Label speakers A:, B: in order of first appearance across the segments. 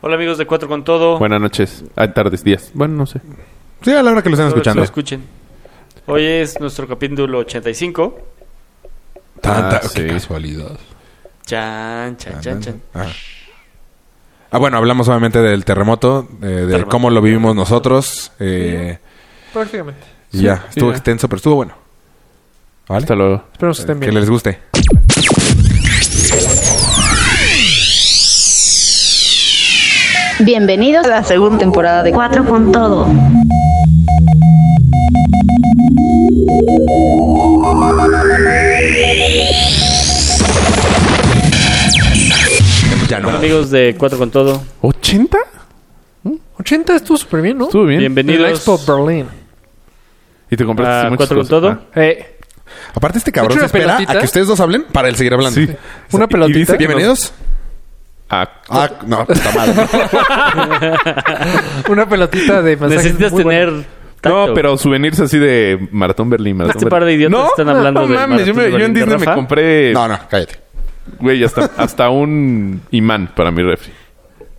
A: Hola amigos de Cuatro con Todo.
B: Buenas noches, ah, tardes, días. Bueno, no sé. Sí, a la hora que lo estén
A: Espero que
B: escuchando.
A: lo escuchen. Hoy es nuestro capítulo 85.
B: Ah,
C: Tanta, qué
B: sí.
C: casualidad.
A: Chan, chan, chan, chan.
C: Ah. Ah, bueno, hablamos obviamente del terremoto, eh, de
A: Terremoto.
C: cómo lo vivimos nosotros. eh,
D: Prácticamente.
C: y
B: Sí,
C: ya,
B: sí,
C: estuvo
B: ya.
C: extenso, pero estuvo bueno. ¿Vale?
B: Hasta luego.
D: Espero que estén
C: Que
D: bien.
C: les guste.
E: Bienvenidos a la segunda temporada de Cuatro con Todo.
C: Ya no.
A: Hola amigos de Cuatro con Todo.
B: ¿80?
D: 80 estuvo súper bien, ¿no?
B: Uh, Estuvo bien.
D: En la
A: Bienvenidos.
D: Expo Berlín.
B: Y te compraste
A: Ah,
B: muchas
A: ¿cuatro con
B: cosas.
A: todo?
B: Ah.
D: Eh,
C: Aparte, este cabrón
D: ¿Se
C: se
D: echa una
C: espera
D: pelotita?
C: a que ustedes dos hablen para él seguir hablando.
B: Sí.
D: Una
B: Y- y
D: pelotita.
B: dice que
C: Bienvenidos.
B: Ah,
C: Ah, no, puta madre.
D: una pelotita de mensajes
A: Necesitas
D: muy
A: tener... tacto.
B: No, pero souvenirs así de Maratón Berlín. Maratón
A: Este
B: Berlín.
A: par de idiotas
B: no,
A: están hablando
B: no,
A: del
B: mames, yo, me-
A: Maratón
B: yo en
A: Berlín de
B: Disney me
A: Rafa.
B: compré,
C: No, no, cállate.
B: güey, hasta, hasta un imán para mi refri.
D: bueno.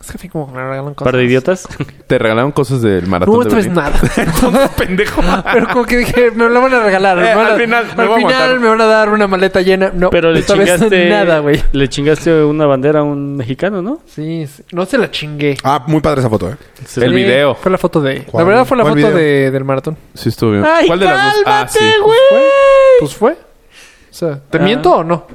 D: Es que a mí como que me regalan cosas.
A: Par de idiotas.
B: Te regalaron cosas del Maratón
D: No,
B: de
D: esto es
B: Berlín.
D: nada.
B: pendejo.
A: Ah,
D: Pero como que dije, me lo van a regalar.
B: Eh,
D: me van a-
B: al final me
D: al
B: voy a
D: final
B: aguantar.
D: me van a dar una maleta llena. No,
A: Pero le
D: esta vez
A: chingaste...
D: nada, güey.
A: Le chingaste una bandera a un mexicano, ¿no?
D: Sí, sí. no se la chingué.
C: Ah, muy padre esa foto, ¿eh?
A: Sí.
B: El
D: Sí,
B: video.
D: Fue la foto de... La
C: ¿Cuál?
D: verdad fue la
C: ¿Cuál
D: foto
C: video?
D: de- del maratón.
B: Sí, estuvo bien.
D: Ay,
B: ¿Cuál de las dos? Ah, sí.
D: Pues fue. O sea, ¿te
A: Ah.
D: miento o no?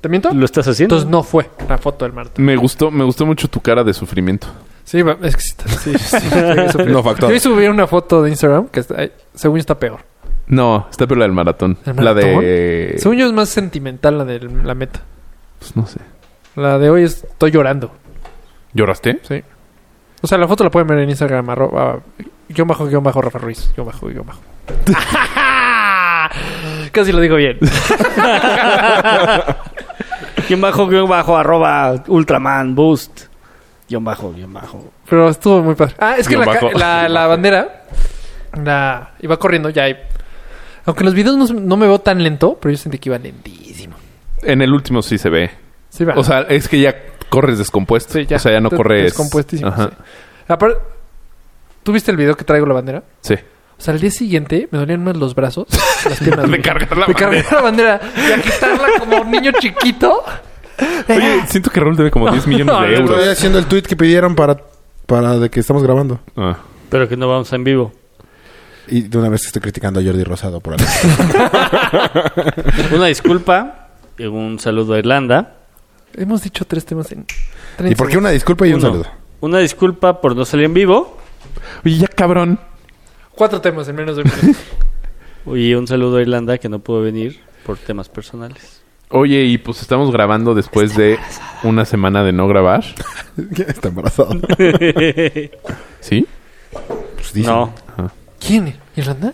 D: ¿Te miento?
A: ¿Lo estás haciendo?
D: Entonces no fue la foto del maratón.
B: Me gustó, me gustó mucho tu cara de sufrimiento.
D: Sí, va- es que sí, está- sí, sí, sí, eso fue.
C: No factor.
D: Yo subí una foto de Instagram que está- ay, según yo está peor.
B: No, está pero la del maratón.
D: ¿El
B: La
D: maratón?
B: de.
D: Según yo es más sentimental la de la meta.
B: Pues no sé.
D: La de hoy es- estoy llorando.
B: ¿Lloraste?
D: O sea, la foto la pueden ver en Instagram, arroba, guión bajo, guión bajo, Rafa Ruiz, guión bajo, guión bajo. Casi lo digo bien.
A: Guión bajo, guión bajo, arroba, Ultraman, Boost. Guión bajo, guión bajo.
D: Pero estuvo muy padre. Ah, es que
B: Guión
D: la, ca-
B: bajo.
D: la, la bandera la iba corriendo ya. y- Aunque los videos no, no me veo tan lento, pero yo sentí que iba lentísimo.
B: En el último sí se ve.
D: Sí, va.
B: O sea, es que ya corres descompuesto.
D: Sí, ya.
B: O sea, ya no
D: Des-
B: corres.
D: descompuestísimo,
B: Ajá.
D: Aparte, ¿tú viste el video que traigo la bandera?
B: Sí.
D: O sea, al día siguiente me dolían más los brazos, las piernas.
B: De
D: güey.
B: cargar la
D: de cargar
B: bandera.
D: la bandera y agitarla como un niño chiquito.
B: Oye, siento que Raúl debe como 10 millones
D: No,
B: de
D: no,
B: euros.
C: Estoy haciendo el tweet que pidieron para, para de que estamos grabando.
B: Ah.
A: Pero que no vamos en vivo.
C: Y de una vez estoy criticando a Jordi Rosado por algo.
A: Una disculpa. y Un saludo a Irlanda.
D: Hemos dicho tres temas en.
C: ¿Y por qué una disculpa y un
A: Uno,
C: saludo?
A: Una disculpa por no salir en vivo.
B: Oye, ya cabrón.
D: Cuatro temas en menos de un minuto.
A: Y un saludo a Irlanda que no pudo venir por temas personales.
B: Oye, y pues estamos grabando después de una semana de no grabar.
C: Está embarazado.
B: ¿Sí?
C: Pues dicen.
A: no.
D: ¿Quién? ¿Irlanda?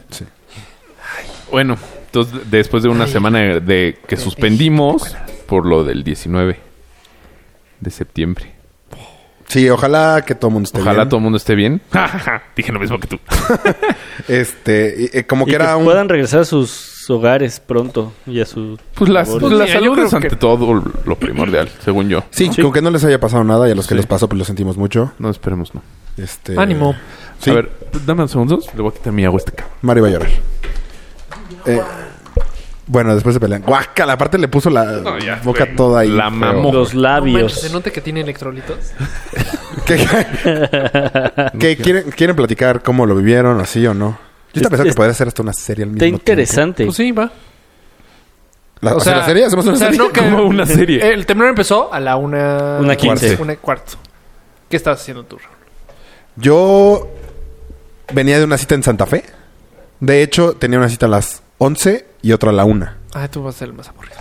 B: Bueno, entonces después de una semana de, de que suspendimos por lo del 19 de septiembre.
C: Sí, ojalá que todo el mundo esté
B: Ojalá
C: bien.
B: todo el mundo esté bien. Dije lo mismo que tú.
C: Este, y- eh, como
A: Y
C: que era
A: que
C: un...
A: puedan regresar a sus hogares pronto y a su...
B: Pues las,
A: labor.
B: pues la
D: mira, yo
B: salud
D: creo
B: es ante
D: que-
B: todo lo primordial, según yo.
C: Sí, con que no les haya pasado nada y a los que
B: Sí.
C: les pasó pues lo sentimos mucho.
B: No esperemos, no. Eh,
C: Este,
D: Ánimo.
C: Sí,
B: A ver, dame unos segundos. Le voy a quitar mi agua a este cabrón.
C: Mario va a llorar. Eh, bueno, después se pelean. Guácala, aparte le puso la
B: ya,
C: boca
B: güey.
C: toda ahí.
B: La
C: feo.
B: mamó.
A: Los
D: No manches,
A: labios.
D: se nota que tiene electrolitos.
C: ¿Qué, qué- quieren, quieren platicar cómo lo vivieron, así o no? Yo estaba pensando que podría ser hasta una serie al mismo
A: Está
C: tiempo.
A: interesante.
D: Pues sí, va.
C: La, o sea, ¿la serie? ¿Hacemos una
D: o sea,
C: serie?
D: no que-
B: Como una serie.
D: El temblor empezó a la una...
A: Una quince.
D: Una cuarto. ¿Qué estabas haciendo tú? Raúl?
C: Yo venía de una cita en Santa Fe. De hecho, tenía una cita a las 11 y otra a la 1.
D: Ah, tú vas a ser el más aburrido.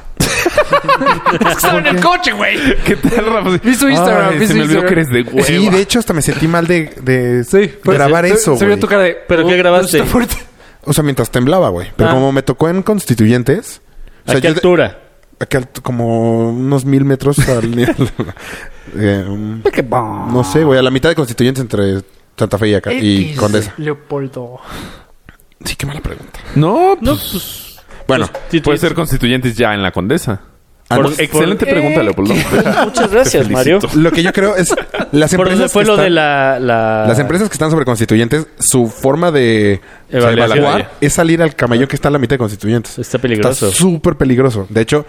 D: Estaba en el coche, güey.
B: ¿Qué tal, Rafa?
D: Vi su Instagram,
B: Ay,
D: vi
B: se
D: su
B: me olvidó
D: Instagram.
B: que eres de hueva.
C: Sí, de hecho, hasta me sentí mal de, de
D: pues,
C: grabar
D: se-
C: eso,
D: Se vio
C: güey.
D: tu cara de...
A: ¿Pero qué
D: "Uh,
A: grabaste?
D: está fuerte".
C: O sea, mientras temblaba, güey. Pero
A: Ah.
C: como me tocó en Constituyentes... o
A: ¿A
C: sea,
A: qué
C: yo de-
A: altura?
C: a qué altu- como unos mil metros al nivel. Eh, um, no sé, güey. A la mitad de Constituyentes entre Santa Fe y, acá, y
D: X,
C: Condesa.
D: Leopoldo.
C: Sí, qué mala pregunta.
B: No,
A: No,
B: pues,
A: pues,
C: Bueno,
A: sí,
B: puede
A: sí,
B: ser constituyentes ya en la condesa. Por-
C: Antes-
A: por-
B: excelente
A: Eh,
B: pregunta, Leopoldo.
A: Muchas gracias,
B: Te
A: Mario.
B: felicito.
C: Lo que yo creo es las
A: Por donde
C: empresas
A: fue
C: que
A: lo
C: están-
A: de la, la-
C: Las empresas que están sobre constituyentes, su forma de o sea,
A: Evaluación.
C: evaluar es salir al camellón que está a la mitad de constituyentes.
A: Está
C: Está
A: peligroso.
C: súper peligroso. De hecho,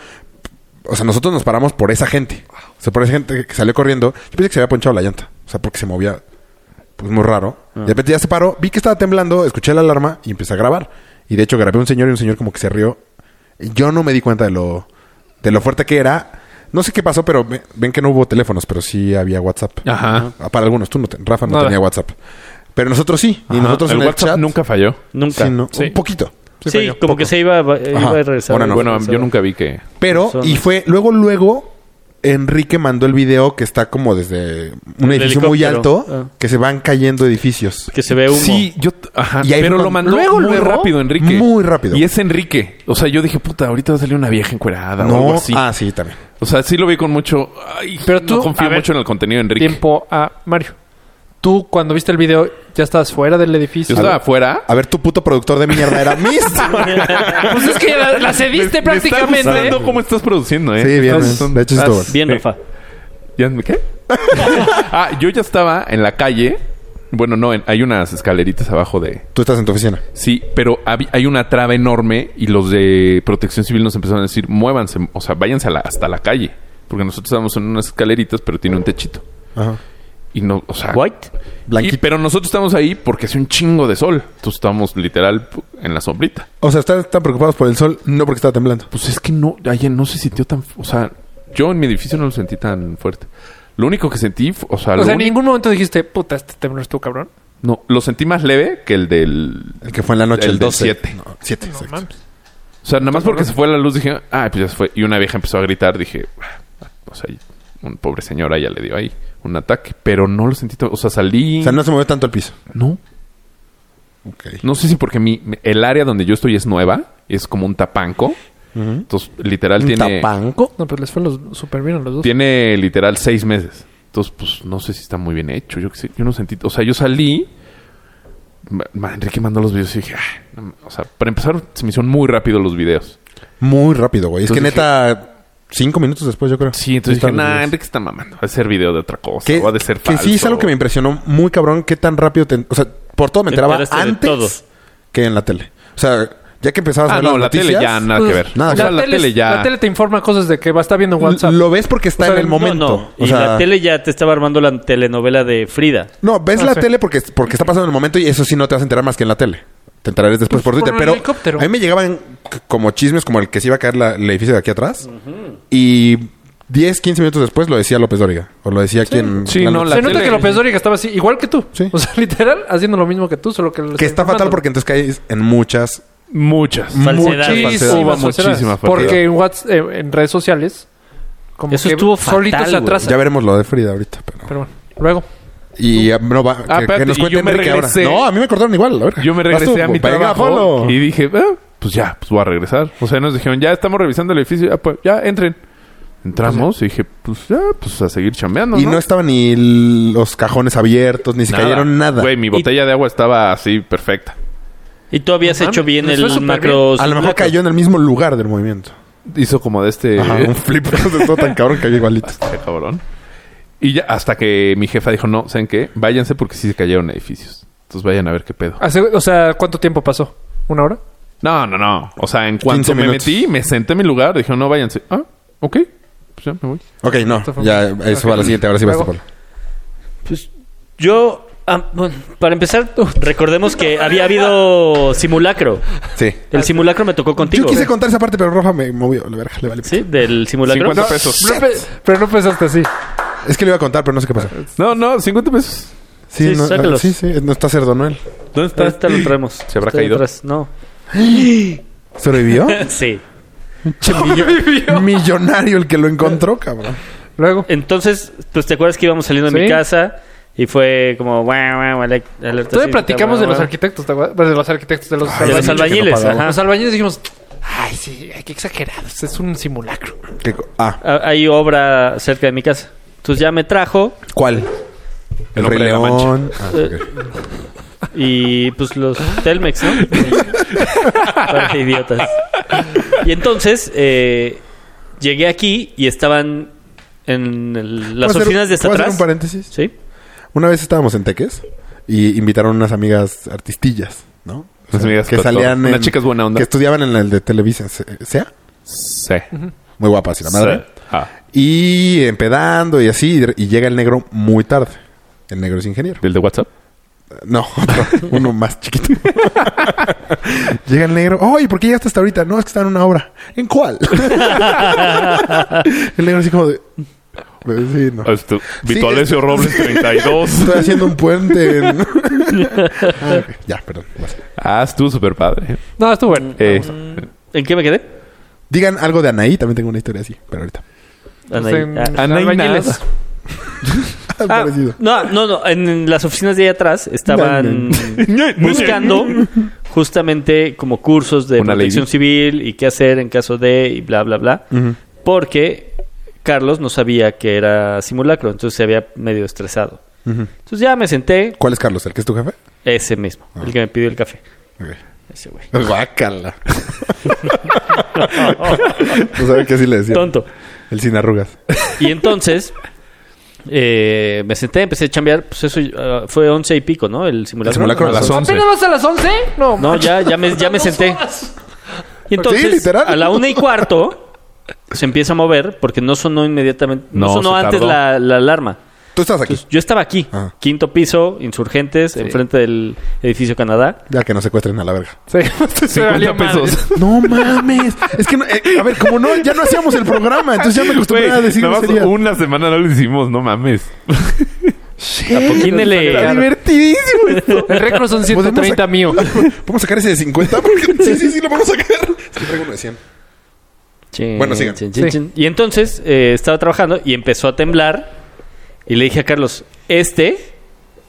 C: o sea, nosotros nos paramos por esa gente. O sea, por esa gente que salió corriendo. Yo pensé que se había ponchado la llanta. O sea, porque se movía. Pues muy raro.
A: Ah.
C: De repente ya se paró. Vi que estaba temblando. Escuché la alarma y empecé a grabar. Y de hecho grabé a un señor y un señor como que se rió. Yo no me di cuenta de lo, de lo fuerte que era. No sé qué pasó, pero ve- ven que no hubo teléfonos, pero sí había WhatsApp.
B: Ajá.
C: Ah, Para algunos, tú no, te- Rafa no
D: Nada.
C: tenía WhatsApp. Pero nosotros sí. Y
B: Ajá.
C: nosotros
B: el
C: en el
B: WhatsApp
C: chat.
B: nunca falló.
A: Nunca.
C: sí, no,
D: Sí.
C: Un poquito.
A: Sí,
D: falló.
A: como que se iba, a- eh, iba
C: Ajá.
A: a regresar.
C: Ahora no.
B: Bueno,
A: Regresaba.
B: yo nunca vi que...
C: Pero, y
A: Personas.
C: fue, luego, luego, Enrique mandó el video que está como desde un
A: El
C: edificio muy
A: helicóptero.
C: alto,
A: Ah.
C: que se van cayendo edificios.
A: Que se ve humo.
B: Sí, yo... t- Ajá.
C: Y ahí
B: pero
C: fue
B: lo
C: cuando-
B: mandó
D: Luego,
B: muy
D: luego.
B: rápido, Enrique.
C: Muy rápido.
B: Y es Enrique. O sea, yo dije, puta, ahorita va a salir una vieja encuerada o algo
C: No,
B: así.
C: ah, sí, también.
B: O sea, sí lo vi con mucho... Ay,
D: Pero
B: pero
D: tú-
B: no confío
D: a ver,
B: mucho en el contenido de Enrique.
D: Tiempo a Mario. Tú, cuando viste el video, ya estabas fuera del
B: Yo
D: edificio.
B: estaba afuera.
C: A ver, tu puto productor de mierda era Mist.
D: Pues es que la, la cediste
B: Me- me está
D: prácticamente.
B: gustando cómo estás produciendo, ¿eh?
C: sí, bien.
B: Estás-
C: Mist. De hecho, sí
B: estás-
C: estuvo.
A: Bien, Rafa.
B: ¿Ya me- ¿Qué? ah, yo ya estaba en la calle. Bueno, no, en- hay unas escaleritas abajo de...
C: Tú estás en tu oficina.
B: Sí, pero hab- hay una traba enorme y los de Protección Civil nos empezaron a decir, muévanse, o sea, váyanse a la- hasta la calle. Porque nosotros estábamos en unas escaleritas, pero tiene un techito.
C: Ajá.
B: Y no, o sea...
A: White.
B: y-
C: Blanquito.
B: pero nosotros estamos ahí porque hace un chingo de sol. Entonces estamos literal pu- en la sombrita.
C: O sea, están tan preocupados por el sol, no porque estaba temblando.
B: Pues es que no, ayer no se sintió tan... O sea, yo en mi edificio no lo sentí tan fuerte. Lo único que sentí, fu- o sea, lo
D: O sea, en
B: único-
D: ningún momento dijiste, puta, este temblor estuvo cabrón.
B: no, lo sentí más leve que el del...
C: El que fue en la noche,
B: El
C: el,
B: del
C: 12.
B: siete.
C: 7,
D: No
C: exacto.
D: mames.
B: O sea, nada más porque se fue la luz dije, ah, pues ya se fue. Y una vieja empezó a gritar, dije, "Ah, o sea, un pobre señora ya le dio ahí un ataque, pero no lo sentí. tan- O sea, salí.
C: O sea, no se movió tanto el piso.
B: no.
C: Ok.
B: No sé si porque mi, el área donde yo estoy es nueva, es como un tapanco. Entonces, literal tiene.
C: tapanco?
D: No, pues les fue los, súper bien a los dos.
B: Tiene literal seis meses. Entonces, pues no sé si está muy bien hecho. Yo, qué sé, yo no sentí. O sea, yo salí. Ma- ma- Enrique mandó los videos y dije, "Ah, no ma-". o sea, para empezar, se me hicieron muy rápido los videos.
C: Muy rápido, güey. Es que
B: Entonces
C: neta, cinco minutos después, yo creo.
B: Sí, entonces dije,
C: Estaban
B: nah,
C: los videos".
B: Enrique está mamando. Va a ser video de otra cosa.
C: Que,
B: o ha de ser
C: que sí es algo que me impresionó muy cabrón. Qué tan rápido... te- o sea, por todo me
A: Te
C: enteraba
A: enteraste de
C: antes
A: todo.
C: que en la tele. O sea, ya que empezabas a
B: Ah,
C: ver
B: no,
C: las
B: la
C: noticias...
B: tele ya nada
D: Pues,
B: que ver.
C: nada
B: o
C: que
B: sea,
C: ver.
B: la, tele ya.
D: La tele te informa cosas de que va, está viendo WhatsApp.
C: Lo ves porque está
D: O sea,
C: en el
D: no,
C: momento.
A: No, no.
C: O
A: Y
C: sea,
A: la tele ya te estaba armando la telenovela de Frida.
C: No, ves
D: Ah,
C: la
D: sí.
C: tele porque, porque está pasando en el momento y eso sí no te vas a enterar más que en la tele. Te enterarás después
D: Pues
C: por
D: por
C: Twitter.
D: el
C: pero
D: helicóptero.
C: a mí me llegaban c- como chismes como el que se iba a caer la- el edificio de aquí atrás. Y 10, 15 minutos después lo decía López Dóriga. O lo decía quien...
B: Sí, no, la
D: Se nota
B: tele-
D: que López Dóriga estaba así, igual que tú.
C: Sí.
D: O sea, literal, haciendo lo mismo que tú, solo que... lo
B: Pues
C: Que está fatal
D: informando.
C: porque entonces caes en muchas...
B: Muchas.
C: Mm.
A: Falsedad.
C: falsedades.
D: Muchísimas
B: Hubo
D: falsedades.
B: muchísima
D: Porque
B: falsedad.
D: en, Whats- eh, en redes sociales... Como
A: Eso
D: que
A: estuvo
D: solito
A: fatal,
D: se
A: güey.
D: atrasa.
C: Ya veremos lo de Frida ahorita, pero...
D: Pero bueno, luego.
C: Y ah, no va, que- que,
B: espérate,
C: nos
B: y
C: cuente
B: yo me
C: Enrique ahora.
B: regresé.
C: No, a mí me cortaron igual. la verga.
B: Yo me
C: Vas
B: regresé
C: tú,
B: a mi
C: venga,
B: trabajo
C: Polo.
B: y dije, "Ah, pues ya, pues voy a regresar. O sea, nos dijeron, ya estamos revisando el edificio, ya, pues, ya entren. Entramos y dije, pues ya, pues a seguir chambeando.
C: Y no estaban ni los cajones abiertos, ni se
B: Nada.
C: cayeron nada.
B: Güey, mi botella de agua estaba así perfecta.
A: Y tú habías
D: No mames,
A: hecho bien
D: les fue
A: el
D: súper
A: macro.
C: a lo mejor
A: simulacro.
C: cayó en el mismo lugar del movimiento.
B: Hizo como de este.
C: Ajá, un flip. Todo tan cabrón que cayó igualito.
B: Ay, cabrón. Y ya, hasta que mi jefa dijo, no, ¿saben qué? Váyanse porque sí se cayeron edificios. Entonces vayan a ver qué pedo.
D: Hace- o sea, ¿cuánto tiempo pasó? ¿Una hora?
B: No, no, no. O sea, en cuanto
C: 15
B: me
C: minutos.
B: metí, me senté en mi lugar. Dijeron, no, váyanse. Ah, ok. Pues ya me voy.
C: Ok, no.
D: Esto fue-
C: Ya, eso va a la siguiente. Ahora sí vas tú, Polo.
A: Pues yo. ah, bueno, para empezar, recordemos que había habido simulacro.
C: Sí.
A: El simulacro me tocó contigo.
C: Yo quise contar esa parte, pero Roja me movió. La verga, le vale.
A: ¿Sí? Del simulacro.
B: 50 pesos.
D: No pe- pero no pensaste así.
C: Es que le iba a contar, pero no sé qué pasó.
B: No, no, 50 pesos.
C: Sí,
A: Sí,
C: no,
A: sácalos.
C: sí, sí. No está Cerdo Noel.
B: ¿Dónde
A: Ahorita-
B: está?
A: Ahorita lo traemos.
B: ¿Se habrá
A: Está
B: caído?
A: atrás, No.
C: ¿Sobrevivió?
D: Ah.
A: Sí.
C: che, millo- millonario el que lo encontró, cabrón.
D: Luego.
A: Entonces, pues te acuerdas que íbamos saliendo de mi
D: Sí.
A: casa y fue como. guau, guau, ale- alerta sísmica,
D: Todavía platicamos
A: guau,
D: de los
A: guau.
D: arquitectos, ¿te acuerdas? Bueno, de los arquitectos, de los
A: De los
D: albañiles.
A: albañiles.
C: pagaba.
A: ajá.
D: Los albañiles dijimos, ay, sí, ay, qué exagerados, es un simulacro.
C: ¿Qué co- ah,
A: Ah, Hay obra cerca de mi casa. Entonces ya me trajo
C: ¿cuál? El Rey
B: hombre de la mancha. Eh,
C: León. Ah, ok.
A: y pues los Telmex, ¿no? Parte de idiotas. Y entonces eh, Llegué aquí y estaban en el- las
C: ¿Puedo hacer-
A: oficinas de hasta
C: ¿puedo hacer
A: atrás.
C: un paréntesis?
A: Sí.
C: Una vez estábamos en Teques y invitaron unas amigas artistillas, ¿no? O
B: Unas amigas
C: que
B: cotor-
C: salían
B: unas
C: en-
B: chicas buena onda.
C: Que estudiaban en el de Televisa, se- ¿sea?
B: Sí.
C: Muy guapas y la madre.
B: Sí. Ah,
C: Y empedando y así, y de- y llega el negro muy tarde. El negro es ingeniero.
B: ¿Del de WhatsApp?
C: No, otro, uno más chiquito. llega el negro. ¡Ay, ¿por qué llegaste hasta ahorita? No, es que está en una obra. ¿En cuál? el negro así como de... Sí, no.
B: Este, Vito
C: Sí,
B: Alessio Robles 32.
C: Estoy haciendo un puente. en- Ah, ok. Ya, perdón. vas.
B: ah, estuvo súper padre.
D: No, estuvo bueno.
B: Eh,
A: ¿En qué me quedé?
C: Digan algo de Anaí. También tengo una historia así, pero ahorita. Pues
A: Anaí.
D: en-
A: Ah.
B: Anaí
D: albañiles.
B: nada.
A: Ah,
C: Parecido.
A: no, no, no. En, en las oficinas de ahí atrás estaban buscando justamente como cursos de
B: Una
A: protección
B: lady.
A: civil y qué hacer en caso de y bla, bla, bla.
C: Ujú.
A: Porque Carlos no sabía que era simulacro, entonces se había medio estresado.
C: Ujú.
A: Entonces ya me senté,
C: ¿Cuál es Carlos? ¿El que es tu jefe?
A: ese mismo, el que me pidió el café.
C: Ok.
A: Ese güey.
C: Guácala. no sabe qué así le decía.
A: Tonto.
C: El sin arrugas.
A: Y entonces eh, me senté, empecé a chambear. Pues eso ah, fue once y pico, ¿no? El simulacro.
C: El simulacro
B: A
C: a
B: las
C: las
B: 11.
D: ¿Apenas vas a las 11? No,
A: No, ya, ya me, ya me
D: dos
A: senté.
D: horas.
A: Y entonces,
C: Sí, literal.
A: a la una y cuarto, se empieza a mover porque no sonó inmediatamente. No,
B: No,
A: sonó
B: se
A: antes
B: tardó.
A: la, la alarma.
C: Tú estás aquí.
A: Entonces, yo estaba aquí,
C: Ah.
A: quinto piso, insurgentes, enfrente del edificio Canadá.
C: Ya que no secuestren a la verga.
D: Sí, se
B: 50
D: valió madre.
B: pesos.
C: No mames. Es que, no- eh, a ver, como no, ya no hacíamos el programa. Entonces Pues ya me acostumbré
B: Güey,
C: a decir
B: nada más
C: groserías.
B: una semana no lo hicimos, no mames.
C: Eh, Está
A: Quínele.
C: divertidísimo. esto.
D: El récord son 130 mío.
C: ¿Podemos sacar ese de 50? Porque- sí, sí, sí, lo vamos a sacar. Es que traigo uno de 100.
A: Chin,
C: Bueno, sigan.
A: chin, chin,
D: Sí.
A: chin. Y entonces eh, estaba trabajando y empezó a temblar. Y le dije a Carlos, este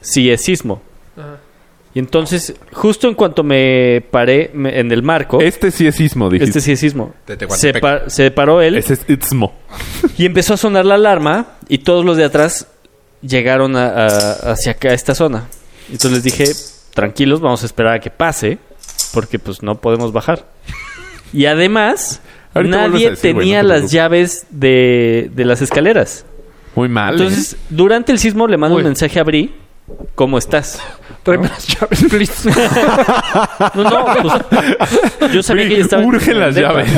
A: sí es sismo. Y entonces, justo en cuanto me paré me- en el marco,
B: Este sí es sismo, dijiste.
A: este sí es sismo.
C: De
A: Se,
C: Tehuantepec.
A: pa- se paró él.
B: Ese es itzmo.
A: Y empezó a sonar la alarma y todos los de atrás llegaron a- a- hacia acá, a esta zona. Entonces les dije, tranquilos, vamos a esperar a que pase, porque pues no podemos bajar. Y además,
B: Ahorita vuelves
A: nadie
B: a decir, güey,
A: tenía
B: no te
A: las
B: preocupes.
A: llaves de, de las escaleras.
B: Muy mal.
A: Entonces, durante el sismo le mando
D: Uy.
A: un mensaje a Bri, ¿cómo estás?
D: Tráeme las llaves, please.
A: No, no, pues yo sabía que ella estaba... en-
B: Urgen
A: en
B: las
A: depa.
B: llaves.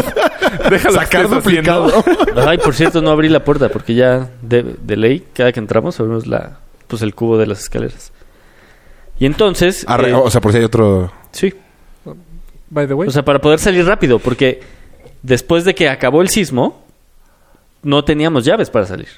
B: Déjalas
C: Sacar
B: que estás
C: duplicado.
B: haciendo.
A: Ay, por cierto, no abrí la puerta porque ya de, de ley, cada que entramos, abrimos la, pues el cubo de las escaleras. Y entonces.
C: Arre-
A: eh,
C: Ah, o sea, por si hay otro.
A: sí.
D: By the way.
A: O sea, para poder salir rápido, porque después de que acabó el sismo, no teníamos llaves para salir.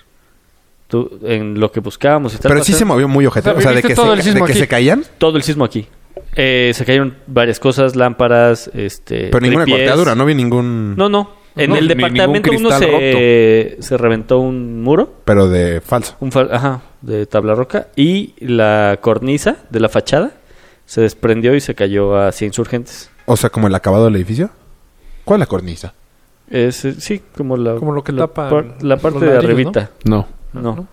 A: Tú- en lo que buscábamos. y tal,
C: Pero sí
A: pasaba-
C: se movió muy ojete.
D: O sea,
C: O sea, de
D: viviste
C: que, se,
D: todo el
C: de
D: sismo
C: que
D: aquí.
C: se caían.
A: Todo el sismo aquí. Eh, se cayeron varias cosas, lámparas, este.
C: Pero ninguna
A: tripiés.
C: cuarteadura, no vi ningún.
A: No, no. En
B: No,
A: el
B: ni-
A: departamento
B: ningún
A: uno
B: cristal
A: se, se reventó un muro.
C: Pero de falso.
A: Un fal- ajá, de tabla roca. Y la cornisa de la fachada se desprendió y se cayó hacia insurgentes.
C: O sea, como el acabado del edificio. ¿Cuál es la cornisa?
A: Es, eh, sí, como la,
D: Como lo que
A: la,
D: tapa
A: par- la
D: los
A: parte de
D: ladrillos, Ah,
A: arribita.
B: No.
A: ¿no?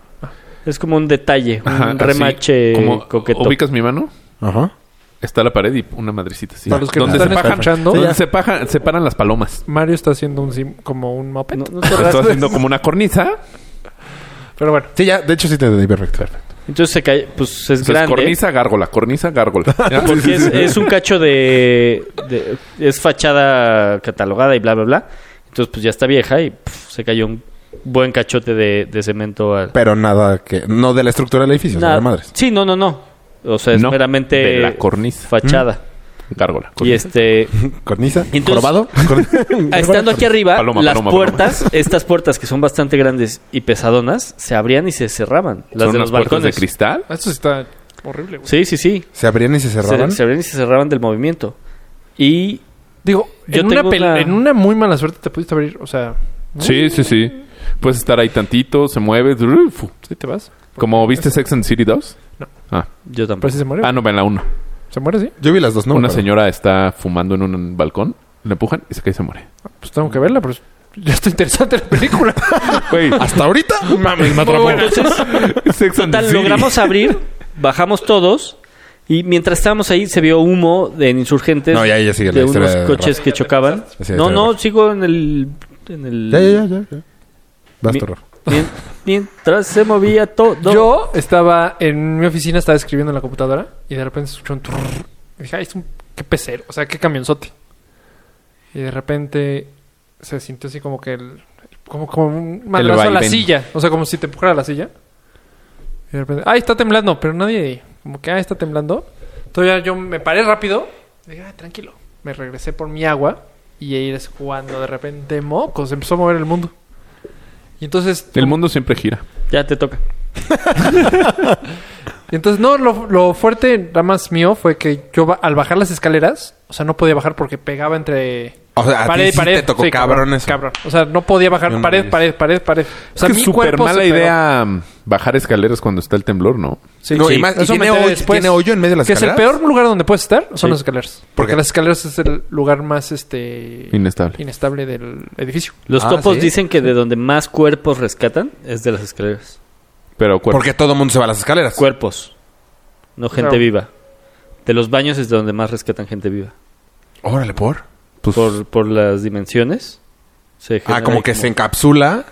A: Es como un detalle, un
B: Ajá, así,
A: remache
B: como
A: Eh, coqueto.
B: ¿Ubicas mi mano?
C: Ajá.
B: Está la pared y una madrecita así.
D: Para los que nos
B: ¿Dónde
D: están
B: se pajan?
D: escuchando,
B: ¿Dónde se pajan? Se paran las palomas.
D: Mario está haciendo un sim- como un moped.
A: No- no te
B: Estoy
A: rasgues.
B: haciendo como una cornisa.
D: Pero bueno.
C: Sí, ya, de hecho sí te entendí perfecto.
A: Entonces se cae, pues es
B: O sea, es
A: grande.
B: cornisa, gárgola, cornisa, gárgola. Ya.
A: Porque es, es un cacho de, de- Es fachada catalogada y bla, bla, bla. Entonces, pues ya está vieja y pf, se cayó un buen cachote de, de cemento al,
C: Pero nada que. No de la estructura del edificio,
A: Nada.
C: o sea, de madres.
A: Sí, no, no, no. O sea, es
B: No,
A: meramente
B: de la Mm, cornisa.
A: fachada.
B: Gárgola.
A: Y
B: cornisa.
A: este,
C: Cornisa.
A: Entonces-
C: Jorobado.
A: ah, estando aquí arriba,
B: Paloma,
A: las
B: paloma,
A: puertas, estas puertas que son bastante grandes y pesadonas, se abrían y se cerraban. Las
B: Son
A: de los
B: unas puertas de
A: balcones.
B: cristal.
D: Esto sí está horrible, güey.
A: sí, sí, sí.
C: Se abrían y se cerraban.
A: Se, se abrían y se cerraban del movimiento. Y
D: Digo,
A: Yo
D: en, una
A: tengo
D: pel-
A: una-
D: en una muy mala suerte te pudiste abrir, o sea...
A: Mm.
D: ¿no?
B: Sí, sí, sí. Puedes estar ahí tantito, se mueve. fu.
D: Sí, te vas.
B: Como viste Sex and the City 2.
D: No.
B: Ah,
A: yo
D: Pero
A: tampoco.
C: Pues,
D: sí se muere.
B: ah no, va en la 1.
D: Se muere, sí.
C: Yo vi las dos, ¿no?
B: Una
C: Pero-
B: señora está fumando en un balcón, le empujan y se cae y se muere.
D: Pues tengo
B: Mm.
D: que verla, pero... Ya está interesante la película.
B: Güey,
C: Hasta ahorita. Mames,
D: atrapó.
A: Entonces,
B: Sex and the
A: total,
B: City.
A: logramos abrir, bajamos todos. Y mientras estábamos ahí, se vio humo de insurgentes.
C: No, ya, ya sigue la
A: de
C: historia
A: unos
C: de
A: coches
C: Rafa.
A: que chocaban.
C: Sí, la historia
A: No,
C: de
A: no,
C: Rafa.
A: sigo en el en el...
C: Ya, ya, ya, ya. ya. Basta,
A: Mi-
C: Rafa.
A: Mien- mientras se movía todo.
D: Yo estaba en mi oficina, estaba escribiendo en la computadora y de repente se escuchó un trrr. Y dije, ay, es un, qué pecero, o sea, qué camionzote. Y de repente se sintió así como que el, como, como un madrazo a la
B: vaivén.
D: silla, o sea, como si te empujara a la silla. Y de repente, ay, está temblando, pero nadie, como que, ay, está temblando. Todavía yo me paré rápido, y dije, ay, tranquilo. Me regresé por mi agua y ahí es cuando de repente, mocos, se empezó a mover el mundo. Y entonces...
B: El mundo siempre gira.
A: Ya te toca.
D: Y entonces, no, lo, lo fuerte nada más mío fue que yo ba- al bajar las escaleras, o sea, no podía bajar porque pegaba entre
C: O sea, a ti sí te tocó cabrón eso.
D: cabrón. O sea, no podía bajar
C: No
D: pared,
C: mames.
D: pared, pared, pared. O sea,
B: es que
D: mi
B: es súper
D: cuerpo se
B: mala
D: pegó.
B: idea mm, bajar escaleras cuando está el temblor, ¿no?
D: Sí,
C: No, y
D: sí.
C: más- y
D: Eso me
C: tiene
D: enteré
C: hoy- tiene hoyo en medio de las
D: que es
C: escaleras.
D: el peor lugar donde puedes estar, son
A: Sí.
D: las escaleras.
C: ¿Por
D: Porque
C: qué?
D: las escaleras es el lugar más este
B: Inestable.
D: inestable del edificio.
A: Los
C: Ah,
A: topos
C: ¿sí?
A: dicen que de donde más cuerpos rescatan es de las escaleras.
B: Pero cuerpo.
C: Porque todo el mundo se va a las escaleras.
A: Cuerpos. No gente
D: sea-
A: viva. De los baños es de donde más rescatan gente viva.
C: Órale, por.
B: Pues,
A: Por, por las dimensiones. se
C: Ah,
A: genera
C: como
A: ahí
C: que se encapsula.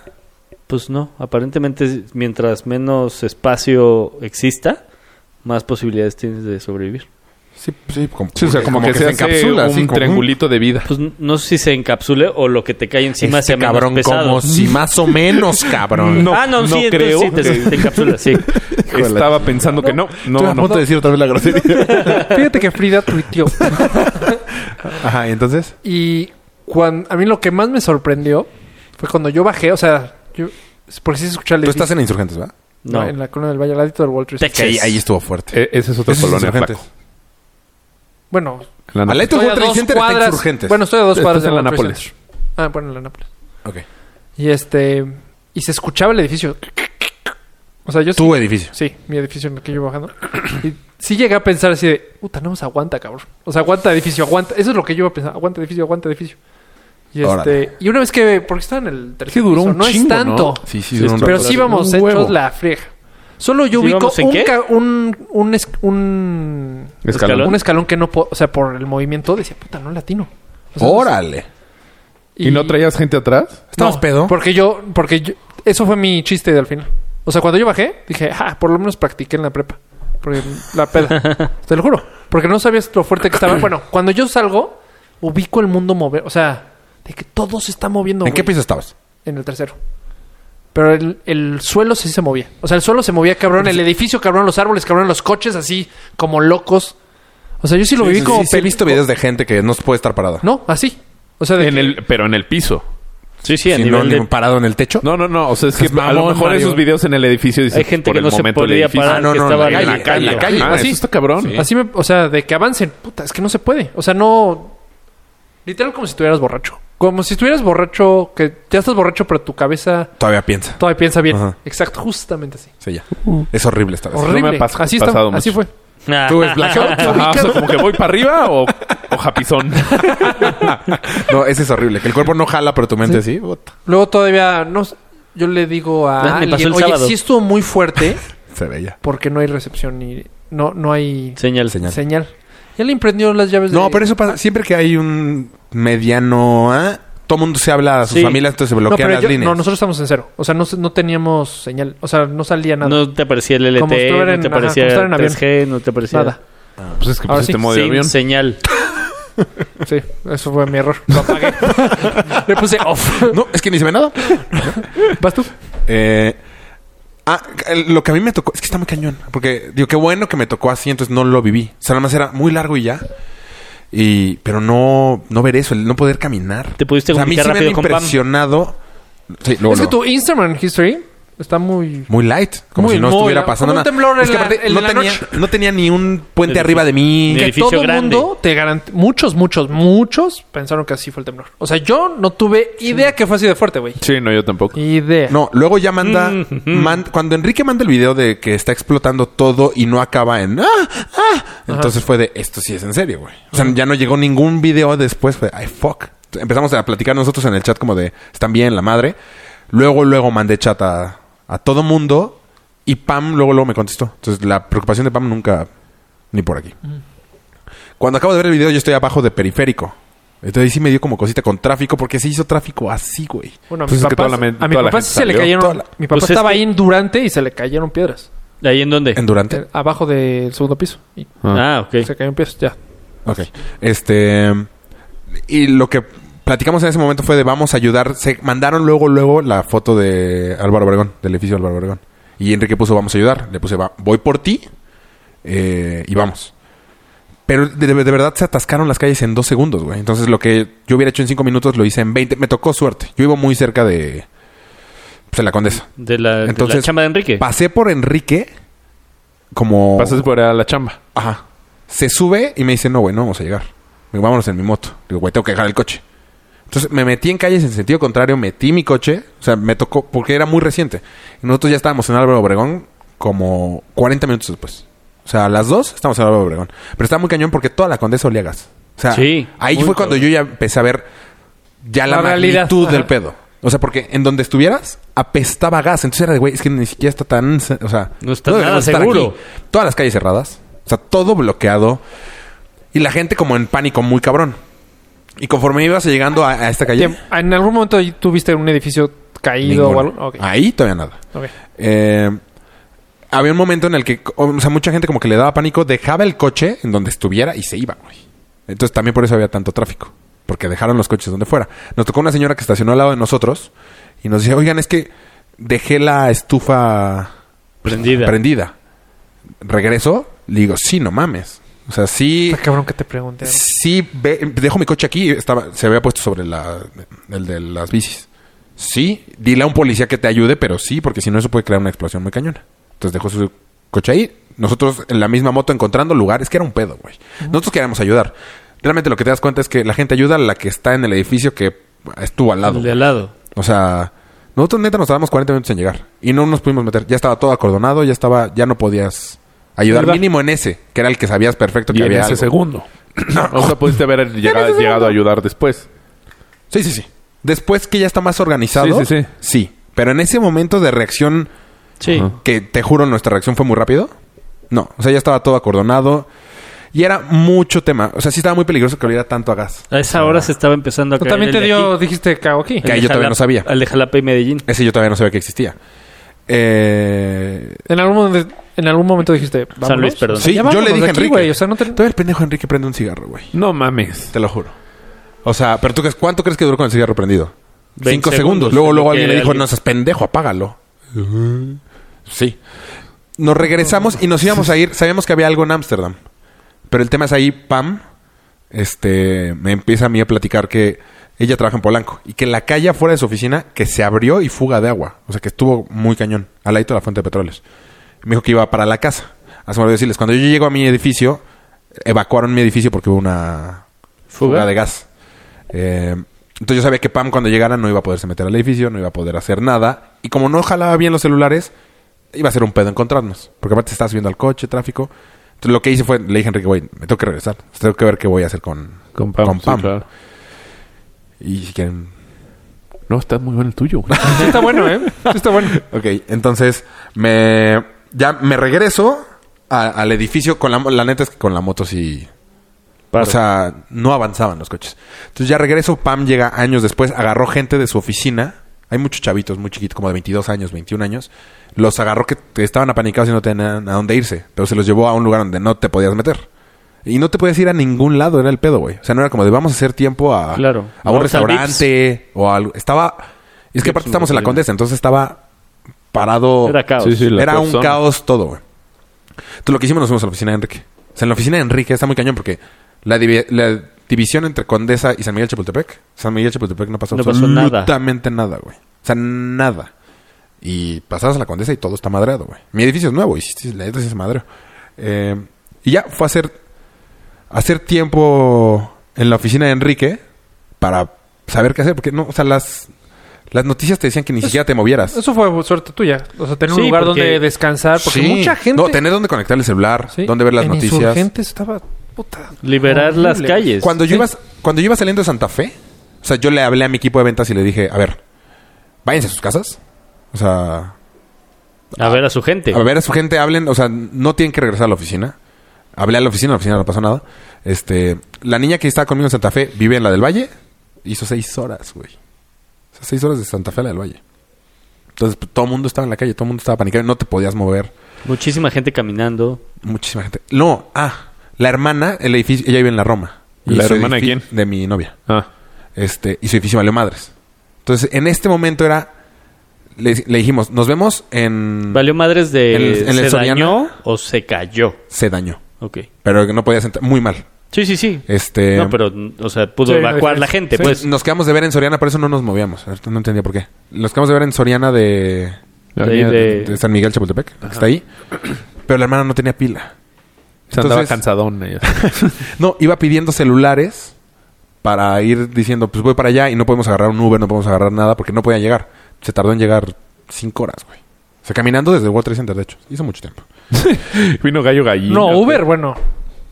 A: Pues no, aparentemente mientras menos espacio exista, más posibilidades tienes de sobrevivir.
C: Sí, sí, como,
B: Sí, o sea, como, que, se, encapsula, un
C: así, como-
B: triangulito de vida.
A: Pues n- no sé si se encapsule o lo que te cae encima
C: Este
A: sea menos
C: cabrón,
A: pesado.
C: como si más o menos, cabrón.
B: No,
A: ah, no, sí,
B: no
A: entonces
B: creo
A: sí, te,
B: que-
A: te encapsula, sí.
B: Estaba pensando que no.
C: Estoy
B: No,
C: a
B: no.
C: punto de decir otra vez la grosería.
D: Fíjate que Frida tuiteó
C: Ajá, ¿y entonces?
D: Y cuando, a mí lo que más me sorprendió fue cuando yo bajé, o sea, yo, porque sí se escuchaba el
C: Tú estás
D: edificio,
C: en Insurgentes, ¿verdad?
A: No,
D: en la colonia del Valle, al ladito del Wall Street.
A: Texas.
C: Que ahí, ahí estuvo fuerte.
B: E- esa es otra
C: Ese es
B: colonia,
C: Insurgentes.
B: flaco.
D: Bueno,
B: La neta.
C: Al lado del
D: estoy
C: World
D: a
C: Trade
D: dos
C: Center está
D: cuadras-
C: Insurgentes.
D: Bueno, estoy a dos
B: Después
D: cuadras
B: de
D: del
B: la
D: World Trade
B: Nápoles.
D: Center. Ah, bueno, en la Nápoles.
C: Ok.
D: Y este, y se escuchaba el edificio. O sea, yo sí-
C: Tu edificio.
D: Sí, mi edificio en el que yo iba bajando. Y sí llegué a pensar así de, puta, no nos aguanta, cabrón. O sea, aguanta edificio, aguanta. Eso es lo que yo iba a pensar. Aguanta edificio, aguanta edificio. Y, este,
C: Órale.
D: y una vez que, porque estaba en el tercer
B: Sí, duró
D: piso,
B: un
D: no
B: chingo,
D: es
B: ¿no?
D: tanto.
B: Sí, ¿eh? sí,
C: Sí,
B: duró un
C: estuvo-
D: Pero
B: rato.
D: sí íbamos
B: Un huevo.
D: hechos la frieja. Solo yo
A: ¿Sí
D: ubico
A: íbamos en
D: un,
A: qué?
D: ca- un, un, es- un,
B: Escalón.
D: un escalón que no puedo... O sea, por el movimiento decía, puta, no latino. O sea,
C: Órale.
B: ¿Y no traías gente atrás?
C: ¿Estabas
D: no,
C: pedo?
D: Porque yo... Porque yo- Eso fue mi chiste del final. O sea, cuando yo bajé, dije, ah, por lo menos practiqué en la prepa. Porque la peda. Te lo juro. Porque no sabías lo fuerte que estaba. Bueno, cuando yo salgo, ubico el mundo mover. O sea, de que todo se está moviendo.
C: ¿En qué
D: güey.
C: piso estabas?
D: En el tercero. Pero el, el suelo sí se movía. O sea, el suelo se movía cabrón,
C: Pues
D: el edificio cabrón, los árboles cabrón, los coches así como locos. O sea, yo sí lo viví como
C: sí, sí, he
D: peli-
C: visto videos de gente que no se puede estar parada.
D: No, así. O sea, de
B: En
D: que-
B: el, pero en el piso.
A: Sí, sí, a
C: Si no,
A: nivel de-
C: ni parado en el techo.
B: No, no, no. O sea, es que
C: Pues
B: a lo
C: mamón,
B: mejor
C: Mario.
B: esos videos en el edificio dicen
A: Hay gente que no se podía parar,
C: Ah, no,
A: que
C: no,
A: estaba
C: en
A: en
C: la
A: el
C: calle, en la
A: caño.
C: calle.
B: Ah,
D: Así.
B: eso está cabrón.
C: Sí.
D: así me, o sea, de que avancen. Puta, es que no se puede. O sea, no literal como si estuvieras borracho. Como si estuvieras borracho que ya estás borracho, pero tu cabeza
C: Todavía piensa.
D: todavía piensa bien.
C: Ajá.
D: Exacto, justamente así.
C: Sí, ya. Es horrible estar así.
B: me
D: Horrible.
B: ha pas-
D: así está,
B: pasado
D: así
B: mucho.
D: fue.
A: Ah,
C: ¿Tú ves blackout? ¿Te
B: Ajá, o sea,
C: ubicas?
B: como que voy para arriba o, o japizón.
C: No, ese es horrible. Que el cuerpo no jala, pero tu mente sí. puta,
D: Luego todavía no s- yo le digo a
A: Ah, me pasó
D: alguien,
A: el
D: oye,
A: sábado".
D: sí estuvo muy fuerte
C: Se veía.
D: porque no hay recepción ni no no hay
A: Señal.
C: Señal.
D: señal. Ya le imprendió las llaves
C: No,
D: de-
C: pero eso pasa. Siempre que hay un mediano... ¿ah? Todo mundo se habla a sus
A: Sí.
C: familias, entonces se
D: No,
C: bloquean
D: pero
C: las
D: yo-
C: líneas.
D: no, nosotros estamos en cero. O sea, no, se- no teníamos señal. O sea, no salía nada.
A: No te aparecía el
D: Como
A: LTE,
D: estar
A: no
D: en-
A: te
D: ajá, como
A: aparecía
D: estar en avión.
A: 3G, no te aparecía
D: nada.
B: Pues es que
D: Ahora sí,
B: pusiste modo de
A: Sin
B: avión.
A: señal.
D: Sí, eso fue mi error. Lo apagué. le puse off.
C: No, es que ni se ve nada.
D: ¿Vas tú?
C: Eh, ah, el- lo que a mí me tocó, es que está muy cañón. Porque digo, qué bueno que me tocó así, entonces no lo viví. O sea, nada más era muy largo y ya. Y, pero no, no ver eso, el no poder caminar.
A: Te pudiste
C: o sea, a mí sí
A: comunicar
C: me han
A: rápido con Pam.
C: impresionado. Sí, luego,
D: es que
C: luego.
D: tu Instagram history está muy
C: Muy light, como
D: Muy,
C: si no
D: muy
C: estuviera
D: light.
C: pasando
D: Como
C: nada.
D: un temblor en
C: es que
D: la-
C: aparte
D: en
C: no,
D: la
C: tenía,
D: noche.
C: no tenía ni un puente
A: Edificio.
C: arriba de mí.
A: Ni-
D: que
A: edificio
D: todo el
A: grande.
D: mundo te garante muchos muchos muchos pensaron que así fue el temblor. O sea, yo no tuve idea que fue así de fuerte, güey.
B: Sí, no, yo tampoco.
D: Idea.
C: No, luego ya manda, man- cuando Enrique manda el video de que está explotando todo y no acaba en ah, ah, entonces fue de esto sí es en serio, güey. O sea, ya no llegó ningún video después, fue ay fuck. Empezamos a platicar nosotros en el chat como de están bien la madre. Luego luego mandé chat a, a todo mundo y Pam luego luego me contestó. Entonces la preocupación de Pam nunca ni por aquí. Cuando acabo de ver el video yo estoy abajo de periférico. Entonces ahí sí me dio como cosita con tráfico, porque se hizo tráfico así, güey.
D: Bueno, a
B: Pues es
D: mi
B: que toda
D: papá,
B: la men-
D: a mi
B: toda la
D: papá
B: gente
D: sí se le
B: salió,
D: cayeron.
C: toda la-
D: Mi papá
A: Pues es
D: estaba
A: que-
D: ahí en Durante y se le cayeron piedras.
A: ¿De ahí en dónde?
C: ¿En Durante?
D: Eh, Abajo del segundo piso. Y
A: Ah, ok.
D: se cayeron piedras, ya.
C: Ok. Este. Y lo que platicamos en ese momento fue de vamos a ayudar. Se mandaron luego, luego la foto de Álvaro Obregón, del edificio Álvaro Obregón. Y Enrique puso vamos a ayudar. Le puse va- voy por ti eh, y vamos. Pero de, de- de verdad se atascaron las calles en dos segundos, güey. Entonces lo que yo hubiera hecho en cinco minutos lo hice en 20. Me tocó suerte. Yo iba muy cerca de. Pues de la condesa.
A: De la, de la
C: Entonces,
A: chamba de Enrique.
C: Pasé por Enrique como.
B: Pasas por a la chamba.
C: Ajá. Se sube y me dice, no, güey, no vamos a llegar. Digo, vámonos en mi moto. Digo, güey, tengo que dejar el coche. Entonces me metí en calles en sentido contrario, metí mi coche. O sea, me tocó, porque era muy reciente. Y nosotros ya estábamos en Álvaro Obregón como 40 minutos después. O sea, a las dos estamos en Álvaro Obregón. Pero estaba muy cañón porque toda la condesa olía a gas. O sea,
A: Sí,
C: ahí
A: muy
C: fue cuando
A: cabrón.
C: yo ya empecé a ver ya la,
D: La realidad,
C: magnitud del
D: ajá.
C: pedo. O sea, porque en donde estuvieras apestaba a gas. Entonces era de, güey, es que ni siquiera está tan... se- O sea,
A: No está
C: deberíamos
A: nada
C: estar
A: seguro.
C: aquí. Todas las calles cerradas. O sea, todo bloqueado. Y la gente como en pánico muy cabrón. Y conforme ibas llegando a, a esta calle...
D: Tiem- ¿En algún momento ahí tuviste un edificio caído
C: ninguno.
D: o algo? Ok,
C: Ahí todavía nada.
D: ok.
C: Eh, había un momento en el que, o sea, mucha gente como que le daba pánico, dejaba el coche en donde estuviera y se iba, güey. Entonces también por eso había tanto tráfico, porque dejaron los coches donde fuera. Nos tocó una señora que estacionó al lado de nosotros y nos dice, oigan, es que dejé la estufa
A: Prendida.
C: prendida. Regreso, le digo, sí, no mames. O sea, sí,
D: Está cabrón que te pregunté. algo.
C: sí, ve- dejo mi coche aquí, estaba, se había puesto sobre la, el de las bicis. Sí, dile a un policía que te ayude, pero sí, porque si no eso puede crear una explosión muy cañona. Entonces dejó su coche ahí. Nosotros en la misma moto encontrando lugares que era un pedo, güey. Nosotros queríamos ayudar. Realmente lo que te das cuenta es que la gente ayuda a la que está en el edificio que estuvo al lado.
A: El de al lado.
C: O sea, nosotros neta nos tardamos 40 minutos en llegar y no nos pudimos meter. Ya estaba todo acordonado, ya estaba, ya no podías ayudar
D: ¿Verdad?
C: mínimo en ese, que era el que sabías perfecto que
B: Y en
C: había
B: ese
C: algo.
B: segundo. o sea, pudiste haber llegado,
C: ese
B: llegado a ayudar después.
C: Sí, sí, sí. Después que ya está más organizado.
B: Sí, sí, sí.
C: Pero en ese momento de reacción,
A: Sí.
B: Ajá.
C: que te juro, nuestra reacción fue muy rápido. No, o sea, ya estaba todo acordonado. Y era mucho tema. O sea, sí estaba muy peligroso que oliera tanto a gas.
A: A esa hora se estaba empezando a
D: Pero
A: caer
D: también
A: el
D: te
A: de
D: dio,
A: aquí.
D: dijiste, cago aquí.
A: El
C: Ah. Que ahí
A: de
C: yo todavía
A: Jalapa-
C: no sabía.
A: El de Jalapa y Medellín.
C: Ese yo todavía no sabía que existía. Eh,
D: En algún, momento- en algún momento dijiste, vamos.
A: San Luis, perdón.
C: Sí, yo le dije a Enrique.
D: o sea, no te...
C: Todavía el pendejo Enrique prende un cigarro, güey.
B: No mames.
C: Te lo juro. O sea, pero tú crees, ¿cuánto crees que duró con el cigarro prendido?
A: 20
C: Cinco segundos.
A: segundos.
C: Luego, luego
A: Porque
C: alguien le dijo,
A: alguien-
C: no seas pendejo, apágalo. Sí. Nos regresamos y nos íbamos a ir. Sabíamos que había algo en Ámsterdam. Pero el tema es ahí, Pam, este, me empieza a mí a platicar que ella trabaja en Polanco y que la calle afuera de su oficina que se abrió y fuga de agua. O sea, que estuvo muy cañón. Al ladito de la fuente de petróleos. Me dijo que iba para la casa. Así me olvidó decirles, cuando yo llego a mi edificio, evacuaron mi edificio porque hubo una fuga,
A: ¿Fuga?
C: de gas. Eh, entonces yo sabía que Pam cuando llegara no iba a poderse meter al edificio, no iba a poder hacer nada. Y como no jalaba bien los celulares, iba a ser un pedo encontrarnos. Porque aparte estaba subiendo al coche, tráfico. Entonces lo que hice fue, le dije a Enrique, güey, me tengo que regresar. Tengo que ver qué voy a hacer con,
B: Con Pam.
C: con
B: sí,
C: Pam.
B: claro.
C: Y si quieren...
B: No, está muy bueno el tuyo, güey.
D: Sí está bueno, ¿eh? Sí está bueno.
C: Ok, entonces me... Ya me regreso a- al edificio con la... La neta es que con la moto sí...
A: Paro.
C: O sea, no avanzaban los coches. Entonces ya regreso, Pam llega años después, agarró gente de su oficina. Hay muchos chavitos muy chiquitos, como de 22 años, 21 años. Los agarró que que estaban apanicados y no tenían a dónde irse. Pero se los llevó a un lugar donde no te podías meter. Y no te podías ir a ningún lado, era el pedo, güey. O sea, no era como de vamos a hacer tiempo a,
A: Claro.
C: a un
A: Vamos al pues,
C: restaurante o algo. Estaba... Es que aparte estamos en la Condesa, entonces estaba parado...
A: Era caos.
B: Sí, sí, la
C: Era un
B: persona.
C: caos todo, güey. Entonces lo que hicimos nos fuimos a la oficina de Enrique. O sea, en la oficina de Enrique está muy cañón porque la, divi- la división entre Condesa y San Miguel Chapultepec, San Miguel Chapultepec no pasó
A: No pasó nada.
C: absolutamente nada, güey. O sea, nada. Y pasabas a la Condesa y todo está madreado, güey. Mi edificio es nuevo y sí, sí, la neta sí se madreó. Eh, y ya fue a hacer, a hacer tiempo en la oficina de Enrique para saber qué hacer. Porque no, o sea, las, las noticias te decían que ni siquiera te movieras.
D: Eso fue suerte tuya. O sea, tener un
A: Sí,
D: lugar
A: porque-
D: donde descansar. Porque
C: Sí.
D: mucha gente...
C: No, tener donde conectar el celular,
D: Sí,
C: donde ver las
D: en
C: noticias.
D: Insurgentes estaba... Puta.
A: Liberar
D: horrible.
A: las calles.
C: Cuando yo,
D: Sí.
C: iba, cuando yo iba saliendo de Santa Fe, o sea, yo le hablé a mi equipo de ventas y le dije, a ver, váyanse a sus casas. O sea,
A: A ver a su gente.
C: a ver a su gente, hablen, o sea, no tienen que regresar a la oficina. Hablé a la oficina, a la oficina no pasó nada. Este, la niña que estaba conmigo en Santa Fe vive en la del Valle. Hizo seis horas, güey. O sea, seis horas de Santa Fe a la del Valle. Entonces, pues, todo el mundo estaba en la calle, todo el mundo estaba panicado. No te podías mover.
A: Muchísima gente caminando.
C: Muchísima gente. No, ah, la hermana, el edificio, ella vive en la Roma.
B: ¿La
C: su
B: hermana de
C: edifi-
B: quién?
C: De mi novia.
B: Ah.
C: Este, y su edificio valió madres. Entonces, en este momento era. Le, le dijimos, nos vemos en.
A: ¿Valió madres de
C: Mm. En el- en el
A: se
C: Soriana.
A: dañó o se cayó?
C: Se dañó.
A: Ok.
C: Pero no podía sentar. Muy mal.
A: Sí, sí, sí.
C: Este.
A: no, pero, o sea, pudo
D: Sí,
A: evacuar la gente,
D: sí.
A: pues.
C: Nos quedamos de ver en Soriana, por eso no nos movíamos. Ahorita No entendía por qué. Nos quedamos de ver en Soriana de.
A: De ahí
B: Eh.
A: de-
C: de San Miguel Chapultepec, que está ahí. Pero la hermana no tenía pila.
B: Se andaba
C: Entonces-
B: cansadón. ella.
C: No, iba pidiendo celulares para ir diciendo, pues voy para allá y no podemos agarrar un Uber, no podemos agarrar nada porque no podía llegar. Se tardó en llegar cinco horas, güey. O sea, caminando desde el World Trade Center, de hecho. Hizo mucho tiempo.
B: Vino gallo gallina.
D: No, Uber, bueno.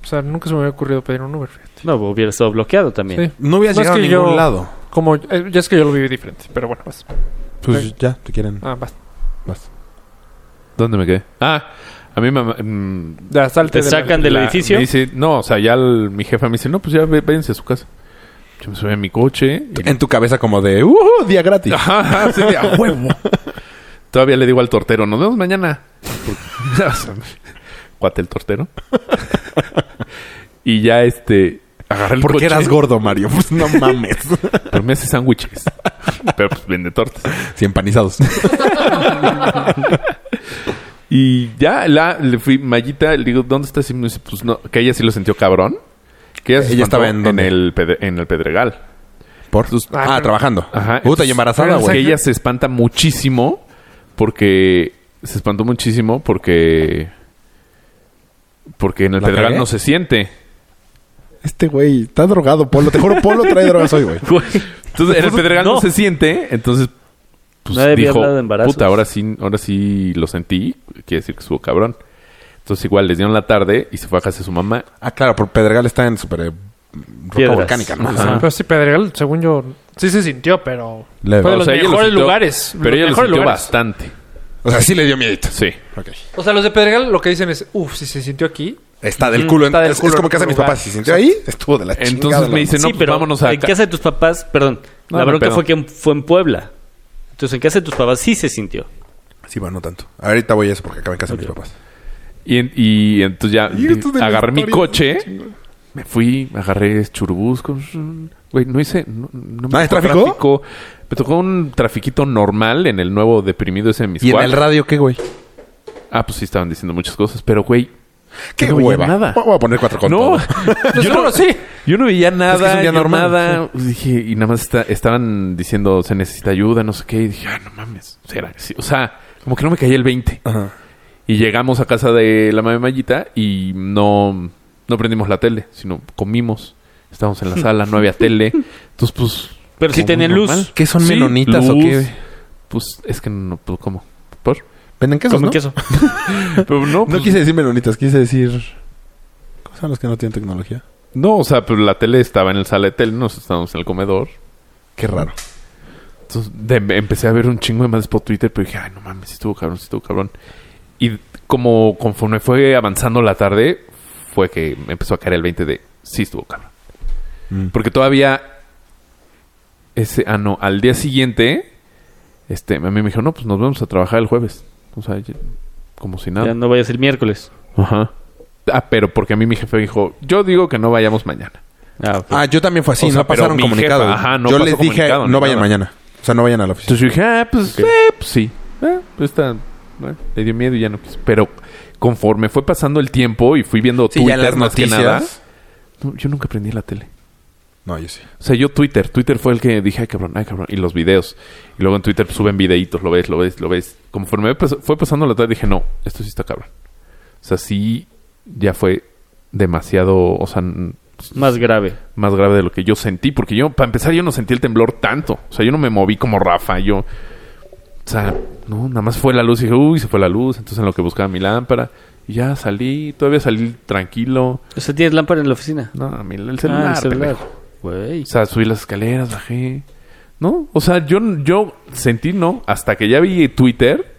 D: O sea, nunca se me había ocurrido pedir un Uber. fíjate.
A: No, hubiera estado bloqueado también.
D: Sí.
C: No hubieras
D: No, es
C: llegado
D: que
C: a ningún
D: yo-
C: lado.
D: Como, eh, ya es que yo lo viví diferente, pero bueno, vas.
C: Pues ya, te quieren.
D: Ah, vas.
C: vas.
B: ¿Dónde me quedé? Ah, a mí me... mm,
D: Ya, salte
A: Te
D: de la-
A: sacan del
B: la-
A: edificio.
B: me dice- no, o sea, ya el- mi jefa me dice, no, pues ya ve- váyanse a su casa. Yo me subí a mi coche. y-
C: En tu cabeza como de, ¡uh! Día gratis.
B: Ajá, ajá, así de, "A huevo". Todavía le digo al tortero, nos vemos mañana. Porque- o sea, Cuate el tortero. y ya este... Agarré el
C: ¿Por
B: coche,
C: qué eras gordo, Mario? Pues no mames.
B: Pero me hace sándwiches. pero pues vende tortas.
C: Sí, empanizados.
B: Y ya la, le fui, Mayita, le digo, ¿dónde estás? Y me dice, pues no, que ella sí lo sintió cabrón. Que ella, se
C: Ella estaba
B: espantó
C: en dónde?
B: el, pedre- en el Pedregal.
C: ¿Por? ah,
D: pero-
C: trabajando.
B: Ajá.
C: Puta, y embarazada,
B: Entonces,
C: güey.
B: Que ella se espanta muchísimo porque... Se espantó muchísimo porque... Porque en el
C: ¿La
B: Pedregal
C: cagué?
B: no se siente.
C: Este güey está drogado, Polo. Te juro, Polo trae drogas hoy, güey.
A: Güey.
B: Entonces, en el Pedregal no,
A: Pues, No.
B: se siente. Entonces, pues
A: Nadie había
B: dijo,
A: hablado de embarazos.
B: puta, ahora sí, ahora sí lo sentí. Quiere decir que estuvo cabrón. Entonces, igual, les dieron la tarde y se fue a casa de su mamá.
C: Ah, claro, por Pedregal está en super eh, roca
A: Piedras.
C: volcánica, ¿no?
A: Ajá.
D: Pero sí, Pedregal, según yo, sí se sintió, pero...
C: Leve.
D: Fue de
B: O
D: los
B: sea, ella lo
D: mejores
B: sintió-
D: lugares.
B: Pero
D: los
B: ella lo
D: mejores
B: sintió
D: lugares.
B: bastante.
C: O sea, sí le dio miedito.
B: Sí.
C: Ok.
D: O sea, los de Pedregal lo que dicen es, uff, si se sintió aquí.
C: Está del culo. en-
D: Está del
C: es, es
D: culo
C: como
D: en
C: que hacen mis
D: lugar.
C: papás. Si sintió ahí, estuvo de la chingada.
B: Entonces me
C: la-
B: dice, no,
A: sí,
B: pues
A: pero
B: vámonos a...
A: en casa de tus papás, perdón,
B: No,
A: la
B: no,
A: bronca
B: pero-
A: fue que fue en Puebla. Entonces, en casa de tus papás sí se sintió.
C: Sí, bueno, no tanto. Ahorita voy a eso porque acaba en casa de mis papás.
B: Y, en- y entonces ya
C: Y esto de la
B: agarré mi
C: historia,
B: coche. Me fui, agarré churubuscos. Güey, no hice... No, no me
C: ¿Nada de
B: tocó
C: tráfico?
B: Me tocó un trafiquito normal en el nuevo deprimido ese de mis
C: ¿Y en el radio qué, güey?
B: Ah, pues sí estaban diciendo muchas cosas. Pero, güey,
C: ¿Qué
B: no veía
C: hueva?
B: nada.
C: Voy a poner cuatro con
B: no,
C: todo.
B: yo no, sí. Yo no veía nada.
C: Es que es un día
B: yo
C: normal,
B: Nada. Pues Dije, y nada más está- estaban diciendo, se necesita ayuda, no sé qué. Y dije, ah, no mames. será que sí? O sea, como que no me caía el 20.
C: Ajá.
B: Y llegamos a casa de la mamá de Mayita y no, no prendimos la tele, sino comimos. Estábamos en la sala, no había tele. Entonces, pues.
A: Pero sí
B: como
A: tenían
B: normal.
A: luz.
C: ¿Qué son
B: Sí,
C: menonitas o
B: luz.
C: qué?
B: Pues es que no, pues, ¿cómo? ¿Por?
C: Venden quesos,
A: Comen
C: ¿no?
A: queso.
B: Pero no,
C: No
B: pues,
C: quise decir melonitas, quise decir... ¿Cómo son los que no tienen tecnología?
B: no, o sea, pero la tele estaba en el sala de tele, nosotros estábamos en el comedor.
C: Qué raro.
B: Entonces de- empecé a ver un chingo de más por Twitter, pero dije, ay, no mames, sí estuvo cabrón, sí estuvo cabrón. Y como conforme fue avanzando la tarde, fue que me empezó a caer el 20 de, sí estuvo cabrón.
C: Mm.
B: Porque todavía, ese, ah, no, al día siguiente, este, a mí me dijeron, no, pues nos vamos a trabajar el jueves. O sea, ya- como si
A: Ya
B: nada.
A: no vayas el miércoles.
B: Ajá. Ah, pero porque a mí mi jefe dijo, yo digo que no vayamos mañana.
A: Ah, ok.
C: Ah, yo también fue así.
B: O sea,
C: no
B: pero
C: pasaron
B: mi
C: comunicado.
B: jefa, ajá, no
C: yo
B: pasó
C: les dije,
B: comunicado,
C: no vayan
B: nada.
C: mañana. O sea, no vayan a la oficina.
B: Entonces yo dije, ah, pues,
A: Ok.
B: eh, pues sí. Eh, pues está. eh, Le dio miedo y ya no quiso. Pero conforme fue pasando el tiempo y fui viendo
C: Sí, ya
B: Twitter
C: las
B: más que nada.
C: noticias...
B: no, yo nunca prendí la tele.
C: No, yo sí.
B: O sea, yo Twitter. Twitter fue el que dije, ay, cabrón, ay, cabrón. Y los videos. Y luego en Twitter pues, suben videitos, lo ves, lo ves, lo ves. Conforme pas- fue pasando la tarde dije, no, esto sí está cabrón. O sea, sí ya fue demasiado, o sea, n-
A: Más grave.
B: más grave de lo que yo sentí. Porque yo, para empezar, yo no sentí el temblor tanto. O sea, yo no me moví como Rafa. Yo, o sea, no, nada más fue la luz y dije, uy, se fue la luz. Entonces, en lo que buscaba mi lámpara. Y ya salí, todavía salí tranquilo.
A: O sea, tienes lámpara en la oficina.
B: No, mi- el celular.
A: Ah, el celular.
B: pendejo.
A: Güey.
B: O sea, subí las escaleras, bajé. No, o sea, yo, yo sentí no, hasta que ya vi Twitter.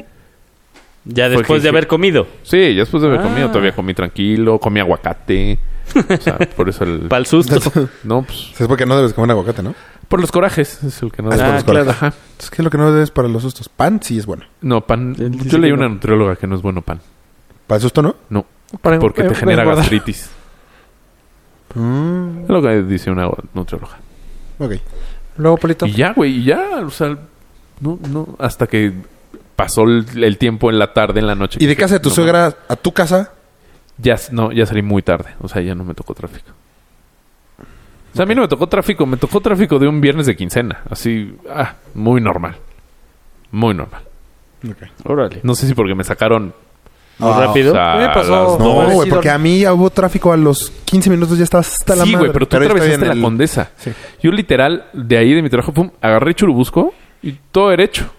A: Ya
B: Fue
A: después
B: que
A: de
B: dije-
A: haber comido.
B: Sí, ya después de haber
A: Ah.
B: comido, todavía comí tranquilo, comí aguacate. O sea, por eso el.
A: Para el susto.
B: No, pues.
C: Es porque no debes comer aguacate, ¿no?
B: Por los corajes. Es el que no
C: Ah, es por
B: debe-
C: los corajes.
B: Ajá.
C: Entonces, ¿qué es lo que no debes para los sustos? Pan sí es bueno.
B: No, pan.
A: Él dice
B: Yo leí
A: que
B: una
A: no.
B: nutrióloga que no es bueno pan.
C: ¿Para el susto no?
B: No,
D: Para-
B: porque
D: eh,
B: te
D: para
B: genera
D: engordar.
B: gastritis.
C: Mm,
B: Es lo que dice una nutrióloga.
C: ok.
D: Luego, Polito.
B: Y ya, güey, y ya. O sea, no, no. Hasta que pasó el, el tiempo en la tarde, en la noche.
C: ¿Y de casa de tu
B: No,
C: suegra a tu casa?
B: Ya, s- no, ya salí muy tarde. O sea, ya no me tocó tráfico. O sea, a mí no me tocó tráfico. Me tocó tráfico de un viernes de quincena. Así, ah, muy normal. Muy normal.
A: Órale.
B: No sé si porque me sacaron...
A: Muy
C: Ah,
A: rápido.
B: o sea,
D: A mí me pasó-
B: a las
C: No,
D: No,
B: dos.
D: mames,
C: güey,
D: sí,
C: porque
D: don-
C: a mí ya hubo tráfico a los 15 minutos, ya está hasta la
B: sí,
C: madre.
B: güey, pero tú
C: yo estoy
B: atravesaste
C: en
B: la
C: el-
B: condesa.
C: Sí.
B: Yo literal, de ahí de mi trabajo, pum, agarré Churubusco y todo derecho.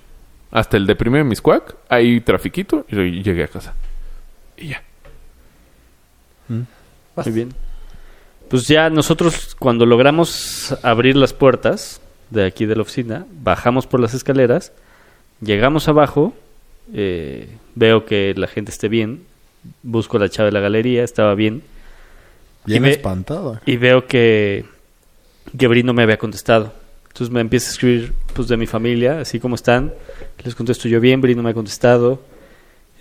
B: Hasta el de primero de Miscuac, ahí trafiquito y luego llegué a casa. Y ya.
A: Muy bien. Pues ya nosotros cuando logramos abrir las puertas de aquí de la oficina, bajamos por las escaleras, llegamos abajo, eh, veo que la gente esté bien, busco a la chava de la galería, estaba bien,
C: Bien
A: Y me-
C: espantado.
A: y veo que Gebri no me había contestado. Entonces me empieza a escribir pues de mi familia, así como están. Les contesto yo bien, Bri no me ha contestado.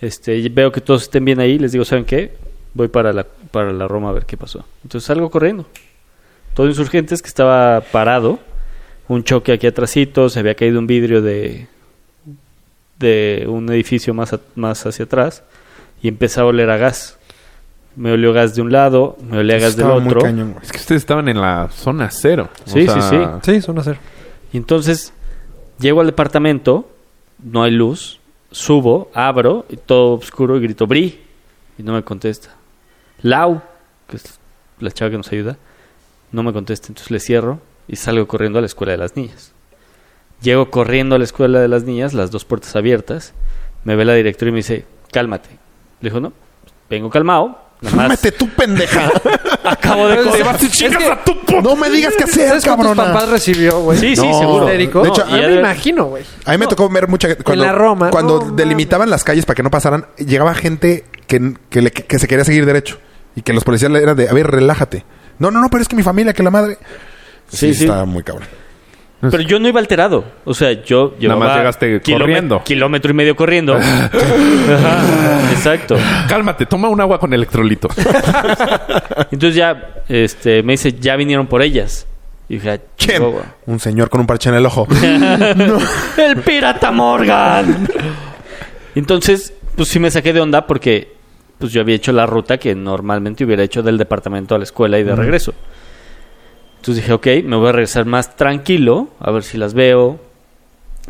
A: Este, y veo que todos estén bien ahí, les digo, ¿saben qué? Voy para la, para la Roma a ver qué pasó. Entonces salgo corriendo. Todo insurgentes que estaba parado, un choque aquí atrásito, se había caído un vidrio de de un edificio más, a- más hacia atrás y empezaba a oler a gas. Me olió gas de un lado, me olía gas del
C: Estaba muy
A: otro.
C: cañón, güey.
B: Es que ustedes estaban en la zona cero. O
A: Sí, sí,
B: sea,
A: sí.
D: Sí, son a cero.
A: Y entonces llego al departamento, no hay luz, subo, abro, y todo oscuro y grito, Bri, y no me contesta. Lau, que es la chava que nos ayuda, no me contesta, entonces le cierro y salgo corriendo a la escuela de las niñas. Llego corriendo a la escuela de las niñas, las dos puertas abiertas, me ve la directora y me dice, cálmate. Le digo, no, vengo calmado, nada más
C: Cálmate tú, pendeja.
A: acabo de...
D: Te
A: comer".
D: vas y chingas a
B: tu
C: no me digas qué hacer,
D: ¿Sabes cuántos
C: cabrona.
D: papás recibió, güey?
A: Sí, sí,
C: No.
A: seguro.
D: Histérico.
C: De hecho,
D: No,
A: y ya
D: ya me
A: de-
D: imagino, güey.
C: A mí me tocó ver mucha cuando,
D: la Roma,
C: Cuando
D: no
C: delimitaban las calles para que no pasaran, llegaba gente que, que, le- que se quería seguir derecho. Y que los policías le eran de, a ver, relájate. No, no, no, pero es que mi familia, que la madre.
A: Sí, sí.
C: Está muy cabrón.
A: Pero yo no iba alterado. O sea, yo llevaba...
B: más llegaste corriendo.
A: Kilómetro y medio corriendo. Ajá, exacto.
B: Cálmate, toma un agua con electrolito.
A: Entonces ya este, me dice, ya vinieron por ellas. Y dije, ah,
C: ¿Quién?
A: chihuahua.
C: Un señor con un parche en el ojo.
A: ¡El pirata Morgan! Entonces, pues sí me saqué de onda porque pues yo había hecho la ruta que normalmente hubiera hecho del departamento a la escuela y de regreso. Entonces dije, ok, me voy a regresar más tranquilo, a ver si las veo.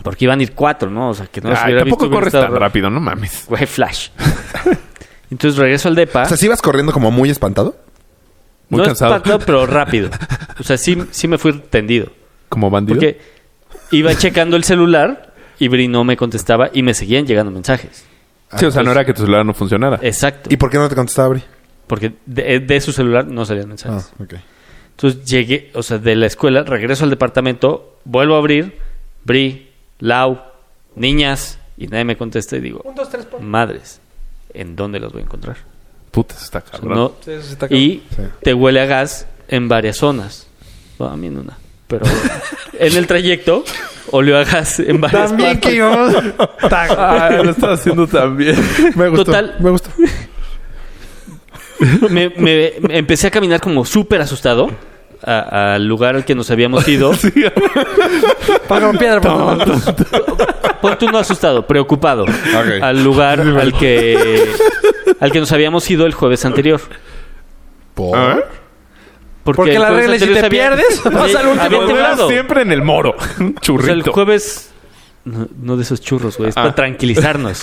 A: Porque iban a ir cuatro, ¿no? O sea, que no las
B: Ay,
A: hubiera
B: tampoco
A: visto, hubiera
B: corres
A: estado
B: tan
A: raro.
B: rápido, no mames.
A: Güey, flash. Entonces regreso al depa.
C: O sea, si ibas corriendo como muy espantado.
B: Muy
A: no
B: cansado.
A: espantado, pero rápido. O sea, sí, sí me fui tendido.
B: Como bandido.
A: Porque iba checando el celular y Bri no me contestaba y me seguían llegando mensajes.
B: Sí, o sea, no era que tu celular no funcionara.
A: Exacto.
C: ¿Y por qué no te contestaba, Bri?
A: Porque de, de su celular no salían
C: Ah,
A: mensajes.
C: ok.
A: Entonces llegué, o sea, de la escuela, regreso al departamento, vuelvo a abrir, Bri, Lau, niñas, y nadie me contesta y digo,
D: Un, dos, tres, por.
A: madres, ¿en dónde los voy a encontrar?
B: Puta, eso está
A: O sea,
B: cabrón.
A: no-
D: Sí, eso sí está cabrón.
A: y
C: Sí.
A: te huele a gas en varias zonas. Bueno, a mí en una. Pero en el trayecto olió a gas en varias
D: También
A: partes.
D: que yo.
B: Ay, Ah, lo estás haciendo también.
C: Me gustó.
A: Total.
C: Me gustó.
A: Me, me- me empecé a caminar como súper asustado a- al lugar al que nos habíamos ido.
D: Págame piedra, por favor.
A: Ponte uno asustado, preocupado.
C: Ok.
A: Al lugar al que, al que nos habíamos ido el jueves anterior.
C: ¿Por?
B: ¿Ah?
D: Porque
A: el
D: la
A: jueves
D: regla es, si
A: anterior
D: te
A: se había-
D: pierdes, vas al último
A: había
D: lugar.
A: temblado.
B: Siempre en el moro.
A: O sea,
B: Un
A: Pues, el
B: Churrito.
A: jueves... No, no de esos churros, güey. Es
B: Ah.
A: para tranquilizarnos.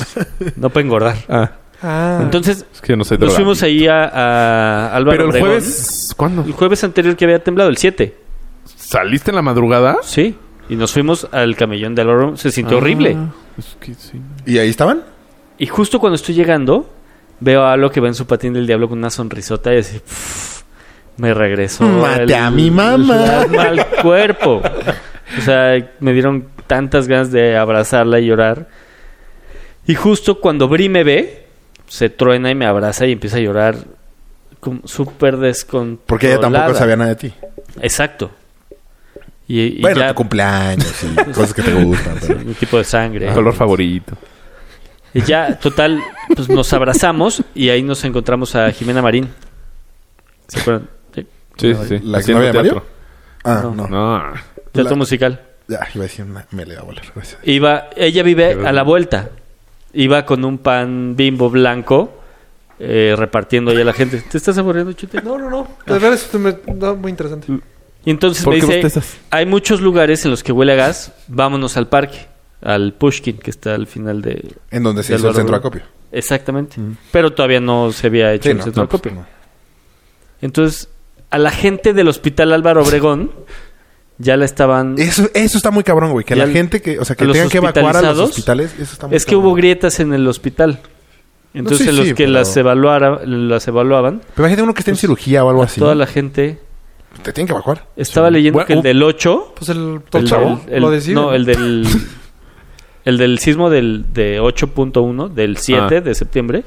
A: No para engordar.
B: Ah,
D: Ah.
A: Entonces,
B: es que yo no soy
A: Nos
B: drogadicto.
A: fuimos ahí a, a Álvaro
B: Pero el
A: Obregón.
B: jueves, ¿cuándo?
A: El jueves anterior que había temblado, el 7.
B: ¿Saliste en la madrugada?
A: Sí. Y nos fuimos al camellón de Álvaro. Se sintió horrible.
B: Ah, es que sí.
C: ¿Y ahí estaban?
A: Y justo cuando estoy llegando, veo a Alo que va en su patín del diablo con una sonrisota y así... "Pff, Me regresó.
C: Mate
A: el-
C: a mi mamá.
A: el alma al cuerpo. O sea, me dieron tantas ganas de abrazarla y llorar. Y justo cuando Bri me ve, se truena y me abraza y empieza a llorar como súper descontrolada.
C: Porque ella tampoco sabía nada de ti.
A: Exacto. Y, y
C: bueno,
A: ya
C: tu cumpleaños y cosas que te gustan. Pero...
A: mi tipo de sangre.
B: Color favorito.
A: Y ya, total, pues nos abrazamos y ahí nos encontramos a Jimena Marín. ¿Se acuerdan? Sí.
B: Sí, sí, sí.
C: ¿La
B: Haciendo
C: novia de Mario?
B: teatro.
C: Ah,
A: No.
C: no.
B: No.
A: Teatro
C: La-
A: musical.
C: Ya, iba a decir, una- me le iba a volar. gracias.
A: Iba, ella vive a la vuelta. Iba con un pan bimbo blanco eh, repartiendo ahí a la gente. ¿Te estás aburriendo, chute? Ah.
D: No, no, no. De verdad es me- no, muy interesante.
A: Y entonces
B: ¿Por
A: me
B: qué
A: dice,
B: bostezas?
A: hay muchos lugares en los que huele a gas, vámonos al parque, al Pushkin, que está al final de...
C: En donde se
A: Del
C: hizo el
A: barro-
C: centro de acopio.
A: Exactamente. Pero todavía no se había hecho
C: Sí,
A: el
C: no,
A: centro
C: no,
A: de acopio.
C: pues, no.
A: Entonces, a la gente del hospital Álvaro Obregón ya la estaban...
C: Eso, eso está muy cabrón, güey. Que
A: Y
C: la
A: al-
C: gente que, o sea, que
A: a los
C: tengan que evacuar a los
A: hospitalizados,
C: hospitales, eso está muy
A: Es que hubo
C: cabrón.
A: grietas en el hospital. Entonces,
C: sí,
A: en los
C: sí,
A: que
C: pero-
A: las, evaluara, las evaluaban,
C: Pero imagínate uno que esté en cirugía o algo así.
A: Pues, toda
C: ¿no?
A: la gente...
C: Te tienen que evacuar.
A: Estaba leyendo
B: Bueno,
A: que el
B: hubo-
A: del 8...
D: Pues el
A: el-
D: tocho
A: el-
D: lo decide.
A: No, el del... El del sismo del, de 8.1, del 7
C: Ah.
A: de septiembre,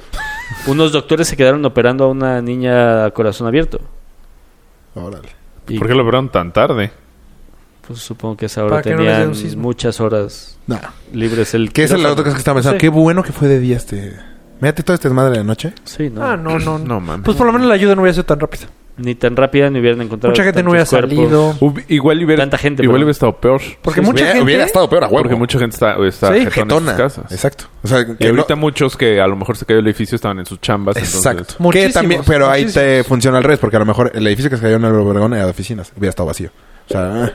A: unos doctores se quedaron operando a una niña a corazón abierto.
C: Órale.
A: Y
B: ¿Por qué lo operaron tan tarde?
A: pues, supongo que a esa hora
D: Para que no les dé
A: tenían
D: un sismo.
A: muchas horas
C: No.
A: libres. El
C: Que esa es la
A: quirófano.
C: otra cosa que estaba pensando.
A: Sí.
C: Qué bueno que fue de día este. Mírate todo este desmadre de la noche.
A: Sí, no.
D: Ah, no, no, no.
B: No mames.
D: Pues por lo menos la ayuda no hubiera sido tan rápida.
A: Ni tan rápida ni hubieran encontrado.
D: Mucha gente no hubiera
A: tantos cuerpos.
D: salido.
B: Hub- igual hubiera,
A: Tanta gente,
B: igual
A: perdón.
B: hubiera estado peor.
D: Porque mucha gente...
C: peor a
B: Porque mucha gente está, está
D: Sí,
B: jetona en sus
C: Getona.
B: casas.
C: Exacto. O sea,
B: Y ahorita muchos que a lo mejor se cayó el edificio estaban en sus chambas.
C: Exacto.
B: entonces-
C: Que
D: Muchísimos,
C: también, pero ahí te
D: muchísimos.
C: funciona al revés, porque a lo mejor el edificio que se cayó en el Obregón era de oficinas, hubiera estado vacío. O sea, ah.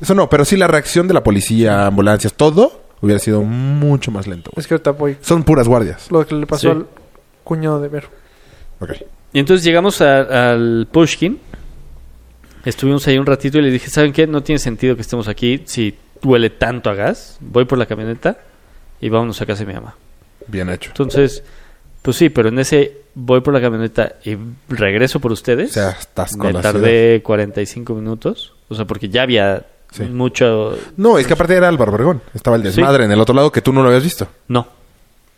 C: eso no, pero sí la reacción de la policía, ambulancias, todo hubiera sido mucho más lento. güey.
D: Es que ahorita voy...
C: Son puras guardias.
D: Lo que le pasó
A: Sí.
D: al cuñado de Vero.
C: Ok.
A: Y entonces llegamos a- al Pushkin. Estuvimos ahí un ratito y le dije, ¿saben qué? No tiene sentido que estemos aquí si huele tanto a gas. Voy por la camioneta y vámonos a casa de mi mamá.
C: Bien hecho.
A: Entonces, pues sí, pero en ese voy por la camioneta y regreso por
C: O
A: ustedes.
C: sea, estás con
A: me
C: la ciudad.
A: tardé 45 minutos. O sea, porque ya había
C: Sí.
A: mucho...
C: No, es que aparte era Álvaro Obregón. Estaba el desmadre en el otro lado que tú no lo habías visto.
A: No,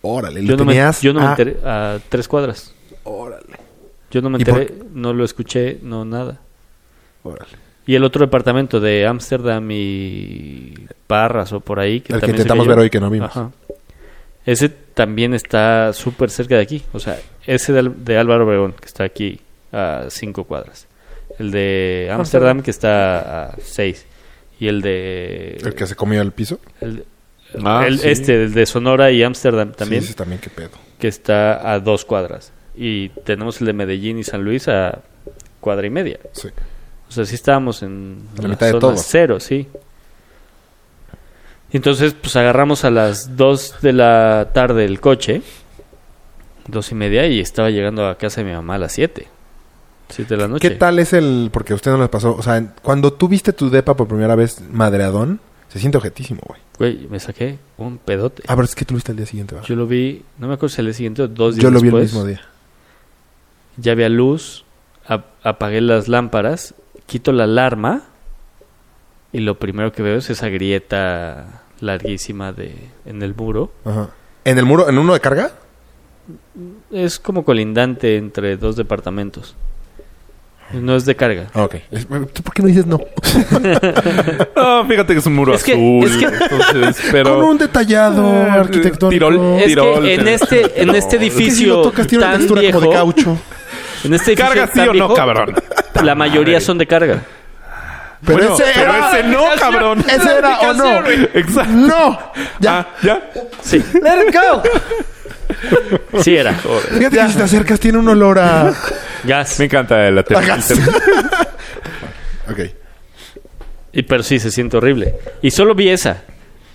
C: Órale, lo
A: yo no, me,
C: tenías.
A: yo no me
C: a-
A: enteré a tres cuadras.
C: Órale,
A: Yo no me
C: ¿Y por
A: enteré, no lo escuché, no nada.
C: órale.
A: Y el otro departamento de Ámsterdam y Parras o por ahí.
C: El que
A: también se
C: intentamos
A: cayó.
C: ver hoy que no vimos.
A: Ajá. Ese también está súper cerca de aquí. O sea, ese de, Al- de Álvaro Obregón, que está aquí a cinco cuadras. El de
C: Ah,
A: Ámsterdam, que está a seis. Y el de...
C: El que se comió el piso.
A: el-
B: Ah,
A: el-
B: sí.
A: Este, el de Sonora y Ámsterdam también,
C: Sí, ese también qué pedo.
A: que está a dos cuadras. Y tenemos el de Medellín y San Luis a cuadra y media.
C: Sí.
A: O sea, sí estábamos en
C: La mitad de
A: zona
C: todo.
A: cero, sí. Y Entonces, pues agarramos a las 2 de la tarde el coche, dos y media, y estaba llegando a casa de mi mamá a las 7. 7 de la noche.
C: ¿Qué tal es el...? Porque a usted no les pasó... O sea, en- cuando tú viste tu depa por primera vez madreadón, se siente objetísimo, güey.
A: Güey, me saqué un pedote.
C: Ah, pero es que tú lo viste al día siguiente, ¿verdad?
A: Yo lo vi, no me acuerdo si el día siguiente o dos días
C: Yo lo vi
A: después.
C: el mismo día.
A: Ya había luz, ap- apagué las lámparas, quito la alarma, y lo primero que veo es esa grieta larguísima de, en el muro.
C: Ajá. ¿En el muro? ¿En uno de carga?
A: Es como colindante entre dos departamentos. No es de carga.
C: Ah, ok. Es- ¿Tú por qué no dices no?
B: No, Ah, fíjate que es un muro
A: Es que-
B: azul.
A: es que-
B: entonces, pero...
C: Con un detallado
B: Eh,
C: arquitectónico.
B: Tirol.
A: Es
B: Tirol,
A: que en
B: tenés-
A: este, en este
B: No, es
C: Es que si
A: edificio
C: lo tocas tiene una
A: eh, tan
C: textura
A: viejo,
C: como de caucho.
A: en este edificio
B: ¿Carga sí
A: tan
B: o no,
A: viejo,
B: cabrón?
A: la mayoría son de carga.
C: Pero
B: Bueno,
C: ese
B: pero
A: Ah,
C: era...
B: ese no, cabrón.
C: ¿Ese era o no?
B: Exacto.
C: ¡No! Ya.
B: Ah, ¿Ya?
A: Sí,
D: ¡Let it go!
A: sí era.
C: Fíjate que si te acercas tiene un olor a...
A: Gas.
B: Me encanta el lateral.
C: ok.
A: Y, pero sí, se siente horrible. Y solo vi esa.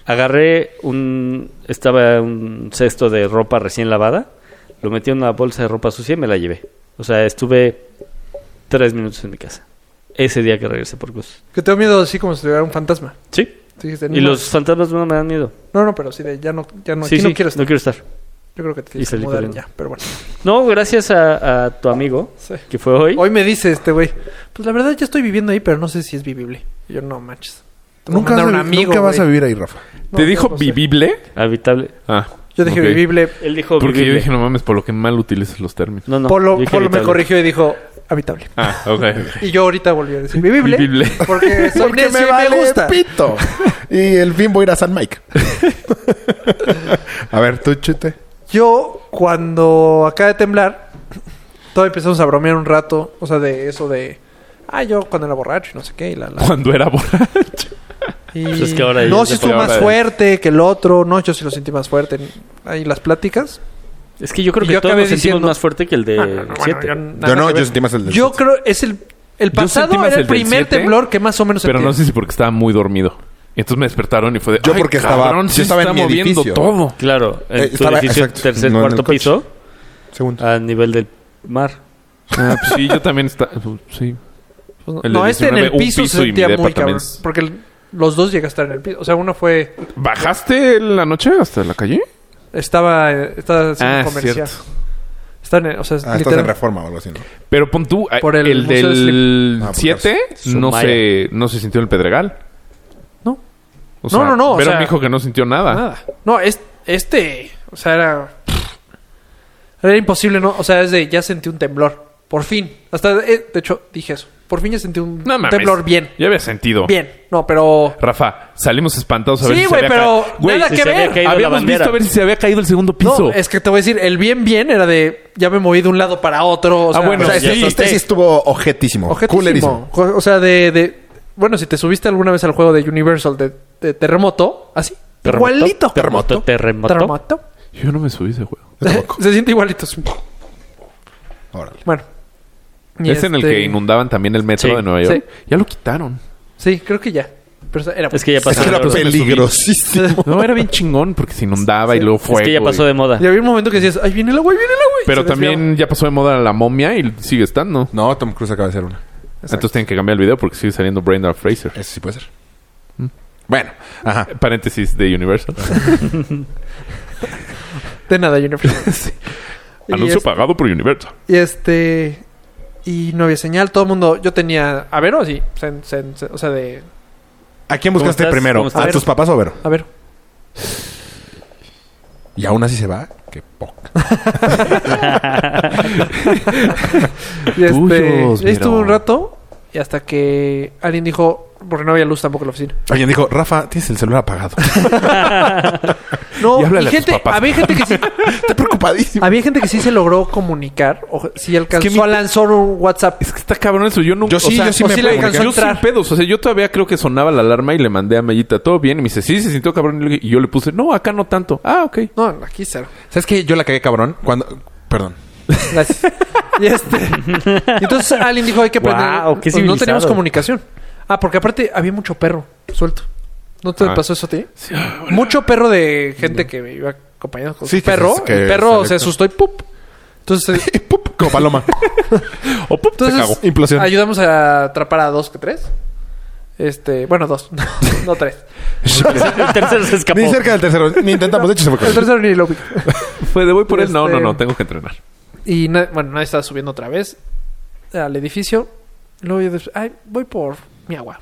A: Agarré un... Estaba un cesto de ropa recién lavada. Lo metí en una bolsa de ropa sucia y me la llevé. O sea, estuve tres minutos en mi casa. Ese día que regresé por Gus.
D: Que tengo miedo así como si tuviera un fantasma.
A: Sí.
D: Tú dijiste,
A: Y
D: no,
A: los fantasmas no me dan miedo.
D: No, no, pero sí de ya no, ya no,
A: sí,
D: aquí
A: sí,
D: no quiero estar.
A: No quiero estar.
D: Yo creo que te
A: Y
D: tienes que
A: salí
D: mudar
A: corriendo.
D: ya, pero bueno.
A: No, gracias a, a tu amigo
D: Sí.
A: que fue hoy.
D: Hoy me dice este güey, pues la verdad yo estoy viviendo ahí, pero no sé si es vivible. Y yo, no manches. Te voy a
C: Nunca, vas
D: mandar
C: a,
D: un amigo,
C: nunca vas a
D: güey.
C: vivir ahí, Rafa.
D: No,
B: ¿Te
D: yo
B: dijo
D: no sé.
B: vivible?
A: Habitable.
B: Ah.
D: Yo dije
B: Ok.
D: vivible.
A: Él dijo
B: Porque yo
A: vivible.
B: dije, no mames, por lo que mal utilizas los términos.
A: No, no.
D: Polo,
A: yo dije
D: Polo me
A: habitable.
D: corrigió y dijo habitable.
B: Ah, ok.
D: Y yo ahorita volví a decir vivible.
B: Vivible.
D: Porque soy
C: Porque
D: necio
C: me
D: y
C: vale
D: me gusta.
C: pito. y el fin voy a ir a San Mike. a ver, tú chute.
D: Yo, cuando acaba de temblar, todos empezamos a bromear un rato. O sea, de eso de. Ah, yo cuando era borracho y no sé qué. Y la, la.
B: Cuando era borracho.
D: Y,
A: Pues es que ahora ya
D: no,
A: se
D: si estuvo
A: puede
D: más
A: hablar.
D: fuerte que el otro. No, yo sí lo sentí más fuerte. Ahí las pláticas.
A: Es que yo creo
D: Y
A: que
D: yo
A: todos
D: acabé
A: nos sentimos
D: diciendo-
A: más fuerte que el
D: Ah, no,
A: de
D: no, bueno,
A: 7.
D: yo
C: yo
D: nada
C: no,
D: que ver.
C: yo sentí más el del
D: Yo
C: siete.
D: creo es el. El
B: Yo sentí
D: pasado
B: más
D: era el,
B: el del
D: primer
B: siete,
D: temblor que más o menos
B: Pero
D: sentí.
B: no sé si porque estaba muy dormido. Y entonces me despertaron y fue de.
C: Yo
B: "Ay,
C: porque estaba-
B: cabrón,
C: yo
B: sí
C: estaba en
B: está
C: mi
B: moviendo
C: edificio".
B: todo.
A: Claro, en
C: Eh,
A: tu
C: estaba-
A: edificio,
C: exacto,
A: tercer,
C: no en el
A: cuarto
C: coche.
A: piso,
C: Segundo.
A: a nivel del mar.
B: Ah, pues sí, yo también estaba. Sí.
D: Pues no,
B: El
D: no,
B: de
D: este en
B: 19,
D: el
B: un
D: piso,
B: piso
D: se
B: y mi
D: sentía
B: depa
D: muy cabrón.
B: también.
D: Porque el- los dos llegaste a estar en el piso. O sea, uno fue.
B: ¿Bajaste la noche hasta la calle?
D: Estaba. eh, Estaba haciendo
B: Ah,
D: comercial.
B: cierto.
D: Está en el- o sea,
C: Ah, estás en
D: literal.
C: reforma o algo así, ¿no?
B: Pero pon tú, eh,
D: Por el
B: el,
D: Museo de
B: del
C: Ah, por
B: 7
A: Sumaya.
B: no se, no se sintió en el Pedregal.
D: No.
B: O sea,
D: no, no, o
B: Pero
D: sea,
B: me dijo que no sintió nada.
D: Nada. No, es, este. O sea, era. Era imposible, ¿no? O sea, es de. Ya sentí un temblor. Por fin. Hasta. eh, de hecho, dije eso. Por fin ya sentí un
B: No mames.
D: temblor bien.
B: Ya había sentido.
D: Bien. No, pero.
B: Rafa, salimos espantados a ver
D: Sí,
B: si se
D: güey,
B: había
D: pero
B: ca- Güey,
D: nada
A: si
D: que
A: se había
D: ver.
A: caído la
B: habíamos
A: bandera.
B: visto a ver si se había caído el segundo piso.
D: No, es que te voy a decir, el bien bien era de ya me moví de un lado para otro. O sea,
B: Ah, bueno,
D: o sea,
A: ya
C: este,
A: sí.
C: este sí estuvo objetísimo.
D: Objetísimo.
C: Culerísimo.
D: Jo- O sea, de, de- Bueno, si te subiste alguna vez al juego de Universal de, de terremoto, así.
A: Terremoto,
D: igualito.
A: terremoto, terremoto.
D: Terremoto.
B: Yo no me subí a ese juego.
C: Yo tampoco.
D: Se siente igualito.
C: Órale.
D: Bueno. Y
B: es en el
D: este-
B: que inundaban también el metro
A: Sí.
B: de Nueva York. Ya lo quitaron.
D: Sí, creo que ya. Pero o sea, era.
A: Es que ya
C: Es
A: pasó.
C: que
A: de
C: era
A: moda.
B: peli-
C: peligrosísimo.
B: No, era bien chingón porque se inundaba y luego
A: Es
B: fuego.
A: que ya pasó
B: y-
A: de moda.
D: Y había un momento que decías, ¡ay, viene el agua, ahí viene el agua! y
B: Pero
D: se desviaba.
B: también ya pasó de moda la momia y sigue estando.
C: No, Tom Cruise acaba de hacer una.
B: Entonces tienen que cambiar el video porque sigue saliendo Brenda Fraser.
C: Eso sí puede ser. Bueno, ajá.
B: Paréntesis de Universal.
D: De nada, Universal. Y
B: Anuncio
D: es-
B: pagado por Universal.
D: Y este. Y no había señal. Todo el mundo. Yo tenía. A ver, o sí. sen- sen- sen- o sea, de.
C: ¿A quién buscaste
A: ¿Cómo estás?
C: primero?
A: ¿Cómo estás?
C: ¿A tus papás o Vero?
D: A ver.
C: Y aún así se va. Qué poca.
D: Y este,
B: Tuyos,
D: ahí estuve
B: Vero.
D: un rato. Y hasta que alguien dijo. Porque no había luz tampoco en la oficina.
C: Alguien dijo, Rafa, tienes el celular apagado.
D: No,
B: Y
D: y
B: háblale a tus
D: gente,
B: papás.
D: había gente que sí.
C: Estoy preocupadísimo.
D: había gente que sí se logró comunicar. O sí alcanzó
B: Es que mi-
D: a lanzar un WhatsApp.
B: Es que está cabrón eso. Yo nunca.
C: Yo sí,
B: o sea,
C: yo sí
D: o
C: me
D: sí le
C: comuniqué.
D: alcanzó a
B: Yo sin
D: entrar.
B: pedos. O sea, yo todavía creo que sonaba la alarma y le mandé a Mellita todo bien. Y me dice, sí, se sintió cabrón. Y le- Y yo le puse, no, acá no tanto. Ah, ok.
D: No, aquí cero.
C: ¿Sabes qué? Yo la cagué cabrón cuando... Perdón.
D: Gracias. y este. y entonces alguien dijo, hay que aprender.
A: Guau, qué
D: Pues no teníamos
A: civilizado.
D: comunicación. Ah, porque aparte había mucho perro suelto. ¿No te
B: Ah.
D: pasó eso a ti? Mucho perro de gente que me iba acompañado con
C: ah, Sí,
D: su
C: que-
D: perro.
C: que
D: el perro
C: sale
D: se
C: con-
D: asustó y ¡pup! Entonces, eh,
C: Pup, Como paloma.
B: O pum, se cagó.
D: entonces
C: Implosión.
D: ayudamos a atrapar a dos que tres. Este, bueno, dos, no tres.
A: El tercero se escapó.
C: Ni cerca del tercero. Ni intentamos. De hecho, se fue con
D: El tercero ni lo vi.
B: Fue de voy por él. No,
D: Este-
B: no, no, tengo que entrenar.
D: Y na- bueno, nadie estaba subiendo otra vez al edificio. Luego yo después, ay, voy por mi agua.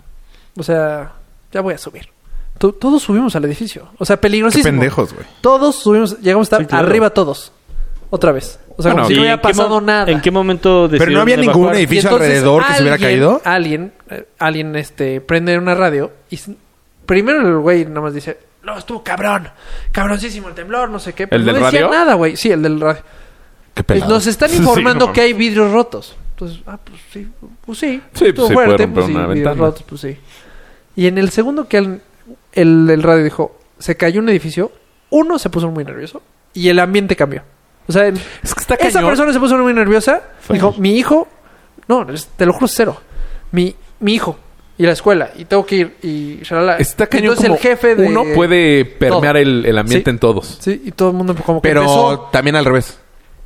D: O sea, ya voy a subir. To- todos subimos al edificio. O sea,
C: Qué
D: peligrosísimo.
C: pendejos, güey.
D: Todos subimos, llegamos a estar
A: Sí, claro.
D: arriba todos. Otra vez. O sea,
B: Bueno,
D: como si
B: sí,
D: no
A: ¿en
D: había
A: qué mo-
D: pasado nada.
A: ¿En qué momento
C: Pero no había ningún
A: evacuar?
C: edificio
D: Y entonces
C: alrededor que se hubiera
D: alguien-
C: caído.
D: Alguien, eh, alguien, este, prende una radio y s- primero el güey nada más dice, no, estuvo cabrón, cabroncísimo el temblor, no sé qué. Pero
B: ¿El
D: no
B: del
D: decía
B: radio?
D: nada, güey. Sí, el del radio.
C: Qué pelado.
D: Pues Nos están
B: Sí,
D: informando
B: no
D: que hay vidrios rotos. Entonces, ah, pues sí, pues sí.
B: Sí, pues
D: estuvo
B: se puede romper
D: pues sí,
B: una
D: vidrios
B: ventana.
D: rotos, pues sí. Y en el segundo que el, el, el radio dijo, se cayó un edificio, uno se puso muy nervioso y el ambiente cambió. O sea, en-
B: Es que está
D: esa persona se puso muy nerviosa. Dijo, mi hijo, no, es- te lo juro cero. Mi, mi hijo y la escuela y tengo que ir y shalala.
B: Está cañón
D: Entonces
B: como
D: el jefe de...
B: Uno puede permear
D: todo.
B: el, el ambiente
D: Sí.
B: en todos.
D: Sí, y todo el mundo como que
C: Pero
D: empezó-
C: también al revés.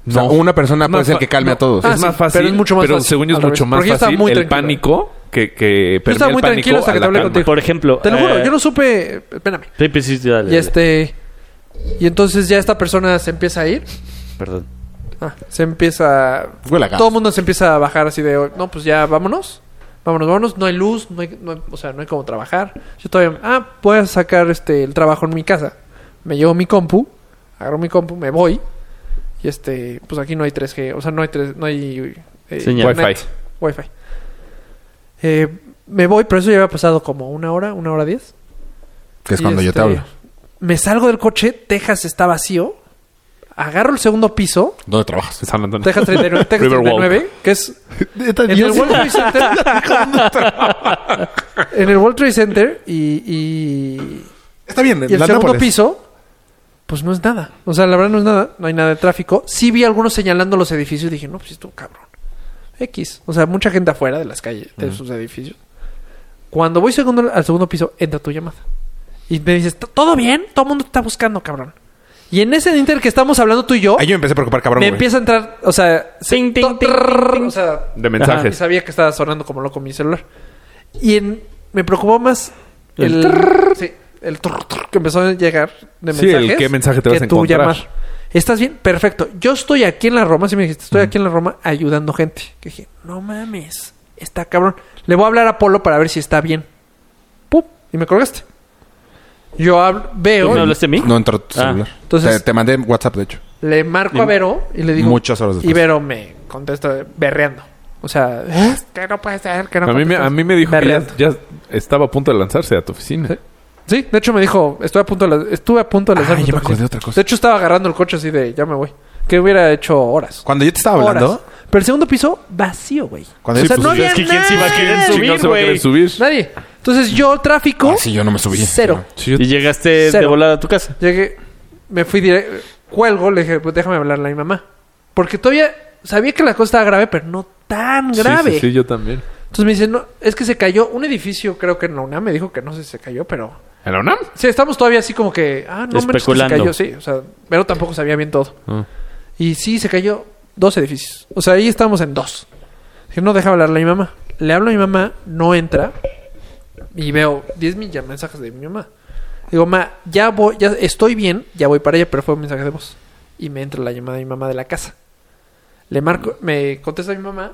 C: O sea,
B: No.
C: una persona
B: Es más
C: puede ser
B: fa-
C: que calme
B: no,
C: a todos.
D: Ah,
B: es
D: sí,
B: más fácil.
D: pero es mucho más
B: pero
D: fácil,
B: según yo es
D: al
B: mucho
D: revés.
B: más
D: Porque yo estaba
B: fácil
D: muy
B: el
D: tranquilo.
B: pánico que, que
D: Yo estaba
B: permea
D: muy
B: el pánico
D: tranquilo hasta
B: a
D: que te
B: la
D: hablé
B: calma.
D: contigo.
A: Por ejemplo.
D: Te lo juro,
A: eh,
D: yo no supe... Espérame.
A: Sí, pues sí, dale,
D: Y
A: dale.
D: este. Y entonces ya esta persona se empieza a ir.
A: Perdón.
D: Ah, se empieza.
C: Huele a gas.
D: Todo el mundo se empieza a bajar así de. No, pues ya vámonos. Vámonos, vámonos. No hay luz. No hay, no hay- o sea, no hay cómo trabajar. Yo todavía. Ah, voy a sacar este, el trabajo en mi casa. Me llevo mi compu. agarro mi compu, me voy. Y este, pues aquí no hay 3G, o sea, no hay 3, no hay eh,
A: Señal.
D: internet,
B: Wi-Fi.
D: Wi-Fi. Eh, me voy, pero eso ya había pasado como una hora, una hora diez.
C: Que es
D: Y,
C: cuando yo te
D: este,
C: hablo.
D: Me salgo del coche, Texas está vacío. Agarro el segundo piso,
C: ¿Dónde trabajas?
B: San Antonio.
D: Texas 39, Texas
B: Riverwalk.
D: 39 que es en el World Trade Center. en el World Trade Center y, y,
C: Está bien,
D: y el
C: Eh, la
D: segundo
C: Nápoles.
D: piso, pues no es nada. O sea, la verdad no es nada, no hay nada de tráfico. Sí vi algunos señalando los edificios y dije, no, pues esto, cabrón. X. O sea, mucha gente afuera de las calles, de sus edificios. Cuando voy segundo, al segundo piso, entra tu llamada. Y me dices, ¿todo bien? Todo el mundo te está buscando, cabrón. Y en ese inter que estamos hablando tú y yo,
C: Ahí yo me empecé a preocupar, cabrón.
D: me
C: güey.
D: empieza a entrar, o sea, se-
A: Ting, ting,
D: to-
A: ting,
D: trrr,
A: ting, ting.
D: o sea,
B: De
D: y
B: mensajes.
D: sabía que estaba sonando como loco mi celular. Y en- me preocupó más
A: El
D: el, sí, el trrr, trrr que empezó a llegar de
B: Sí,
D: mensajes.
B: el qué mensaje te vas
D: que
B: a
D: tú
B: encontrar.
D: ¿Estás bien? Perfecto. Yo estoy aquí en la Roma, si me dijiste, estoy aquí en la Roma ayudando gente. Que dije, no mames, está cabrón. Le voy a hablar a Polo para ver si está bien. ¡Pum! Y me colgaste. Yo hablo-
A: ¿Tú
B: Pues
D: veo,
A: me hablaste a mí?
C: No entró tu
A: Ah.
C: celular.
D: Entonces-
C: te, te mandé WhatsApp, de hecho.
D: le marco a Vero y le digo...
C: Muchas horas después.
D: Y Vero me contesta berreando. O sea, "Es que no puede ser, que no
B: A mí, me, a
D: contestas".
B: mí me dijo que ya,
D: Berreando.
B: ya estaba a punto de lanzarse a tu oficina.
D: Sí, de hecho me dijo, estuve a punto de, la- estuve a punto de lanzarme
C: Ah, ya me
D: otra
C: acordé
D: vez.
C: de otra cosa.
D: De hecho estaba agarrando el coche así de, ya me voy. Que hubiera hecho horas.
C: Cuando yo te estaba hablando...
D: Horas. Pero el segundo piso vacío, güey.
C: Cuando
D: o sea,
C: yo-
D: no
C: pues,
D: había
A: es que quién sí va a querer
D: nadie.
A: subir,
B: Chingado, se va a querer
A: güey.
B: subir.
D: Nadie. Entonces yo tráfico
C: Ah, sí, yo no me subí.
D: cero.
B: Sí, yo-
A: Y llegaste de
D: Cero.
A: volada a tu casa.
D: Llegué, me fui directo, cuelgo, le dije, pues déjame hablarle a mi mamá. Porque todavía sabía que la cosa estaba grave, pero no tan
B: sí,
D: grave.
B: Sí, sí, yo también.
D: Entonces me dice, no, es que se cayó un edificio, creo que en la UNAM, me dijo que no sé si se cayó, pero...
B: ¿En la UNAM?
D: Sí, estamos todavía así como que... Ah, no, manches, que se
A: Especulando.
D: cayó, sí. O sea, pero tampoco sabía bien todo.
B: Ah.
D: Y sí, se cayó dos edificios. O sea, ahí estábamos en dos. Dije, no, deja hablarle a mi mamá. Le hablo a mi mamá, no entra. Y veo 10 mil ya- mensajes de mi mamá. Digo, ma, ya voy, ya estoy bien, ya voy para ella, pero fue un mensaje de voz. Y me entra la llamada de mi mamá de la casa. Le marco, me contesta mi mamá,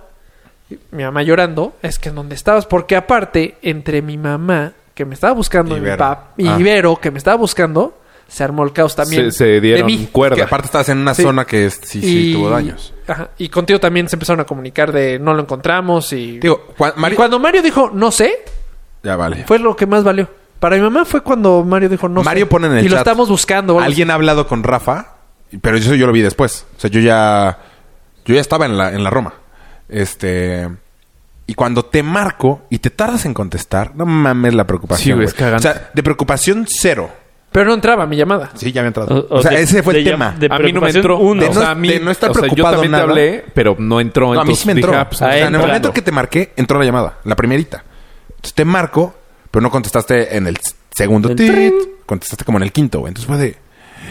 D: y mi mamá llorando, es que en donde estabas, porque aparte, entre mi mamá, que me estaba buscando,
C: Y
D: y mi
C: Vero.
D: papá, y
C: Ah.
D: Vero, que me estaba buscando, se armó el caos también.
B: Se, se dieron
D: de mí.
C: Que
B: cuerda.
C: aparte estabas en una
D: Sí.
C: zona que es- sí, sí tuvo daños.
D: Ajá, y contigo también se empezaron a comunicar de no lo encontramos y...
C: Digo, Juan-
D: Y
C: Mario...
D: cuando Mario dijo no sé,
C: Ya vale.
D: fue lo que más valió. Para mi mamá fue cuando Mario dijo no
C: Mario
D: sé.
C: pone en el
D: Y lo
C: chat,
D: estamos buscando. o algo
C: Alguien ha hablado con Rafa, pero eso yo lo vi después. O sea, yo ya. Yo ya estaba en la, en la Roma. Este. Y cuando te marco y te tardas en contestar, no mames la preocupación.
B: Sí, güey,
C: güey.
B: es cagante.
C: O sea, de preocupación cero.
D: así. Pero no entraba mi llamada.
C: Sí, ya
A: O,
C: había entrado.
A: o
C: O, sea,
A: de-
C: ese fue el
A: de-
C: tema.
A: de
B: a mí no me
A: preocupación,
B: entró
A: uno.
C: De
B: O
C: no-
B: sea, a mí,
C: de no estar
B: o sea,
C: preocupado
B: yo también
C: nada.
B: te hablé, pero no entró.
C: No, a mí
B: entonces
C: sí me entró.
B: dije, ah, pues,
C: O sea,
A: ahí
C: en el
A: entra.
C: momento que te marqué, entró la llamada, la primerita. Entonces te marco, pero no contestaste en el segundo
A: El
C: tit,
A: trin.
C: contestaste como en el quinto, güey. Entonces fue de.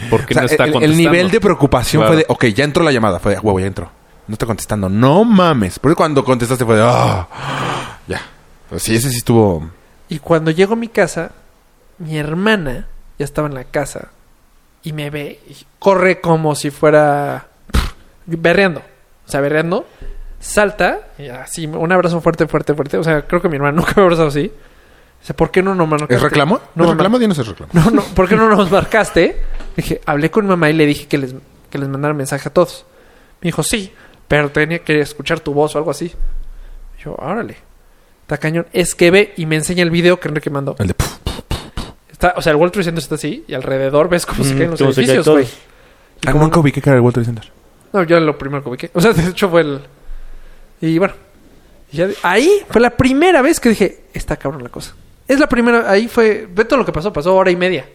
B: ¿por qué
C: O sea, e-
B: no está
C: el- el,
B: contestando?
C: nivel de preocupación
B: Claro.
C: fue de, ok, ya entró la llamada. Fue de, "Ah, huevo, ya entró. No está contestando. No mames. Porque cuando contestaste fue de, ah, ya. Pero sí, ese sí estuvo.
D: Y cuando llego a mi casa, mi hermana ya estaba en la casa y me ve y corre como si fuera berreando. O sea, berreando, salta, y así, un abrazo fuerte, fuerte, fuerte. O sea, creo que mi hermana nunca me ha abrazado así. O sea, ¿por qué no, no, mano?
C: ¿Es reclamo?
D: No,
C: ¿Es
D: mamá.
C: reclamo? Dinos el reclamo.
D: No, no, ¿por qué no nos marcaste? Dije, hablé con mamá y le dije que les, que les mandara mensaje a todos. Me dijo, sí, pero tenía que escuchar tu voz o algo así. Yo, órale. Está cañón. Es que ve y me enseña el video que Enrique mandó.
C: El de, puf.
D: Está, o sea, el World Trade Center está así y alrededor ves cómo se
A: Mm,
D: caen Pues los
A: cómo se cae
D: edificios,
A: todo.
D: güey.
C: Ah, nunca ubiqué que era el World Trade Center.
D: No, yo lo primero que ubiqué. O sea, de hecho fue el... Y bueno. y ya de- ahí fue la primera vez que dije, está cabrón la cosa. Es la primera... Ahí fue... Ve todo lo que pasó. Pasó hora y media.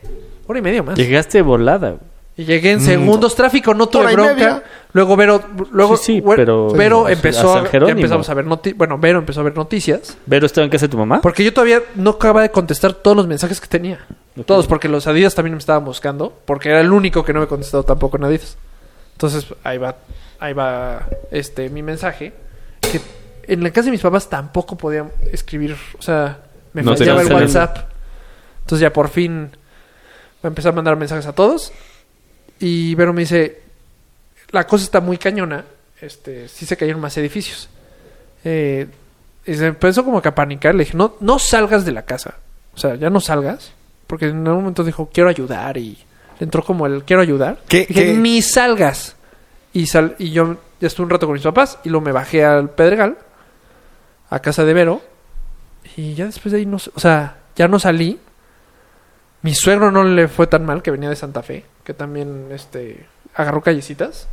D: Hora y media más.
A: Llegaste volada. güey.
D: Y llegué
A: Mm.
D: en segundos, tráfico, no tuve
C: Hora y
D: bronca.
C: media.
D: Luego Vero, luego
A: Sí, sí,
D: Ver-
A: pero-
D: Vero
A: Sí, a
D: empezó
A: San
D: a, ya
A: Jerónimo.
D: empezamos a ver noticias. Bueno, Vero empezó a ver noticias.
A: ¿Vero estaba en casa de tu mamá?
D: Porque yo todavía no acababa de contestar todos los mensajes que tenía. Todos, porque los Adidas también me estaban buscando, porque era el único que no me contestado tampoco en Adidas. Entonces, ahí va, ahí va este mi mensaje. Que en la casa de mis papás tampoco podía escribir. O sea, me
B: No
D: fallaba
A: tenías
D: el
A: el-
D: WhatsApp. Entonces ya por fin me empecé a mandar mensajes a todos. Y Vero me dice, la cosa está muy cañona. Este, sí se cayeron más edificios. Eh, y se empezó como que a panicar. Le dije, no, no salgas de la casa. O sea, ya no salgas. Porque en algún momento dijo, quiero ayudar y le entró como el quiero ayudar.
C: ¿Qué-
D: Dije,
C: qué?
D: ni salgas. Y, sal, y yo ya estuve un rato con mis papás y luego me bajé al Pedregal, a casa de Vero. Y ya después de ahí, no, s- o sea, ya no salí. Mi suegro no le fue tan mal, que venía de Santa Fe, que también este, agarró callecitas.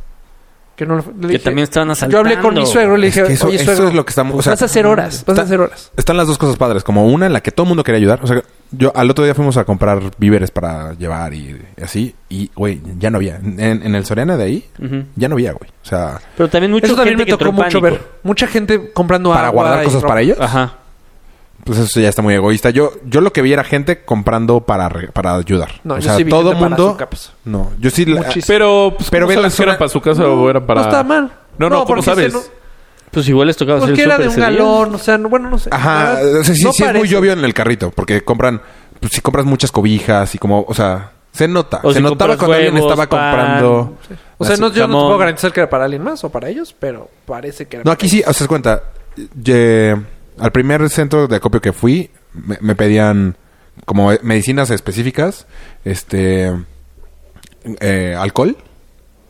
D: Que, no, le fue- le
A: Que
D: dije-
A: también estaban
D: yo
A: asaltando.
D: hablé con mi suegro y le
C: Es
D: dije,
C: que eso-
D: oye,
C: eso
D: suegro, pues
C: es lo que estamos- o sea,
D: vas a hacer horas, vas
C: está-
D: a hacer horas.
C: Están las dos cosas padres, como una en la que todo el mundo quería ayudar. O sea, yo al otro día fuimos a comprar víveres para llevar y, y así, y güey, ya no había. En, en el Soriana de ahí,
A: Ujú.
C: ya no había, güey. O sea,
A: Pero también mucha
D: Eso también
A: gente
D: me
A: que
D: tocó
A: entró en
D: mucho ver.
A: pánico.
D: Mucha gente comprando
C: para
D: agua
C: guardar
D: y
C: cosas
D: ropa.
C: para ellos,
A: Ajá.
C: pues eso ya está muy egoísta. Yo, yo lo que vi era gente comprando para, re- para ayudar.
D: No,
C: o
D: yo
C: sea,
D: sí vi
C: todo
D: gente para
C: mundo.
D: azucapas.
C: No, yo sí. la-
D: Muchísimo.
B: Pero, pues, pero
C: Pero ve la
B: sabes si
C: zona-
B: era para su casa o era para.
D: No está mal.
B: No, no, ¿cómo
D: porque
B: sabes?
D: se-
A: Pues igual les tocaba hacer el
D: porque era
A: súper
D: de un
A: ese día.
D: galón, o sea, no- bueno, no sé.
C: Ajá,
D: No,
C: o sea, sí,
D: Ah, no
C: sí es muy
D: parece.
C: obvio en el carrito, porque compran, pues, si compras muchas cobijas y como, o sea, se nota.
A: O
C: se
A: si compras
C: notaba cuando alguien
A: huevos,
C: estaba
A: pan.
C: comprando.
D: O sea, no, yo no te
A: Jamón.
D: puedo garantizar que era para alguien más o para ellos, pero parece que era
C: No, aquí sí, o sea, se cuenta. ye- al primer centro de acopio que fui, me, me pedían como eh, medicinas específicas, este, eh, alcohol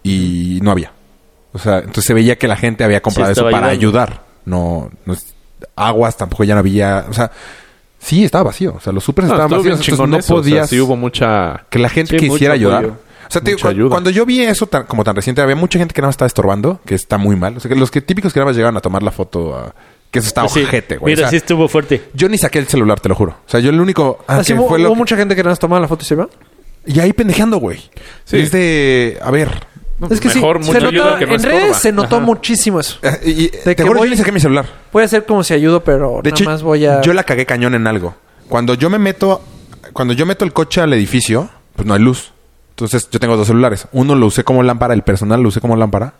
C: y no había. O sea, entonces se veía que la gente había comprado eso
A: estaba
C: para
A: ayudando.
C: ayudar. No, no es- aguas tampoco ya no había. O sea, sí estaba vacío. O sea, los supers
B: No,
C: estaban
B: estuvo
C: vacíos.
B: bien
C: entonces
B: chingón
C: no
B: eso, o sea,
C: podías
B: sí hubo mucha.
C: que la gente
A: Sí,
C: quisiera
A: mucho
C: ayudar.
A: apoyo.
C: O sea, te digo,
B: Mucha
C: cu-
B: ayuda.
C: cuando yo vi eso tan- como tan reciente, había mucha gente que nada más estaba estorbando, que está muy mal. O sea, que los que típicos que nada más llegaban a tomar la foto, a- que eso está
A: Pues sí.
C: ojete, güey. O
A: Mira,
C: sea,
A: sí estuvo fuerte.
C: Yo ni saqué el celular, te lo juro. O sea, yo el único... ah,
D: Así
C: que
D: hubo,
C: fue lo
D: hubo
C: que-
D: mucha gente que nada más tomaba la foto y se va.
C: Y ahí pendejeando, güey.
B: Sí.
C: Es de... A ver...
D: Es que
B: mejor
D: sí,
B: mucha
D: se
B: ayuda
D: notaba,
B: que no
D: en redes
B: estorba.
D: se notó
B: Ajá.
D: muchísimo eso.
C: eh, y- y- te
D: que
C: juro,
D: voy-
C: yo ni saqué mi celular.
D: Voy a hacer como si ayudo, pero
C: De
D: nada
C: hecho,
D: más voy a...
C: yo la cagué cañón en algo. Cuando yo me meto... Cuando yo meto el coche al edificio, pues no hay luz. Entonces, yo tengo dos celulares. Uno lo usé como lámpara, el personal lo usé como lámpara.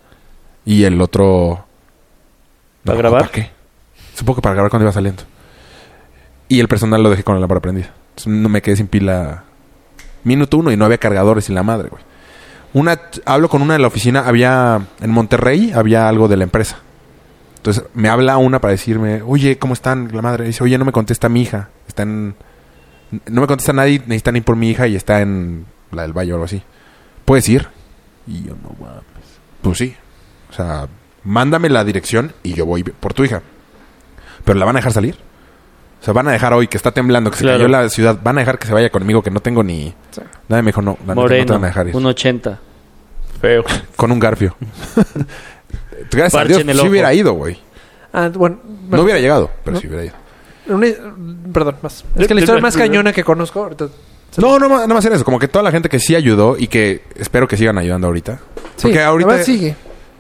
C: Y el otro...
A: ¿Para
C: No,
A: grabar?
C: ¿Para qué? Supongo que para grabar cuando iba saliendo. Y el personal lo dejé con la lámpara prendida. Entonces, no me quedé sin pila... Minuto uno y no había cargadores y la madre, güey. Una... Hablo con una de la oficina. Había... En Monterrey había algo de la empresa. Entonces me habla una para decirme, oye, ¿cómo están? La madre dice, oye, no me contesta mi hija. Está en... No me contesta nadie, necesitan ir por mi hija y está en la del Valle o algo así. ¿Puedes ir? Y yo no mames. Pues sí. O sea, mándame la dirección y yo voy por tu hija. Pero la van a dejar salir. O sea, van a dejar hoy que está temblando, que se
A: Claro.
C: cayó la ciudad, van a dejar que se vaya conmigo, que no tengo ni.
D: Sí.
C: Nadie me dijo, no, la neta, no te
A: Moreno,
C: van a dejar ir.
A: 1.80.
B: Feo.
C: Con un garfio. Gracias
A: Parche en
C: a
A: el
C: Dios, si
A: ojo.
C: hubiera ido, güey.
D: Ah, bueno,
C: No hubiera llegado, pero
D: No.
C: si hubiera ido.
D: una- Perdón, más. Es
A: Yo-
D: que la
A: yo-
D: historia más
A: yo-
D: cañona que conozco ahorita... se-
C: No, no, ma- nada más era eso. Como que toda la gente que sí ayudó y que espero que sigan ayudando ahorita.
D: Sí,
C: porque ahorita-
D: la verdad sigue.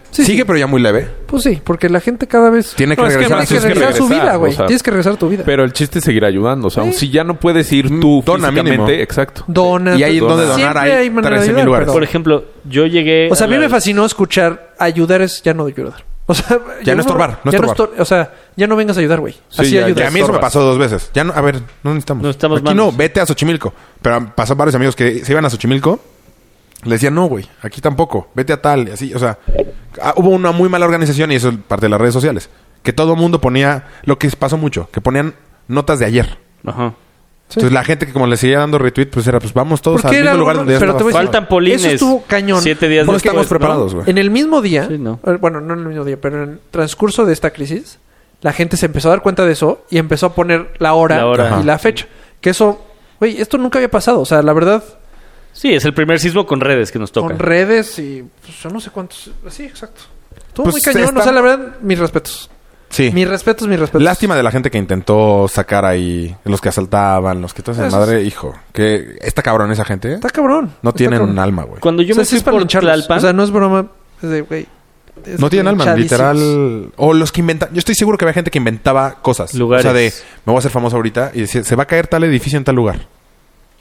D: Sí,
C: Sigue, pero ya muy leve.
D: Pues sí, porque la gente cada vez...
C: Tiene que
D: No, es
C: regresar a
D: tienes
C: sus-
D: que regresar a su
B: regresar,
D: vida, güey.
B: o sea.
D: Tienes que regresar a tu vida.
B: Pero el chiste es seguir ayudando. O sea, aun
D: Sí.
B: si ya no puedes ir tú
C: Dona
B: físicamente,
C: mínimo.
B: exacto.
D: Dona.
C: y ahí
D: tú-
C: donde donar
D: Ah, Siempre
C: hay,
D: manera de
C: 13 mil
D: ayudar,
C: lugares.
D: pero-
A: Por ejemplo, yo llegué...
D: O sea, a mí
A: la-
D: me fascinó escuchar ayudar es ya no ayudar. O sea, llegó un-
C: estorbar, no
D: ya
C: estorbar.
D: estor- o sea, ya no vengas a ayudar, güey.
B: Sí,
D: Así
B: ya-
C: Y
D: ayudas.
C: a mí eso me pasó dos veces. Ya no, a ver, no necesitamos.
A: No necesitamos
C: Aquí
A: manos.
C: no, vete a Xochimilco. Pero pasó varios amigos que se iban a Xochimilco. Le decían, no, güey, aquí tampoco. Vete a tal, y así. O sea, ah, hubo una muy mala organización y eso es parte de las redes sociales. Que todo mundo ponía, lo que pasó mucho, que ponían notas de ayer.
A: Ajá.
C: Entonces la gente que como le seguía dando retweet, pues era, pues vamos todos
D: Porque
C: al mismo
D: era
C: lugar
D: uno-
C: donde ya
D: pero
C: estaba
D: te voy a decir-
C: Falta.
A: Faltan polines.
D: Pues Eso estuvo cañón.
A: Siete días
C: No
A: después,
C: estamos preparados, güey.
D: En el mismo día,
A: Sí, no.
D: eh, bueno, no en el mismo día, pero en el transcurso de esta crisis, la gente se empezó a dar cuenta de eso y empezó a poner la hora,
A: La hora.
D: y la fecha. Que eso, güey, esto nunca había pasado. O sea, la verdad,
A: Sí, es el primer sismo con redes que nos toca.
D: con redes y pues, yo no sé cuántos. Sí, exacto. Estuvo
C: Pues
D: muy cañón.
C: está-
D: O sea, la verdad, mis respetos.
C: Sí.
D: Mis respetos, mis respetos.
C: Lástima de la gente que intentó sacar ahí, los que asaltaban, los que toda esa
D: Eso
C: madre, hijo, que está cabrón esa gente. ¿eh?
D: Está cabrón.
C: No
D: está
C: tienen
D: cabrón.
C: un alma, güey.
A: Cuando yo
D: O sea,
A: me
D: sí
A: fui
D: es para
A: por
D: lincharlos.
A: Tlalpan...
D: O sea, no es broma. Es de, güey. es
C: No tienen alma,
D: linchadísimos.
C: literal. O los que inventan. Yo estoy seguro que había gente que inventaba cosas.
A: Lugares.
C: O sea, de me voy a hacer famoso ahorita y decía, se va a caer tal edificio en tal lugar.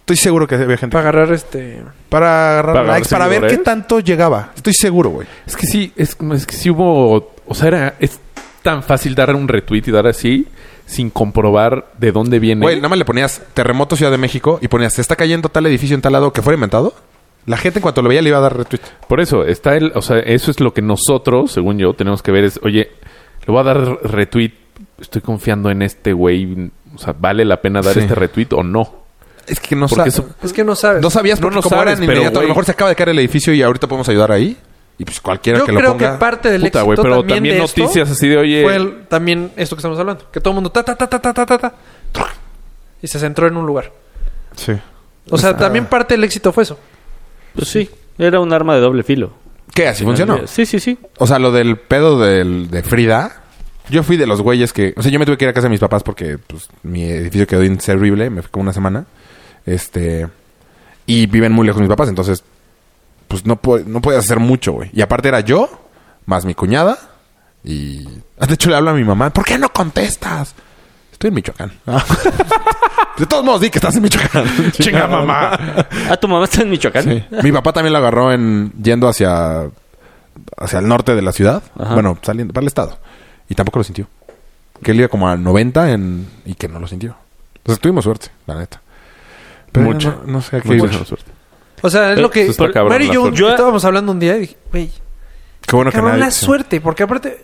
C: Estoy seguro que había gente.
D: Para agarrar este.
C: para agarrar
B: Para
C: likes,
B: agarrar
C: para ver qué
B: seguidores.
C: tanto llegaba. Estoy seguro, güey.
B: Es que sí, es, es que sí hubo. O sea, era, es tan fácil dar un retweet y dar así sin comprobar de dónde viene.
C: Güey, nada más le ponías terremoto Ciudad de México y ponías, se está cayendo tal edificio en tal lado que fuera inventado. La gente en cuanto lo veía le iba a dar retweet.
B: Por eso, está el, o sea, eso es lo que nosotros, según yo, tenemos que ver es, oye, le voy a dar retweet, estoy confiando en este güey, o sea, ¿vale la pena dar
C: Sí.
B: este retweet o no?
C: Es que no
B: Porque
C: sabes.
B: eso-
D: Es pues que no sabes.
C: No sabías
B: No
C: porque
B: lo
C: como
B: sabes,
C: eran
B: pero,
C: inmediato. A lo
B: güey.
C: mejor se acaba de caer el edificio y ahorita podemos ayudar ahí. Y pues cualquiera
D: Yo
C: que lo
D: creo
C: ponga.
D: que parte del
B: Puta,
D: éxito
B: güey, pero
D: también,
B: también
D: de esto
B: noticias así de, oye-
D: Fue el- también esto que estamos hablando. Que todo el mundo ta, ta, ta, ta, ta, ta, ta, ta, y se centró en un lugar.
C: Sí.
D: O
C: Ah.
D: sea, también parte del éxito fue eso.
A: Pues sí, era un arma de doble filo.
C: ¿Qué? Así funcionó.
A: Sí, sí, sí.
C: O sea, lo del pedo del, de Frida. Yo fui de los güeyes que. O sea, yo me tuve que ir a casa de mis papás porque pues, mi edificio quedó inservible. Me fui como una semana. Este. Y viven muy lejos mis papás. Entonces, pues no, po- no podías hacer mucho, güey. Y aparte era yo, más mi cuñada. Y. De hecho, le hablo a mi mamá. ¿Por qué no contestas? Estoy en Michoacán. de todos modos, di que estás en Michoacán. Chinga, mamá.
A: Ah, tu mamá está en Michoacán.
C: Mi papá también lo agarró en yendo hacia hacia el norte de la ciudad,
A: Ajá.
C: bueno, saliendo para el estado y tampoco lo sintió. Que él iba como a 90 en y que no lo sintió. Entonces tuvimos suerte, la neta. Pero
B: Mucha.
C: no, no sé a qué
B: Mucha
C: iba.
B: suerte.
D: O sea, es
A: Eh,
D: lo que
B: eso está cabrón,
D: Mario y
B: la
D: yo
B: suerte.
A: Yo-
D: estábamos hablando un día y dije, güey,
C: Qué bueno que
D: cabrón
C: nadie.
D: la suerte. Porque aparte,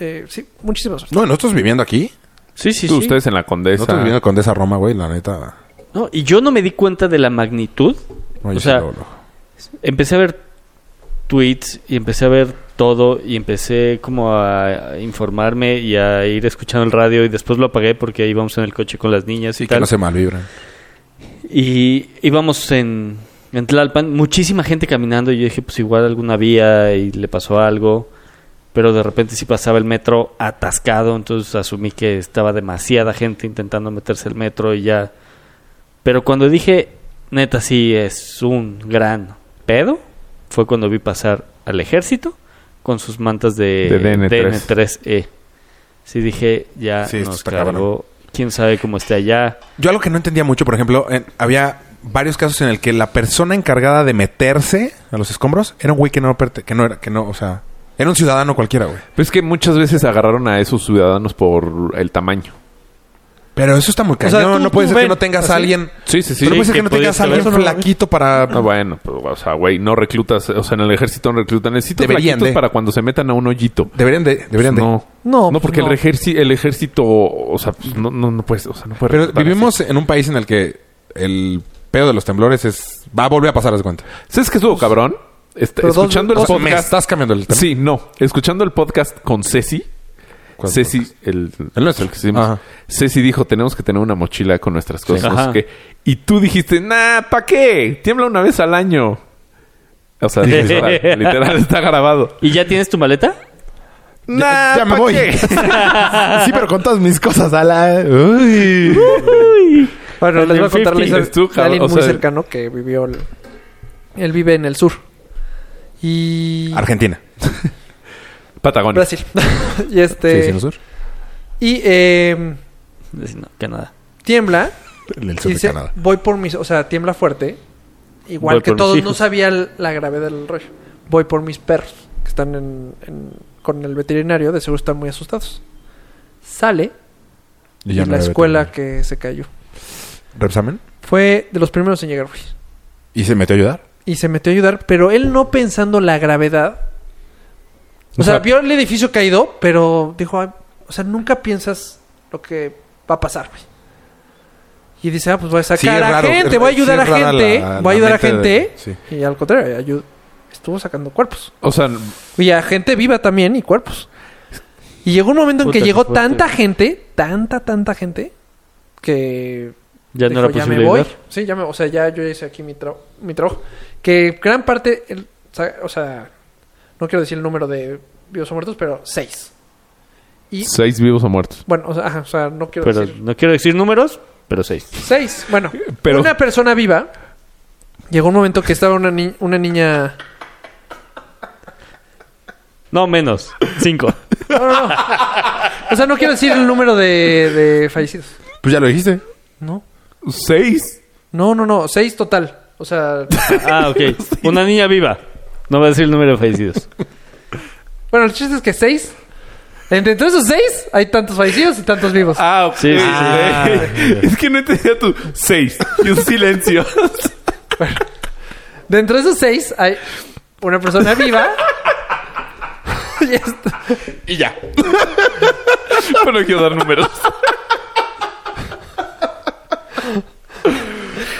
D: eh, sí, muchísima suerte.
C: No, nosotros viviendo aquí,
A: Sí, sí, sí.
B: Tú, Ustedes en la condesa.
C: nosotros viviendo con Condesa Roma, güey, la neta.
A: No, y yo no me di cuenta de la magnitud.
C: no, yo
A: O
C: sí
A: sea,
C: lo- lo-
A: Empecé a ver tweets y empecé a ver todo y empecé como a a informarme y a ir escuchando el radio y después lo apagué porque íbamos en el coche con las niñas y
C: sí, que
A: tal.
C: no se malvibran.
A: Y íbamos en, en Tlalpan, muchísima gente caminando. Y yo dije, pues igual alguna vía y le pasó algo. Pero de repente sí pasaba el metro atascado. Entonces asumí que estaba demasiada gente intentando meterse al metro y ya. Pero cuando dije, neta, sí es un gran pedo, fue cuando vi pasar al ejército con sus mantas de,
B: De DN3.
A: e Sí dije, ya
C: Sí, esto
A: nos
C: está cabrón.
A: cargó. Quién sabe cómo esté allá.
C: Yo algo que no entendía mucho, por ejemplo, en- había varios casos en el que la persona encargada de meterse a los escombros era un güey que no perte- que no era que no, o sea, era un ciudadano cualquiera, güey.
B: Pero Pues es que muchas veces agarraron a esos ciudadanos por el tamaño.
C: Pero eso está muy
D: sea,
C: cañón.
D: tú-
C: no puede
D: tú
C: ser que
D: ven,
C: no tengas
D: así.
C: a alguien.
B: Sí, sí, sí. Sí,
C: Pero puede ser
A: que
C: que no
A: podías
C: tengas a alguien
A: tener-
C: flaquito para.
B: No, pues, bueno, pues, o sea, güey, no reclutas, o sea, en el ejército no reclutan, necesitan
C: Deberían
B: flaquitos
C: de.
B: para cuando se metan a un hoyito.
C: Deberían de. Deberían de.
B: No.
D: No,
B: No,
D: pues,
B: porque
D: no.
B: El, ejerci- el ejército, o sea, pues, no, no, no puedes, o sea, no puedes
C: Pero
B: reclutar
C: vivimos en un país en el que el pedo de los temblores es. Va a volver a pasar, haz de cuenta.
B: así. ¿Sabes qué estuvo, cabrón? Este,
D: Pero dos-
B: escuchando el
D: dos-
C: Me
B: podcast.
C: estás cambiando el tema.
B: Sí, no. Escuchando el podcast con Ceci.
C: ¿Cuál
B: Ceci, el,
C: El nuestro.
B: que hicimos.
C: Ajá.
B: Ceci dijo, tenemos que tener una mochila con nuestras cosas.
A: Sí.
B: no sé
A: Ajá.
B: qué. Y tú dijiste, nah, ¿pa' qué? Tiembla una vez al año. O sea, literal, literal, está grabado.
A: ¿Y ya tienes tu maleta?
B: Nah,
C: ya me
B: ¿pa'
C: voy".
B: qué?
C: sí, pero con todas mis cosas, ala. Uy.
D: Bueno,
A: El
D: les voy a
A: del
D: contar
A: 50.
D: la historia
B: Estuvo
D: de alguien
B: cabrón, o
D: muy
B: sea-
D: cercano que vivió... el- Él vive en el sur. Y...
C: Argentina.
B: Patagonia.
D: Brasil. y este...
C: Sí, sí, ¿no sur?
D: Y eh,
A: Dices, No, que nada.
D: tiembla.
C: El del
D: y
C: sur de
D: dice,
C: Canadá.
D: voy por mis... O sea, tiembla fuerte. Igual
A: Voy
D: que
A: por mis
D: todos, no
A: hijos.
D: sabía el- la gravedad del rollo. Voy por mis perros, que están en- en- con el veterinario, de seguro están muy asustados. Sale
C: Y
D: y
C: ya no
D: la
C: había
D: escuela
C: terminado.
D: que se cayó.
C: Repsamen.
D: Fue de los primeros en llegar, güey.
C: Y se metió a ayudar.
D: Y se metió a ayudar, pero él no pensando la gravedad. O,
C: O
D: sea,
C: sea,
D: vio el edificio caído, pero dijo, "Ay", o sea, nunca piensas lo que va a pasar, güey. Y dice, ah, pues voy a sacar
C: Sí, es
D: a
C: raro.
D: gente,
C: Es-
D: voy a
C: sí
D: ayudar
C: es
D: a
C: rara
D: gente,
C: la-
D: voy a
C: la
D: ayudar a
C: mente
D: gente.
C: de- sí.
D: Y al contrario, ayu- estuvo sacando cuerpos.
B: O sea,
D: Y a gente viva también y cuerpos. Y llegó un momento en
A: Puta,
D: que
A: qué
D: llegó
A: fuerte.
D: tanta gente, tanta, tanta gente, que
A: Ya no
D: Dijo,
A: era posible
D: me voy.
A: ayudar.
D: Sí, ya me, o sea, ya yo hice aquí mi, tra- mi trabajo. Que gran parte, el- sa- o sea, no quiero decir el número de vivos o muertos, pero seis. Y
B: seis vivos o muertos.
D: bueno, o sea, ajá, o sea, no quiero
A: Pero
D: decir
A: no quiero decir números, pero seis.
D: seis. Bueno,
B: Pero-
D: una persona viva. Llegó un momento que estaba una, ni- una niña.
A: No, menos. Cinco.
D: O sea, no quiero decir el número de, de fallecidos.
C: Pues ya lo dijiste.
D: No,
B: ¿Seis?
D: no, no, no, seis total. O sea,
A: Ah, ok. Una niña viva. No va a decir el número de fallecidos.
D: bueno, el chiste es que seis. Entre todos esos seis hay tantos fallecidos y tantos vivos.
B: Ah, ok.
A: Sí, sí, sí.
B: es que no entendía tu seis y un silencio.
D: Dentro de esos seis hay una persona viva. Y este, esto-
B: y ya. Pero no quiero dar números.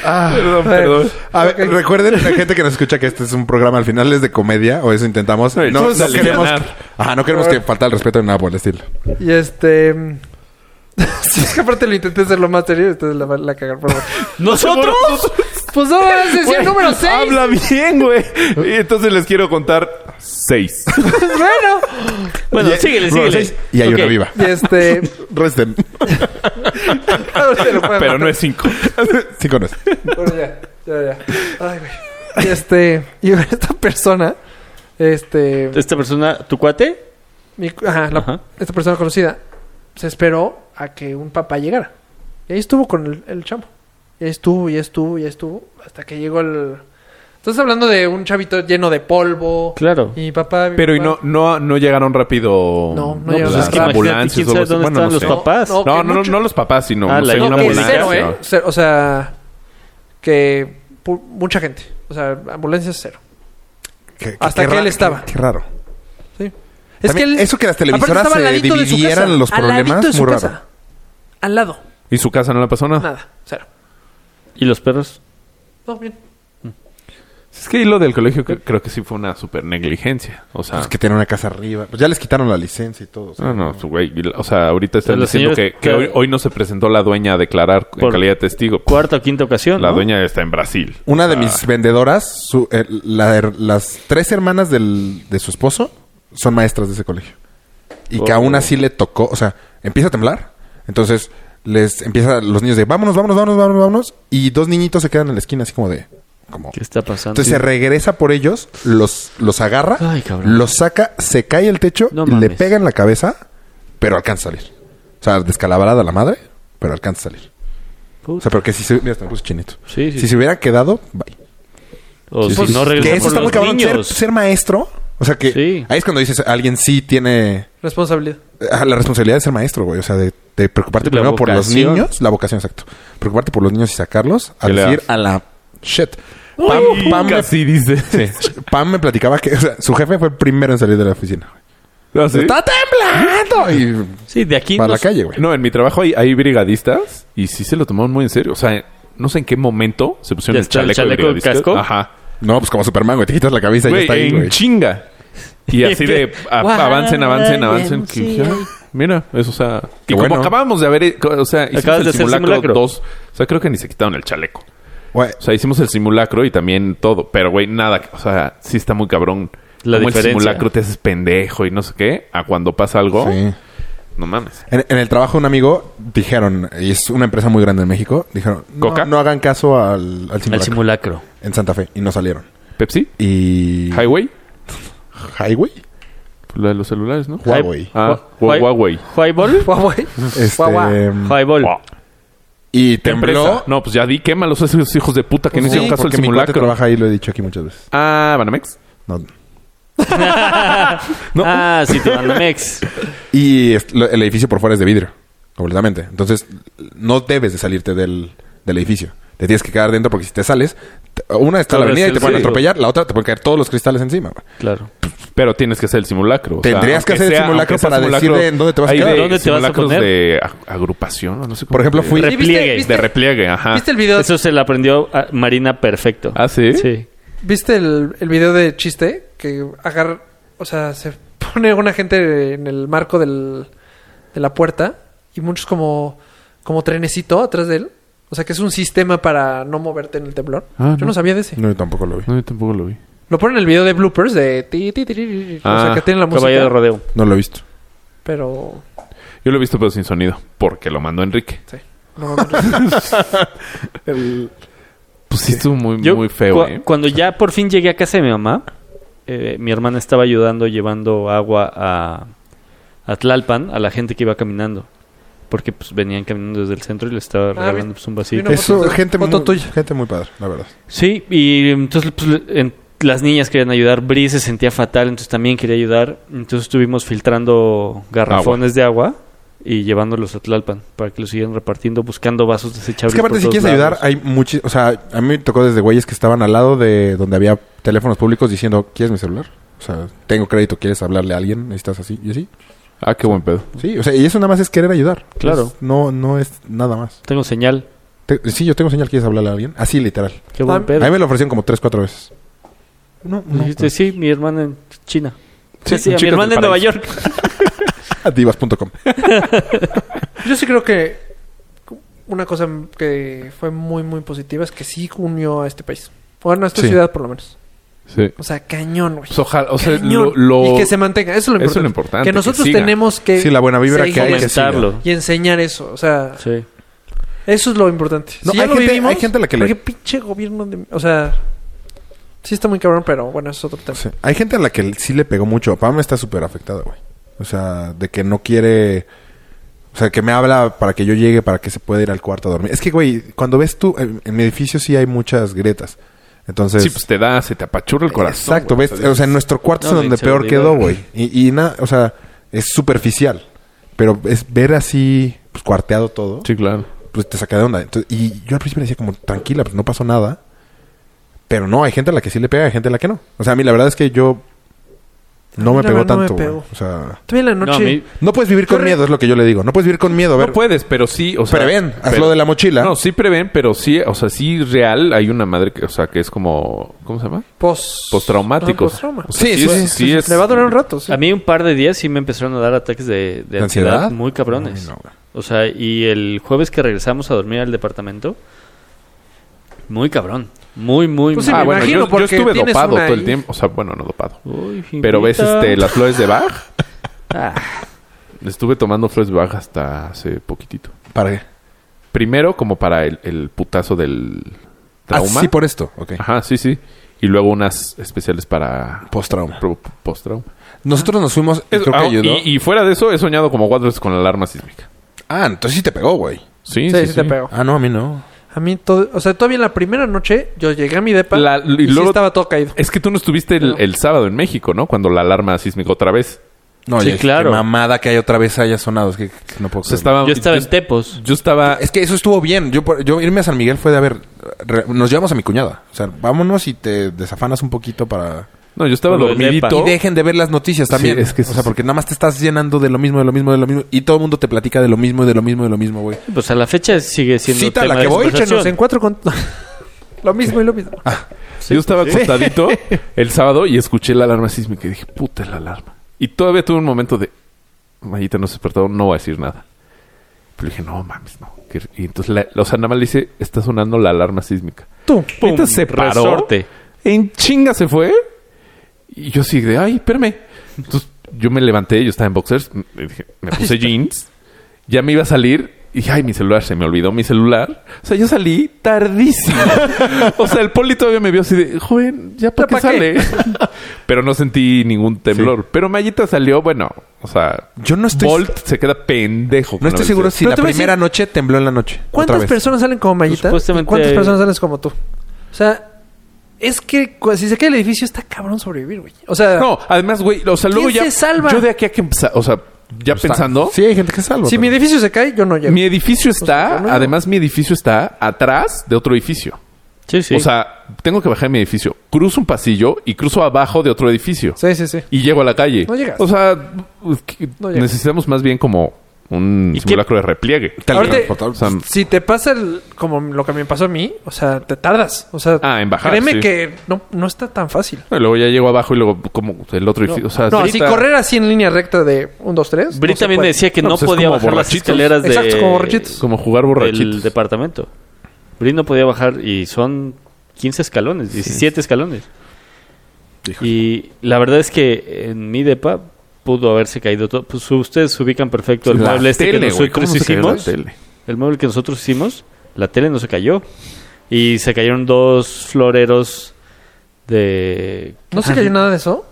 B: Perdón, perdón.
C: A ver, recuerden la gente que nos escucha que este es un programa al final es de comedia o eso intentamos.
B: Sí,
C: No,
B: vamos a
C: no queremos,
B: alivianar.
C: ajá, no queremos que falta el respeto ni nada por el estilo.
D: Y este. mm, sí, es que aparte lo intenté hacer lo más serio, entonces la, la cagar por
A: ¿Nosotros?
D: Pues no, ese es el número 6.
B: Habla bien, güey. Y entonces les quiero contar seis.
D: pues bueno.
A: Bueno,
C: Y-
A: síguele,
C: número
A: síguele.
C: seis, Y hay
A: Ok.
C: una viva.
D: Y este.
C: Resten.
D: ahorita lo puedo
B: Pero
D: matar.
B: no es cinco.
C: Cinco no es.
D: Bueno, ya, ya, ya. Ay, güey. Y este. Y esta persona. Este.
A: Esta persona, ¿tu cuate?
D: mi- ajá, la-
A: Ajá.
D: Esta persona conocida. Se esperó a que un papá llegara. Y ahí estuvo con el, el chamo. Y ahí estuvo, y ahí estuvo, y ahí estuvo. Hasta que llegó el. Estás hablando de un chavito lleno de polvo.
A: Claro.
D: Y mi papá. mi
B: Pero y
D: papá-
B: no, no, no llegaron rápido.
D: No, no
A: No, pues
D: llegaron.
A: es que
D: Las
A: imagínate,
B: ambulancias
A: ¿quién
B: o
A: sabe
B: algo así.
A: dónde
B: Bueno,
A: están
B: no
A: los
B: sé.
A: papás?
D: No,
B: No,
D: que
B: no, no,
D: mucho-
B: no los papás, sino
A: Ah, la
B: no sé,
A: ayuda
B: una
D: que
A: ambulancia,
D: cero, ¿eh?
B: ambulancia.
D: Cero, o sea, que pu- mucha gente. O sea, ambulancias cero.
C: Qué- qué-
D: Hasta
C: qué
D: que él
C: ra-
D: estaba.
C: Qué, qué raro.
D: Sí.
C: También eso que las televisoras
D: aparte estaba al
C: se
D: ladito de su
C: dividieran
D: casa,
C: los
D: al
C: problemas,
D: ladito de su
C: muy
D: casa.
C: raro.
D: Al lado,
B: ¿Y su casa no la pasó nada?
D: nada, cero.
A: ¿Y los perros?
D: No, bien.
B: Es que lo del colegio que- creo que sí fue una super negligencia. O sea,
C: Pues que tiene una casa arriba. Pues ya les quitaron la licencia y todo. o sea,
B: no, no, su güey. O sea, ahorita están
A: Pero los
B: diciendo que,
A: señores-
B: que hoy, hoy no se presentó la dueña a declarar en
A: Por-
B: calidad de testigo.
A: Cuarta o quinta ocasión.
B: La
A: ¿no?
B: dueña está en Brasil.
C: Una
A: Ah.
C: de mis vendedoras, su- eh, la her- las tres hermanas del- de su esposo son maestras de ese colegio. Y que
A: Oh.
C: aún así le tocó, o sea, empieza a temblar. Entonces, les empieza los niños de vámonos, vámonos, vámonos, vámonos, vámonos. Y dos niñitos se quedan en la esquina, así como de. Como...
A: ¿Qué está pasando?
C: Entonces se regresa por ellos, los, los agarra,
A: Ay, cabrón.
C: los saca, se cae el techo,
A: No
C: le
A: mames.
C: pega en la cabeza, pero alcanza a salir. O sea, descalabrada la madre, pero alcanza a salir. O sea, porque si se... Mira, hasta me puse chinito.
A: Sí, sí.
C: Si se hubiera quedado, bye.
A: O
B: Sí,
A: si
B: sí,
A: no
B: sí.
A: regresan
C: Que eso
A: por
C: está muy
A: los
C: cabrón. Ser,
A: niños.
C: ser maestro. O sea que
A: Sí.
C: ahí es cuando dices, alguien sí tiene
D: Responsabilidad.
C: eh, la responsabilidad de ser maestro, güey. O sea, de, de preocuparte
A: La
C: primero por los
A: vocación.
C: niños. La vocación, exacto. Preocuparte por los niños y sacarlos. A
B: ¿Qué le
C: decir
B: das?
C: a la shit.
B: Pam,
C: Pam, me,
B: casi dice.
C: Pam me platicaba que o sea, su jefe fue el primero en salir de la oficina. güey.
B: ¿Ah, sí?
C: ¡Está temblando! Y
A: Sí, de aquí
C: para la
A: nos-
C: calle, güey.
B: No, en mi trabajo hay, hay brigadistas y sí se lo tomaron muy en serio. O sea, no sé en qué momento se pusieron
A: Ya
B: el
A: está el
B: chaleco, de
A: chaleco, el
B: brigadista.
A: casco.
B: Ajá.
C: No, pues como Superman, güey. Te quitas la cabeza y ya
B: Güey,
C: está ahí,
B: en
C: güey.
B: chinga. Y así de a- avancen, avancen, avancen. que ya, mira, eso, o sea.
C: Qué
B: Y como
C: bueno.
B: acabamos de haber. eh, co- O sea, hicimos
A: Acabas
B: el
A: de hacer
B: simulacro,
A: simulacro.
B: dos. O sea, creo que ni se quitaron el chaleco.
C: Güey,
B: O sea, hicimos el simulacro y también todo. Pero, güey, nada. O sea, sí está muy cabrón.
A: La
B: Como el
A: diferencia.
B: simulacro te haces pendejo y no sé qué. A cuando pasa algo.
C: sí.
B: No mames.
C: En, en el trabajo de un amigo dijeron, y es una empresa muy grande en México, dijeron, no,
B: ¿Coca?
C: no hagan caso al, al
A: Al
C: simulacro
A: simulacro.
C: en Santa Fe y no salieron.
B: ¿Pepsi?
C: Y
B: ¿Highway?
C: Highway,
B: La de los celulares, ¿no?
C: Huawei.
B: Ah,
A: Hua-
B: Huawei.
A: ¿Huaybol?
D: Huawei.
C: Este,
D: Guagua.
A: Huaybol.
C: y
B: ¿Qué empresa?
C: tembló.
B: No, pues ya di quémalos a esos hijos de puta que no
C: Sí,
B: hicieron caso al
C: porque mi cuate
B: simulacro.
C: trabaja ahí, lo he dicho aquí muchas veces.
B: Ah, Banamex.
C: No.
A: Ah, sí, te van a Mex.
C: Y es- lo- el edificio por fuera es de vidrio, completamente. Entonces, no debes de salirte del, del edificio. Te tienes que quedar dentro porque si te sales, te- una está la
A: Corres
C: avenida y
A: el
C: te pueden
A: riesgo.
C: atropellar, la otra te pueden caer todos los cristales encima. güey.
A: Claro.
B: Pero tienes que hacer el simulacro. o sea,
C: Tendrías que
B: aunque
C: hacer el simulacro
B: aunque sea
C: para decir en dónde te vas a
B: hay
C: quedar.
B: de
A: ¿Dónde te vas a
B: simulacros
A: poner?
B: de ag- agrupación, o no sé cómo
C: Por ejemplo,
B: se-
C: fui-
B: De,
D: Sí, ¿Viste,
A: Repliegue.
D: viste-
B: repliegue, ajá.
D: ¿Viste el video?
A: Eso se la aprendió a Marina perfecto.
B: ¿Ah, sí?
A: Sí.
D: ¿Viste el, el video de chiste? Que agarra. O sea, se pone una gente en el marco del, de la puerta y muchos como, como trenecito atrás de él. O sea, que es un sistema para no moverte en el temblor.
B: Ah,
D: Yo no
B: no.
D: sabía de ese.
C: No, yo tampoco lo vi.
B: No, yo tampoco lo vi.
D: Lo ponen en el video de bloopers de. ti, ti, ti, ti, ti, o sea,
B: Ah,
D: que tienen la
A: Caballo de
D: música.
A: rodeo.
C: No lo he visto.
D: Pero.
B: Yo lo he visto pero sin sonido, porque lo mandó Enrique.
D: Sí. No, no, no.
B: Pues sí, estuvo muy,
A: Yo,
B: muy feo,
A: cua-
B: ¿eh?
A: Cuando ya por fin llegué a casa de mi mamá, eh, mi hermana estaba ayudando llevando agua a, a Tlalpan a la gente que iba caminando. Porque pues venían caminando desde el centro y le estaba regalando
D: Ah, vi-
A: pues, un vasito.
D: Una vi
C: Eso,
D: foto-
C: gente,
D: foto
C: muy,
D: tuya.
C: gente muy padre, la verdad.
A: Sí, y entonces pues, le- en- las niñas querían ayudar. Bri se sentía fatal, entonces también quería ayudar. Entonces estuvimos filtrando garrafones de agua y llevándolos a Tlalpan para que los siguieran repartiendo, buscando vasos desechables.
C: Es que aparte,
A: por
C: si
A: todos
C: quieres ayudar,
A: lados.
C: hay muchos. O sea, a mí me tocó desde güeyes que estaban al lado de donde había teléfonos públicos diciendo: ¿Quieres mi celular? O sea, tengo crédito, ¿quieres hablarle a alguien? ¿Necesitas así? Y así.
B: Ah, qué buen pedo.
C: Sí, o sea, y eso nada más es querer ayudar.
A: Claro.
C: Es- no, no es nada más.
A: Tengo señal.
C: Te- sí, yo tengo señal, ¿quieres hablarle a alguien? Así, literal.
A: Qué buen
D: Ah,
A: pedo.
C: A mí me lo ofrecieron como tres, cuatro veces. No,
A: Dijiste, sí, mi hermana en China.
C: Sí,
A: Sí,
C: chicas
A: mi hermana
C: del
A: en Nueva
C: paraíso.
A: York.
C: Divas.com.
D: Yo sí creo que una cosa que fue muy, muy positiva es que sí unió a este país. Bueno, a esta
C: Sí.
D: ciudad por lo menos.
B: Sí.
D: O sea, cañón, güey.
B: Pues ojalá, o sea,
D: Cañón.
B: lo, lo-
D: Y que se mantenga. Eso es
B: Eso es
D: lo importante.
B: lo importante,
D: Que
B: que
D: nosotros
B: siga.
D: tenemos que...
C: Sí, la buena vibra que hay que siga.
A: Fomentarlo.
D: Y enseñar eso. O sea,
A: Sí.
D: eso es lo importante.
C: No,
D: si ya
C: hay
D: lo
C: gente-
D: vivimos...
C: hay gente a la que le-
D: Porque pinche gobierno de... O sea... Sí está muy cabrón, pero bueno, eso es otro tema.
C: Sí. Hay gente a la que sí le pegó mucho. Pam está súper afectada, güey. O sea, de que no quiere... O sea, que me habla para que yo llegue, para que se pueda ir al cuarto a dormir. Es que, güey, cuando ves tú... En, en mi edificio sí hay muchas grietas. Entonces...
B: Sí, pues te da, se te apachurra el corazón.
C: Exacto,
B: güey.
C: ves, o sea, en nuestro cuarto
A: No,
C: es donde
A: se
C: peor
A: olvidó.
C: quedó, güey. Y, y nada, o sea, es superficial. Pero es ver así, pues cuarteado todo,
B: Sí, claro.
C: pues te saca de onda. Entonces, y yo al principio decía como, tranquila, pues no pasó nada. Pero no, hay gente a la que sí le pega, hay gente a la que no. O sea, a mí la verdad es que yo no
D: A mí
C: me
D: la
C: pegó
D: verdad no me
C: tanto, güey.
D: pegó.
C: O sea,
D: Tuve la
A: No, a
D: noche...
A: mí,
C: no puedes vivir con
D: Corre.
C: miedo, es lo que yo le digo. No puedes vivir con miedo. A ver,
B: No puedes, pero sí, o sea...
C: prevén, haz
B: pero-
C: lo de la mochila.
B: No, sí prevén, pero sí, o sea, sí real hay una madre que, o sea, que es como... ¿Cómo se llama?
D: Pos...
B: Postraumático.
D: No, postrauma.
B: O sea,
C: Sí,
B: sí,
C: sí,
B: es-
C: sí,
B: sí es- Ah,
D: Le va a durar un rato, sí.
A: a mí un par de días sí me empezaron a dar ataques de, de
C: ¿De
A: ansiedad?
C: ansiedad?
A: muy cabrones.
C: Ay, no, güey.
A: O sea, y el jueves que regresamos a dormir al departamento, muy cabrón. Muy, muy,
D: Pues sí,
A: muy.
B: Ah,
D: me
B: bueno,
D: imagino,
B: yo, yo
D: porque
B: estuve
D: tienes
B: dopado
D: una
B: todo el
D: ahí.
B: tiempo. O sea, bueno, no dopado.
A: Uy,
B: Pero ves
A: Jimbita.
B: este, las flores de Bach.
A: Ah,
B: Estuve tomando flores de Bach hasta hace poquitito.
C: ¿Para qué?
B: Primero como para el, el putazo del
C: Ah,
B: trauma.
C: sí, por esto. Ok.
B: Ajá, sí, sí. Y luego unas especiales para
C: Post-trauma.
B: pro- post-trauma.
C: Nosotros nos fuimos...
B: Eso-
C: creo que
B: ah,
C: ayudó.
B: y, y fuera de eso, he soñado como cuatro veces con la alarma sísmica.
C: Ah, entonces sí te pegó, güey.
B: Sí,
D: Sí,
B: sí,
D: sí, te pego.
C: Ah, no, a mí no.
D: A mí todo... O sea, todavía en la primera noche yo llegué a mi depa
B: La-
D: y,
B: y
D: sí
B: luego-
D: estaba todo caído.
B: Es que tú no estuviste el, el sábado en México, ¿no? Cuando la alarma sísmica otra vez.
C: No,
A: Sí,
C: ya,
A: claro.
C: Qué mamada que hay otra vez haya sonado. Es que que no puedo
B: O sea, estaba...
C: creerlo.
A: yo estaba en
B: yo,
A: Tepos.
B: yo estaba...
C: Es que eso estuvo bien. Yo, por- yo irme a San Miguel fue de, a ver, re- nos llevamos a mi cuñada. O sea, vámonos y te desafanas un poquito para...
B: No, yo estaba
A: Lo del depa.
B: dormidito.
C: Y dejen de ver las noticias también.
B: Sí, es que
C: o
B: eso
C: sea, porque nada más te estás llenando de lo mismo, de lo mismo, de lo mismo. Y todo el mundo te platica de lo mismo, de lo mismo, de lo mismo, güey.
A: Pues a la fecha sigue siendo
C: Cita a la
A: tema
C: que
A: de
C: voy,
A: conversación.
D: Nos encuentro con... lo mismo y lo mismo.
C: Ah.
B: yo estaba acostadito el sábado y escuché la alarma sísmica y dije, puta es la alarma. Y todavía tuve un momento de, Mayita nos despertó, no voy a decir nada. Pero dije, no mames, no. Que- Y entonces, la, o sea, nada más le dice, está sonando la alarma sísmica.
D: Tú.
A: Pum,
B: Mayita se paró.
A: resorte.
B: En chinga se fue. Y yo así de, ay, espérame. Entonces yo me levanté, yo estaba en boxers, me, dije, me puse jeans, ya me iba a salir. Y dije, ay, mi celular, se me olvidó mi celular. O sea, yo salí tardísimo. o sea, el poli todavía me vio así de, joven, ¿ya para qué
D: ¿Ya pa'
B: sale? Pero no sentí ningún temblor. Pero Mayita salió, bueno, o sea...
C: Yo no estoy-
B: Bolt se queda pendejo.
C: No
B: con la
C: estoy seguro
B: velocidad.
C: si
D: Pero
C: la
D: te voy a decir-
C: primera noche tembló en la noche.
D: ¿Cuántas
C: Otra vez.
D: personas salen como Mayita?
A: Pues, Supuestamente-
D: ¿Y ¿Cuántas personas salen como tú? O sea, es que cu- si se cae el edificio está cabrón sobrevivir, güey. O sea,
B: No, además, güey, o sea, luego
D: ¿Quién
B: ya...
D: se salva?
B: Yo de aquí a que... empieza- O sea, ya
C: Está-
B: pensando...
C: Sí, hay gente que salva.
D: si mi
C: pero-
D: edificio se cae, yo no llego.
B: Mi edificio está,
D: Pues, no.
B: además mi edificio está atrás de otro edificio.
A: Sí, sí.
B: O sea, tengo que bajar mi edificio, cruzo un pasillo y cruzo abajo de otro edificio
D: Sí, sí, sí.
B: y llego a la calle.
D: No llegas.
B: O sea, es que
D: No llegas.
B: necesitamos más bien como un
A: ¿Y qué-
B: simulacro de repliegue.
D: Ahorita-
B: O sea,
D: Si te pasa el- como lo que me pasó a mí, o sea, te tardas. O sea,
B: Ah, en bajar,
D: créeme
B: sí.
D: que no, no está tan fácil.
B: y luego ya llego abajo y luego como el otro edificio. o sea,
D: No,
B: ahorita-
D: si correr así en línea recta de 1, 2, 3.
A: Brit también me decía que
B: No,
A: no,
B: pues es
A: podía
B: como
A: bajar las
B: borrachitos.
A: escaleras de...
D: Exacto, como borrachitos.
B: Como jugar
A: del
B: borrachitos.
A: departamento. Brit no podía bajar y son 15 escalones, 17 escalones.
C: Híjole.
A: Y la verdad es que en mi depa pudo haberse caído todo. Pues ustedes se ubican perfecto el
B: La
A: mueble este
B: tele,
A: que
B: güey, ¿cómo
A: nosotros
B: se cayó la
A: hicimos.
B: tele?
A: El mueble que nosotros hicimos, la tele no se cayó. Y se cayeron dos floreros de...
D: ¿No se cayó nada de eso?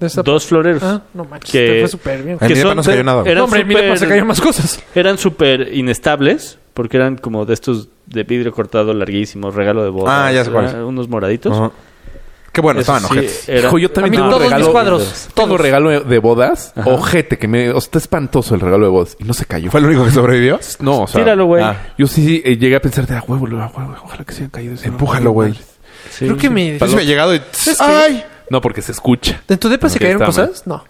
D: De esa-
A: Dos floreros.
D: Ah, no manches,
A: Que-
D: te fue súper bien.
C: En mi depa no se
A: de-
C: cayó nada, güey.
A: eran
D: No, hombre, en mi depa
A: súper-
D: se cayeron más cosas.
A: Eran súper inestables, porque eran como de estos de vidrio cortado larguísimos, regalo de boda.
C: Ah, ya sé cuáles.
A: eran Unos moraditos.
C: Ajá. Qué bueno,
A: Eso
C: estaban
A: sí,
C: ojetes.
A: era- Ah,
B: Hijo, yo también
D: A mí
B: tengo
D: todos mis
B: regalo,
D: cuadros,
B: Tengo
D: todos.
B: regalo de bodas. Ojete, que me... O sea, está espantoso el regalo de bodas. Y no se cayó.
C: ¿Fue el único que sobrevivió?
B: No, o sea...
A: Tíralo, güey.
B: Ah, yo sí, sí, eh, llegué a pensar de a huevo, a huevo, ojalá que se hayan caído. ese, no,
C: Empújalo, güey.
A: Sí,
D: Creo
A: sí.
D: que mi...
C: Entonces me ha llegado y...
D: ¿Sabes qué?
C: ¡Ay!
B: No, porque se escucha.
D: ¿En tu depa se
B: Ok,
D: cayeron
B: está mal.
D: cosas? No.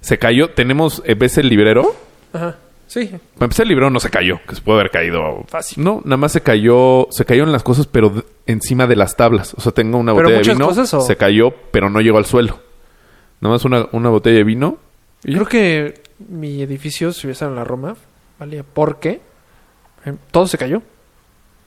B: Se cayó. Tenemos, eh, ¿ves el librero?
D: Ajá. Sí.
B: Para empezar, el libro no se cayó, que se puede haber caído
D: Fácil.
B: No, nada más se cayó, se cayó en las cosas, pero d- encima de las tablas. O sea, tengo una
D: ¿Pero
B: botella de
D: muchas
B: vino,
D: cosas o?
B: se cayó, pero no llegó al suelo. Nada más una, una botella de vino. Y
D: Creo que mi edificio, si hubiese estado en la Roma, valía porque eh, todo se cayó.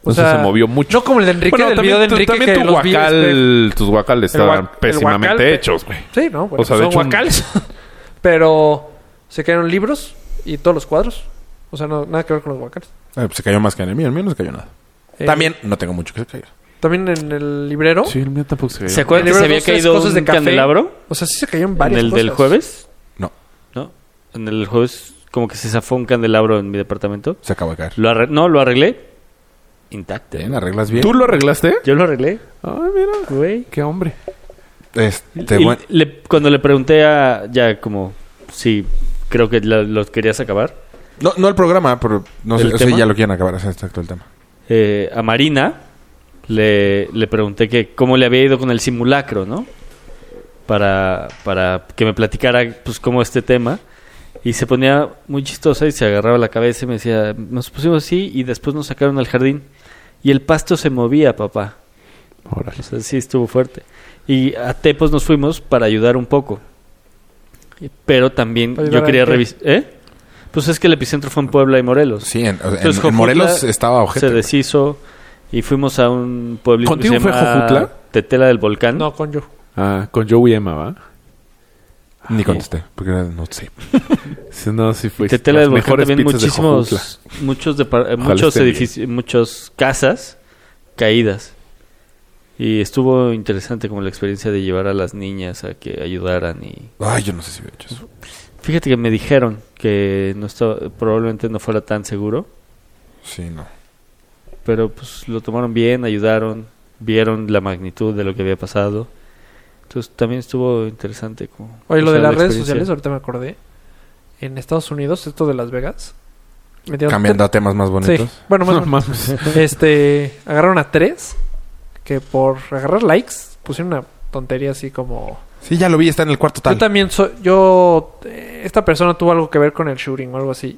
B: o se movió mucho.
D: No como el de Enrique,
B: Bueno,
D: del video de Enrique
B: también
D: que
B: tu
D: los vi, este,
B: guacal, tus guacales
D: El
B: estaban
D: guac- el
B: pésimamente
D: guacal, pe-
B: hechos, güey.
D: Sí, no, bueno,
B: O sea, de
D: son
B: hecho, un-
D: guacales. Pero se cayeron libros y todos los cuadros. O sea, no, nada que ver con los guacales.
C: Ah, pues se cayó más que en el mío. En el mío no se cayó nada.
D: Eh,
C: También no tengo mucho que se caiga.
D: También en el librero.
B: Sí, el mío tampoco se cayó.
A: ¿Se acuerdan
D: El
A: que se
D: libro
A: había
D: dos, tres
A: caído
D: cosas
A: un
D: de café.
A: candelabro?
D: O sea, sí se cayeron
A: En
D: varias
A: el del
D: cosas.
A: jueves.
C: No,
A: ¿No? En el jueves como que se zafó un candelabro en mi departamento.
C: se acabó de caer.
A: Lo arre- no, lo arreglé. Intacto.
C: Bien, arreglas bien.
B: ¿Tú lo arreglaste?
A: Yo lo arreglé,
B: Ay, mira.
A: güey.
B: Qué hombre.
C: Este,
A: Y
C: bueno,
A: le- cuando le pregunté a ya como si creo que la- lo querías acabar,
C: no, no el programa, pero no sé,
A: ¿El
C: o sea,
A: tema?
C: ya lo quieren acabar. ese es exacto el tema.
A: eh, a Marina le, le pregunté que cómo le había ido con el simulacro, ¿no? Para, para que me platicara pues cómo este tema. Y se ponía muy chistosa y se agarraba la cabeza y me decía, nos pusimos así y después nos sacaron al jardín. Y el pasto se movía, papá.
B: Órale.
A: O sea, sí estuvo fuerte. Y a Tepos nos fuimos para ayudar un poco. Y- Pero también
D: ¿Para ayudar
A: yo
D: a
A: quería
D: qué?
A: revisar... ¿Eh? Pues es que el epicentro fue en Puebla y Morelos.
C: Sí, en, o sea, en-
A: Entonces,
C: en
A: Jojutla
C: Morelos estaba
A: Se
C: ojete.
A: deshizo y fuimos a un pueblito
B: ¿Contigo
A: que se
B: fue
A: llama
B: Jojutla?
A: Tetela del Volcán.
D: No, con yo.
B: Ah, con Joey y Emma, ¿va?
C: Ni contesté, porque era- no sé.
B: Sí, no, sí fue.
A: Y Tetela
B: las
A: del Volcán
B: mejores
A: también
B: pizzas de Jojutla.
A: muchísimos... Muchos, depar- eh,
B: Ojalá
A: muchos
B: esté bien.
A: edificios... Muchas casas caídas. Y estuvo interesante como la experiencia de llevar a las niñas a que ayudaran y...
C: Ay, yo no sé si hubiera hecho eso.
A: Fíjate que me dijeron que no estaba- probablemente no fuera tan seguro,
C: Sí, no.
A: pero pues lo tomaron bien, ayudaron, vieron la magnitud de lo que había pasado. Entonces también estuvo interesante. Como,
D: Oye, lo
A: o sea,
D: de
A: la
D: las redes
A: experiencia.
D: sociales, ahorita me acordé. En Estados Unidos, esto de Las Vegas. metieron-
C: Cambiando a temas más
D: Sí.
C: bonitos.
D: Bueno, más
B: No mames.
D: Este, agarraron a tres que por agarrar likes pusieron una tontería así como...
C: Sí, ya lo vi, está en el cuarto tal.
D: Yo también soy... Yo... eh, Esta persona tuvo algo que ver con el shooting o algo así.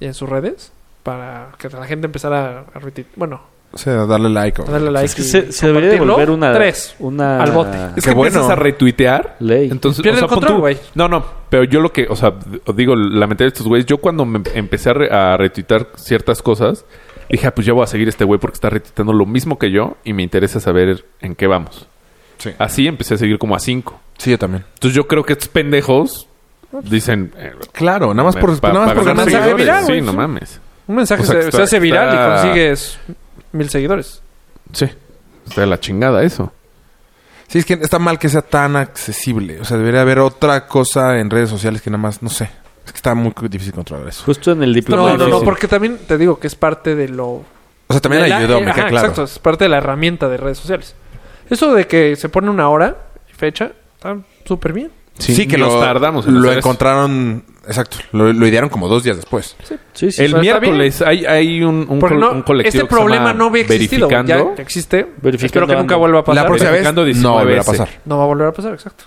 D: Y en sus redes. Para que la gente empezara a retuit- Bueno,
C: O sea, darle like. o-
D: a darle like.
A: Es que
D: y
A: se, se debería
D: compartirlo.
A: devolver una...
D: Tres.
A: Una...
D: al bote.
B: Es
C: Qué
B: que empiezas
C: bueno.
B: a retuitear.
A: Ley.
B: Entonces,
D: Pierde
B: o sea,
D: el control,
B: pon tú-
D: güey.
B: No, no, pero yo lo que, o sea, d- digo, la mentalidad de estos güeyes, yo cuando me empecé a, re- a retuitear ciertas cosas, dije, ah, pues ya voy a seguir a este güey porque está retuiteando lo mismo que yo y me interesa saber en qué vamos.
C: Sí.
B: Así empecé a seguir como a cinco.
C: Sí, yo también.
B: Entonces yo creo que estos pendejos dicen... eh,
C: Claro, nada más
B: me-
C: por,
B: pa-
C: nada más
B: pa
C: por
B: ganar
C: ganar
D: mensaje
B: seguidores.
C: seguidores.
D: viral,
B: Sí,
D: güey,
B: no
D: sí.
B: mames.
D: Un mensaje
B: O sea,
D: se,
B: que
D: se
B: está-
D: hace viral
B: está-
D: y consigues mil seguidores.
B: Sí. Está de la chingada eso.
C: Sí, es que está mal que sea tan accesible. O sea, debería haber otra cosa en redes sociales que nada más, no sé. Es que está muy difícil controlar eso.
A: Justo en el diploma.
D: No, no, no.
A: de-
D: Porque también te digo que es parte de lo
C: O sea, también
D: De la- eh,
C: ayudó, me
D: ajá,
C: queda claro.
D: Exacto, es parte de la herramienta de redes sociales. Eso de que se pone una hora y fecha, está súper bien.
C: Sí, que
B: nos
C: lo,
B: tardamos en
C: Lo
B: hacer eso.
C: encontraron, exacto. Lo, lo idearon como dos días después.
A: Sí, sí.
B: El
D: O sea, está
B: miércoles hay, hay un, un,
D: Porque
B: col-
D: no,
B: un colectivo
D: este
B: que se llama
D: problema no había existido.
B: Verificando.
D: Ya existe.
A: Verificando
D: Espero que nunca
A: ando.
D: vuelva a pasar.
C: La próxima vez
B: Verificando
C: no
B: 19
C: volverá a
B: veces.
C: pasar.
D: No va a volver a pasar, exacto.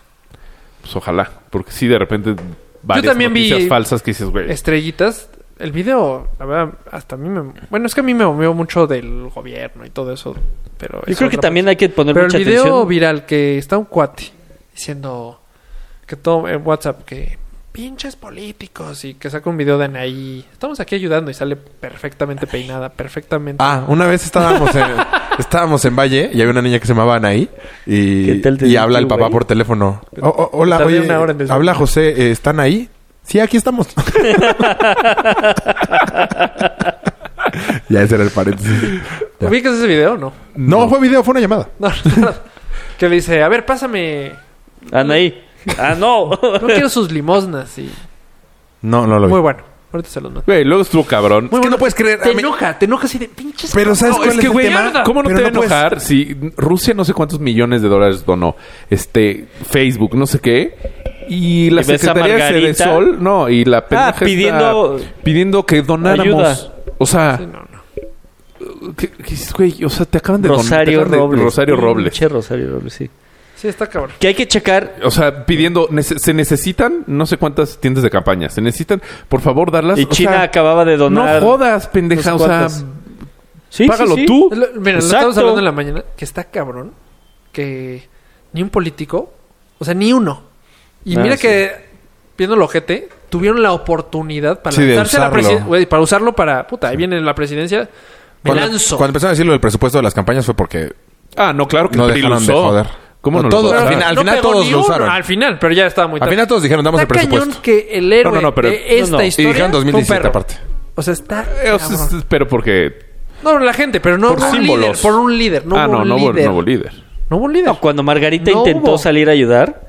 B: Pues ojalá, porque sí de repente varias
D: también vi-
B: noticias falsas que dices, güey.
D: Estrellitas, el video, la verdad, hasta a mí me... Bueno, es que a mí me movió mucho del gobierno y todo eso, pero...
A: Yo creo que también hay que poner
D: Pero el
A: mucha
D: video
A: atención.
D: viral que está un cuate diciendo que todo en WhatsApp que pinches políticos y que saca un video de Anaí. Estamos aquí ayudando y sale perfectamente peinada, perfectamente.
C: Ah, una vez estábamos en, estábamos en Valle y había una niña que se llamaba Anaí
A: ¿Qué
C: y,
A: tal te
C: y
A: dio
C: habla el
A: tú,
C: papá
A: güey?
C: por teléfono. O- o- hola,
D: Tardé
C: oye,
D: una hora en decir-
C: habla José, eh, ¿están ahí? Sí, aquí estamos. ya ese era el paréntesis. Ya.
D: ¿Ubicas ese video o no?
C: No, fue video, fue una llamada.
D: No, no. que le dice, a ver, pásame.
A: Anaí. ¡Ah, no!
D: No quiero sus limosnas. Y...
C: No, no lo vi.
D: Muy bueno. Ahorita se los mando.
B: Güey, luego estuvo cabrón.
C: Es que no puedes creer.
D: Te
C: a mí-
D: enoja, te enoja así de pinches.
C: Pero ¿sabes
B: No,
C: cuál
B: es
C: es,
B: que,
C: el
B: güey,
C: tema?
B: ¿cómo no
C: Pero
B: te va a
C: puedes-
B: enojar si Rusia no sé cuántos millones de dólares donó? Este, Facebook, no sé qué. Y la
A: Y ves a
B: Secretaría de
A: Margarita. Ah,
B: Sol, no, y la pendeja está
A: pidiendo-
B: pidiendo que donáramos.
A: Ayuda.
B: O sea,
D: Sí, no, no.
B: ¿qué- qué dices, güey, o sea, te acaban de don- te
A: Rosario
B: acaban de-
A: Robles.
B: Rosario Robles.
A: Pinche Rosario Robles, sí.
D: Sí, Sí, está cabrón.
A: Que hay que checar.
B: O sea, pidiendo, nece- se necesitan no sé cuántas tiendas de campaña. Se necesitan, por favor, darlas.
A: Y
B: o
A: China
B: sea,
A: acababa de donar.
B: No jodas, pendeja.
A: unas
B: O sea,
A: cuantas. Sí,
B: págalo
A: sí, sí.
B: tú.
D: Es lo- Mira, lo
A: Exacto.
D: estamos hablando en la mañana, que está cabrón, que ni un político, o sea, ni uno. Y
A: Ah,
D: mira
A: sí.
D: que, viendo el ojete, tuvieron la presidencia, tuvieron la oportunidad para
C: Sí, de
D: lanzarse a la
C: usarlo.
D: presi- güey, para usarlo para, puta, ahí viene la presidencia, me
C: Cuando,
D: lanzo.
C: cuando empezaron a decir lo del presupuesto de las campañas fue porque
B: Ah, no, claro que
C: No
B: el PRI lo
C: dejaron de
B: usó.
C: joder.
B: ¿Cómo no,
C: No,
B: lo Ah, va
C: todo-
B: a usar?
D: Pero
C: al final- al
D: no
C: final
D: pegó
C: todos
D: ni
C: lo
D: uno,
C: usaron.
D: Al final, pero ya estaba muy
C: al
D: tarde.
C: final todos dijeron, damos el
D: Está cañón
C: presupuesto.
D: que el héroe
B: No, no, no, pero-
D: de esta
A: no, no. Y
C: Y
D: historia
C: dijeron
D: fue un
C: 2017
D: perro.
C: aparte.
D: O sea, está
B: Eh, o sea,
D: cabrón.
B: es- pero porque.
D: No, la gente, pero no
B: Por
D: hubo un
B: símbolos.
D: líder, por un líder, no
B: ah,
D: hubo
B: no,
D: un
B: no hubo,
D: líder.
B: no hubo líder.
D: No hubo un líder.
A: No, cuando Margarita
D: No
A: intentó
D: hubo.
A: salir a ayudar,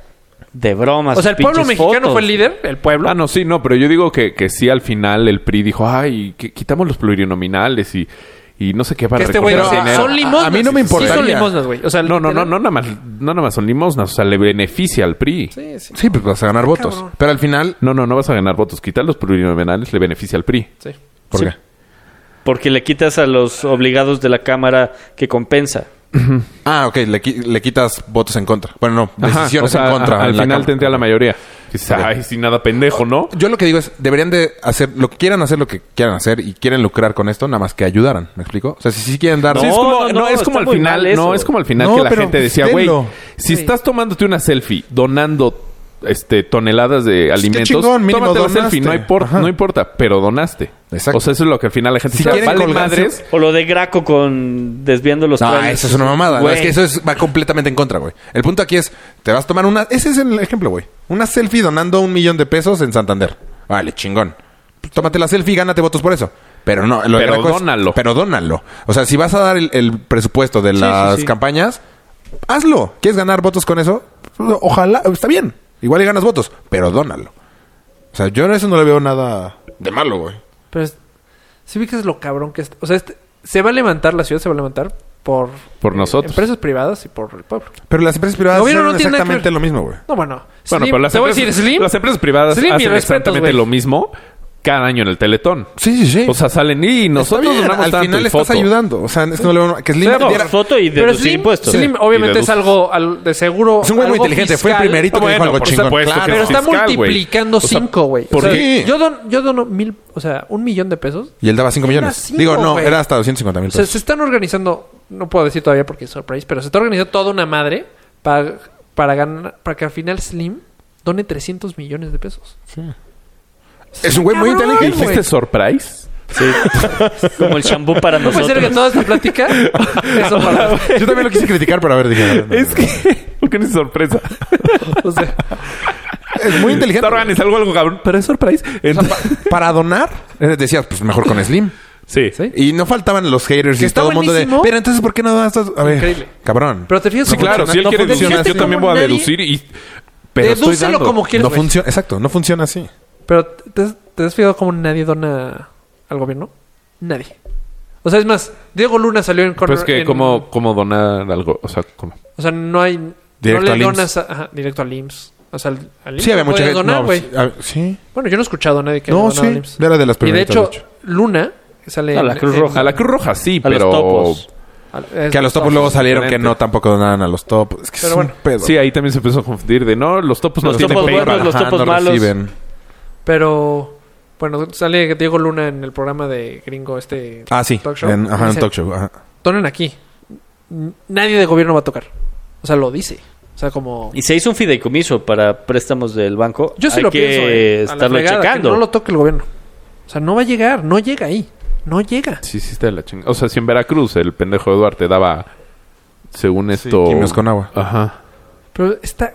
A: de bromas.
D: o sea, el pueblo
A: pinches
D: mexicano
A: fotos.
D: fue el líder, el pueblo.
B: Ah, no, sí, no, pero yo digo que, que sí al final el PRI dijo, ay, que quitamos los plurinominales y, y no sé qué para
D: que este güey
B: recortar
D: no-
B: dinero.
D: son limosnas.
C: A- a mí no me
D: Sí,
C: importaría.
D: son limosnas, güey. O sea,
B: No, no, no,
D: literal-
B: no, nada más, no nada más son limosnas, o sea, le beneficia al PRI.
D: Sí, sí.
C: Sí, pues vas a ganar votos.
D: cabrón.
C: Pero al final,
B: No, no, no vas a ganar votos. Quitar los plurinominales le beneficia al PRI.
D: sí.
C: ¿por
A: Sí.
C: qué?
A: Porque le quitas a los obligados de la cámara que compensa.
C: Ah, ok, le, qui- le quitas votos en contra. Bueno, no,
B: Ajá, o
C: decisiones
B: sea,
C: en contra.
B: ajá,
C: en
B: Al
C: la
B: final
C: Cámara.
B: tendría la mayoría. Dices,
C: Ok.
B: Ay, sin nada pendejo, ¿no?
C: Yo lo que digo es, deberían de hacer lo que quieran hacer, lo que quieran hacer y quieren lucrar con esto, nada más que ayudaran. ¿Me explico? O sea, si sí quieren dar.
A: No,
B: Sí, es como, no, es
A: está
B: como al
A: muy
B: final,
A: mal eso.
B: no, es como al final
C: No,
B: que la
C: pero
B: gente decía, güey,
C: denlo.
B: si estás tomándote una selfie donando este toneladas de alimentos,
C: chingón, mínimo
B: tómate la
C: donaste.
B: selfie, no, import-
C: Ajá.
B: no importa, pero donaste.
C: Exacto.
B: O sea, eso es lo que al final la gente
C: Si
B: decía,
C: quieren
B: vale
C: colgarse-
B: madres.
A: O lo de Graco con desviando los
C: Ah,
A: trailers.
C: eso es una mamada. No,
A: Güey.
C: es que eso es- va completamente en contra, güey. El punto aquí es, te vas a tomar una... Ese es el ejemplo, güey. Una selfie donando un millón de pesos en Santander. Vale, chingón. Pues tómate la selfie y gánate votos por eso. Pero no... lo de
B: Pero
C: Graco es-
B: dónalo.
C: pero dónalo. O sea, si vas a dar el, el presupuesto de las
A: sí.
C: campañas, hazlo. ¿Quieres ganar votos con eso? Ojalá. Está bien. Igual y ganas votos. Pero dónalo. O sea, yo en eso no le veo nada de malo, güey.
D: Pero es, si ubicas lo cabrón que es. O sea, este- se va a levantar, la ciudad se va a levantar por.
B: Por nosotros.
D: Empresas privadas y por el pueblo.
C: Pero las empresas privadas
D: gobierno
C: hicieron
D: no tiene nada que
C: exactamente
D: ver.
C: lo mismo, güey.
D: No, bueno.
B: Bueno,
D: Slim-
B: pero las
D: te voy a
B: empresas,
D: decir Slim.
B: las empresas privadas
D: Slim, mis
B: hacen
D: respetos,
B: exactamente
D: güey.
B: lo mismo cada año en el Teletón.
C: Sí, sí, sí.
B: O sea, salen y
C: Está
B: nosotros
C: bien,
B: donamos
C: al
B: tanto
C: final
B: y
C: estás
B: foto.
C: ayudando. O sea, es no le vamos a- que Slim
A: Claro.
C: diera-
A: Foto y
D: Pero
A: deducir
D: Slim,
A: impuestos.
D: Slim
A: Sí.
D: obviamente
B: Y
D: es
B: deduz-
D: algo al- de seguro.
C: Es un güey muy
D: algo
C: inteligente, fue el
D: fiscal.
C: primerito que
B: Bueno,
C: dijo algo
B: por
C: chingón.
B: supuesto que
C: Claro.
D: Pero está
B: fiscal, güey.
D: multiplicando
B: O sea,
D: cinco, güey.
B: ¿por
D: O sea,
C: qué?
D: Yo, don- yo dono mil, o sea, un millón de pesos.
C: Y él daba 5 millones.
D: Era cinco,
C: Digo, no,
D: güey.
C: era hasta 250 mil
D: O sea,
B: Pues-
C: pesos.
D: se están organizando, no puedo decir todavía porque es surprise, pero se está organizando toda una madre para, para ganar, para que al final Slim done 300 millones de pesos.
C: es un güey muy
D: cabrón,
C: inteligente.
B: ¿Dijiste
D: güey.
B: surprise?
A: Como el shampoo para
D: No puede
A: nosotros.
D: ser que toda esta plática eso para,
C: Yo también lo quise criticar, pero a ver, dije. no, no,
B: Es que... ¿Por qué no es sorpresa?
D: o sea,
C: no. Es muy
B: Está
C: inteligente.
B: organizando algo, algo cabrón, pero es surprise. Entonces-
C: Para donar, eh, decías, pues mejor con Slim.
B: sí.
D: Sí.
C: Y no faltaban los haters
D: Que
C: y
D: está
C: todo el mundo de.
D: buenísimo.
C: Pero entonces, ¿por qué no das? A ver,
D: Increíble.
C: cabrón.
D: Pero te fijas,
B: Sí,
D: no
B: claro,
D: funciona,
B: si él
D: no
B: quiere
D: funciona
B: deducir,
D: así.
B: yo también voy a
D: Nadie-
B: deducir y... Pero estoy
D: Dedúcelo
B: dando.
D: como quieras,
C: no
D: güey.
C: funciona, exacto, no funciona así.
D: Pero ¿te, te has fijado cómo nadie dona al gobierno? Nadie. O sea, es más, Diego Luna salió en
B: Pues que
D: en-
B: como, como donar algo, o sea, como...
D: O sea, no hay...
C: Directo
D: no
C: al
D: le
C: IMSS.
D: donas a- ajá, directo al IMSS. O sea, al, al IMSS
C: Sí, había
D: no
C: mucha
D: podías
C: gente.
D: donar,
C: no,
B: pues,
D: güey.
C: sí, a- sí.
D: Bueno, yo no he escuchado a nadie que
C: No,
D: haya donado al
C: sí.
D: IMSS.
C: Era de las
D: Y de
C: primeritas.
D: hecho, Luna sale...
A: A la
D: en-
A: Cruz
D: en-
A: Roja.
B: A la Cruz Roja sí,
A: A los
B: pero...
A: topos.
D: al-
C: Que a los topos luego salieron que
B: diferente.
C: no tampoco donaban a los topos. Es que
D: Pero
C: es un
D: bueno,
C: pedo.
B: Sí, ahí también se empezó a confundir de no, los topos
A: Los
B: no tienen
A: topos
B: PayPal.
A: buenos, los
C: Ajá,
A: topos
C: no
A: malos.
C: reciben.
D: Pero... Bueno, sale Diego Luna en el programa de Gringo, este...
C: Ah, sí.
D: Talk show.
C: En, ajá, en
D: Dice,
C: talk show. ajá.
D: Donen aquí. N- Nadie de gobierno va a tocar. O sea, lo dice. O sea, como...
A: Y se hizo un fideicomiso para préstamos del banco.
D: Yo sí
A: Hay
D: lo
A: que
D: pienso. eh, a la
A: estarlo
D: fregada, que
A: checando.
D: no lo toque el gobierno. O sea, no va a llegar. No llega ahí. No llega.
B: Sí, sí, está de la chingada. O sea, si en Veracruz el pendejo de Duarte daba, según esto...
C: quimios con agua.
B: Ajá.
D: Pero está...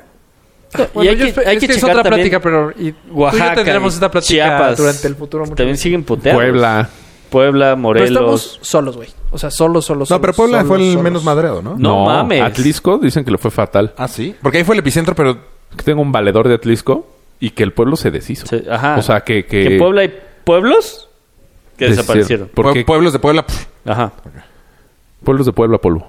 A: y hay
D: yo
A: que-
D: espe-
A: hay
D: es
A: que
D: es
A: checar
D: otra
A: también
D: plática, pero... Y tú y yo
A: Oaxaca,
D: tendremos
A: y
D: esta plática
A: Chiapas.
D: durante el futuro. mucho
A: También
D: más.
A: siguen puteados.
B: Puebla.
A: Puebla,
D: Pero
A: Morelos.
D: estamos solos, güey. O sea, solos, solos,
C: No, pero
D: solos,
C: Puebla
D: solos,
C: fue el
D: solos.
C: menos madreado, ¿no?
A: No mames.
B: Atlisco dicen que le fue fatal.
C: Ah, sí. Porque ahí fue el epicentro, pero
B: Que tengo un valedor de Atlisco y que el pueblo se deshizo.
A: Se- ajá.
B: O sea, que... Que,
A: Que Puebla hay pueblos que
B: Deshizo.
A: desaparecieron.
B: Porque
C: pue- pueblos de Puebla. pff,
A: Ajá.
B: pueblos de Puebla, polvo.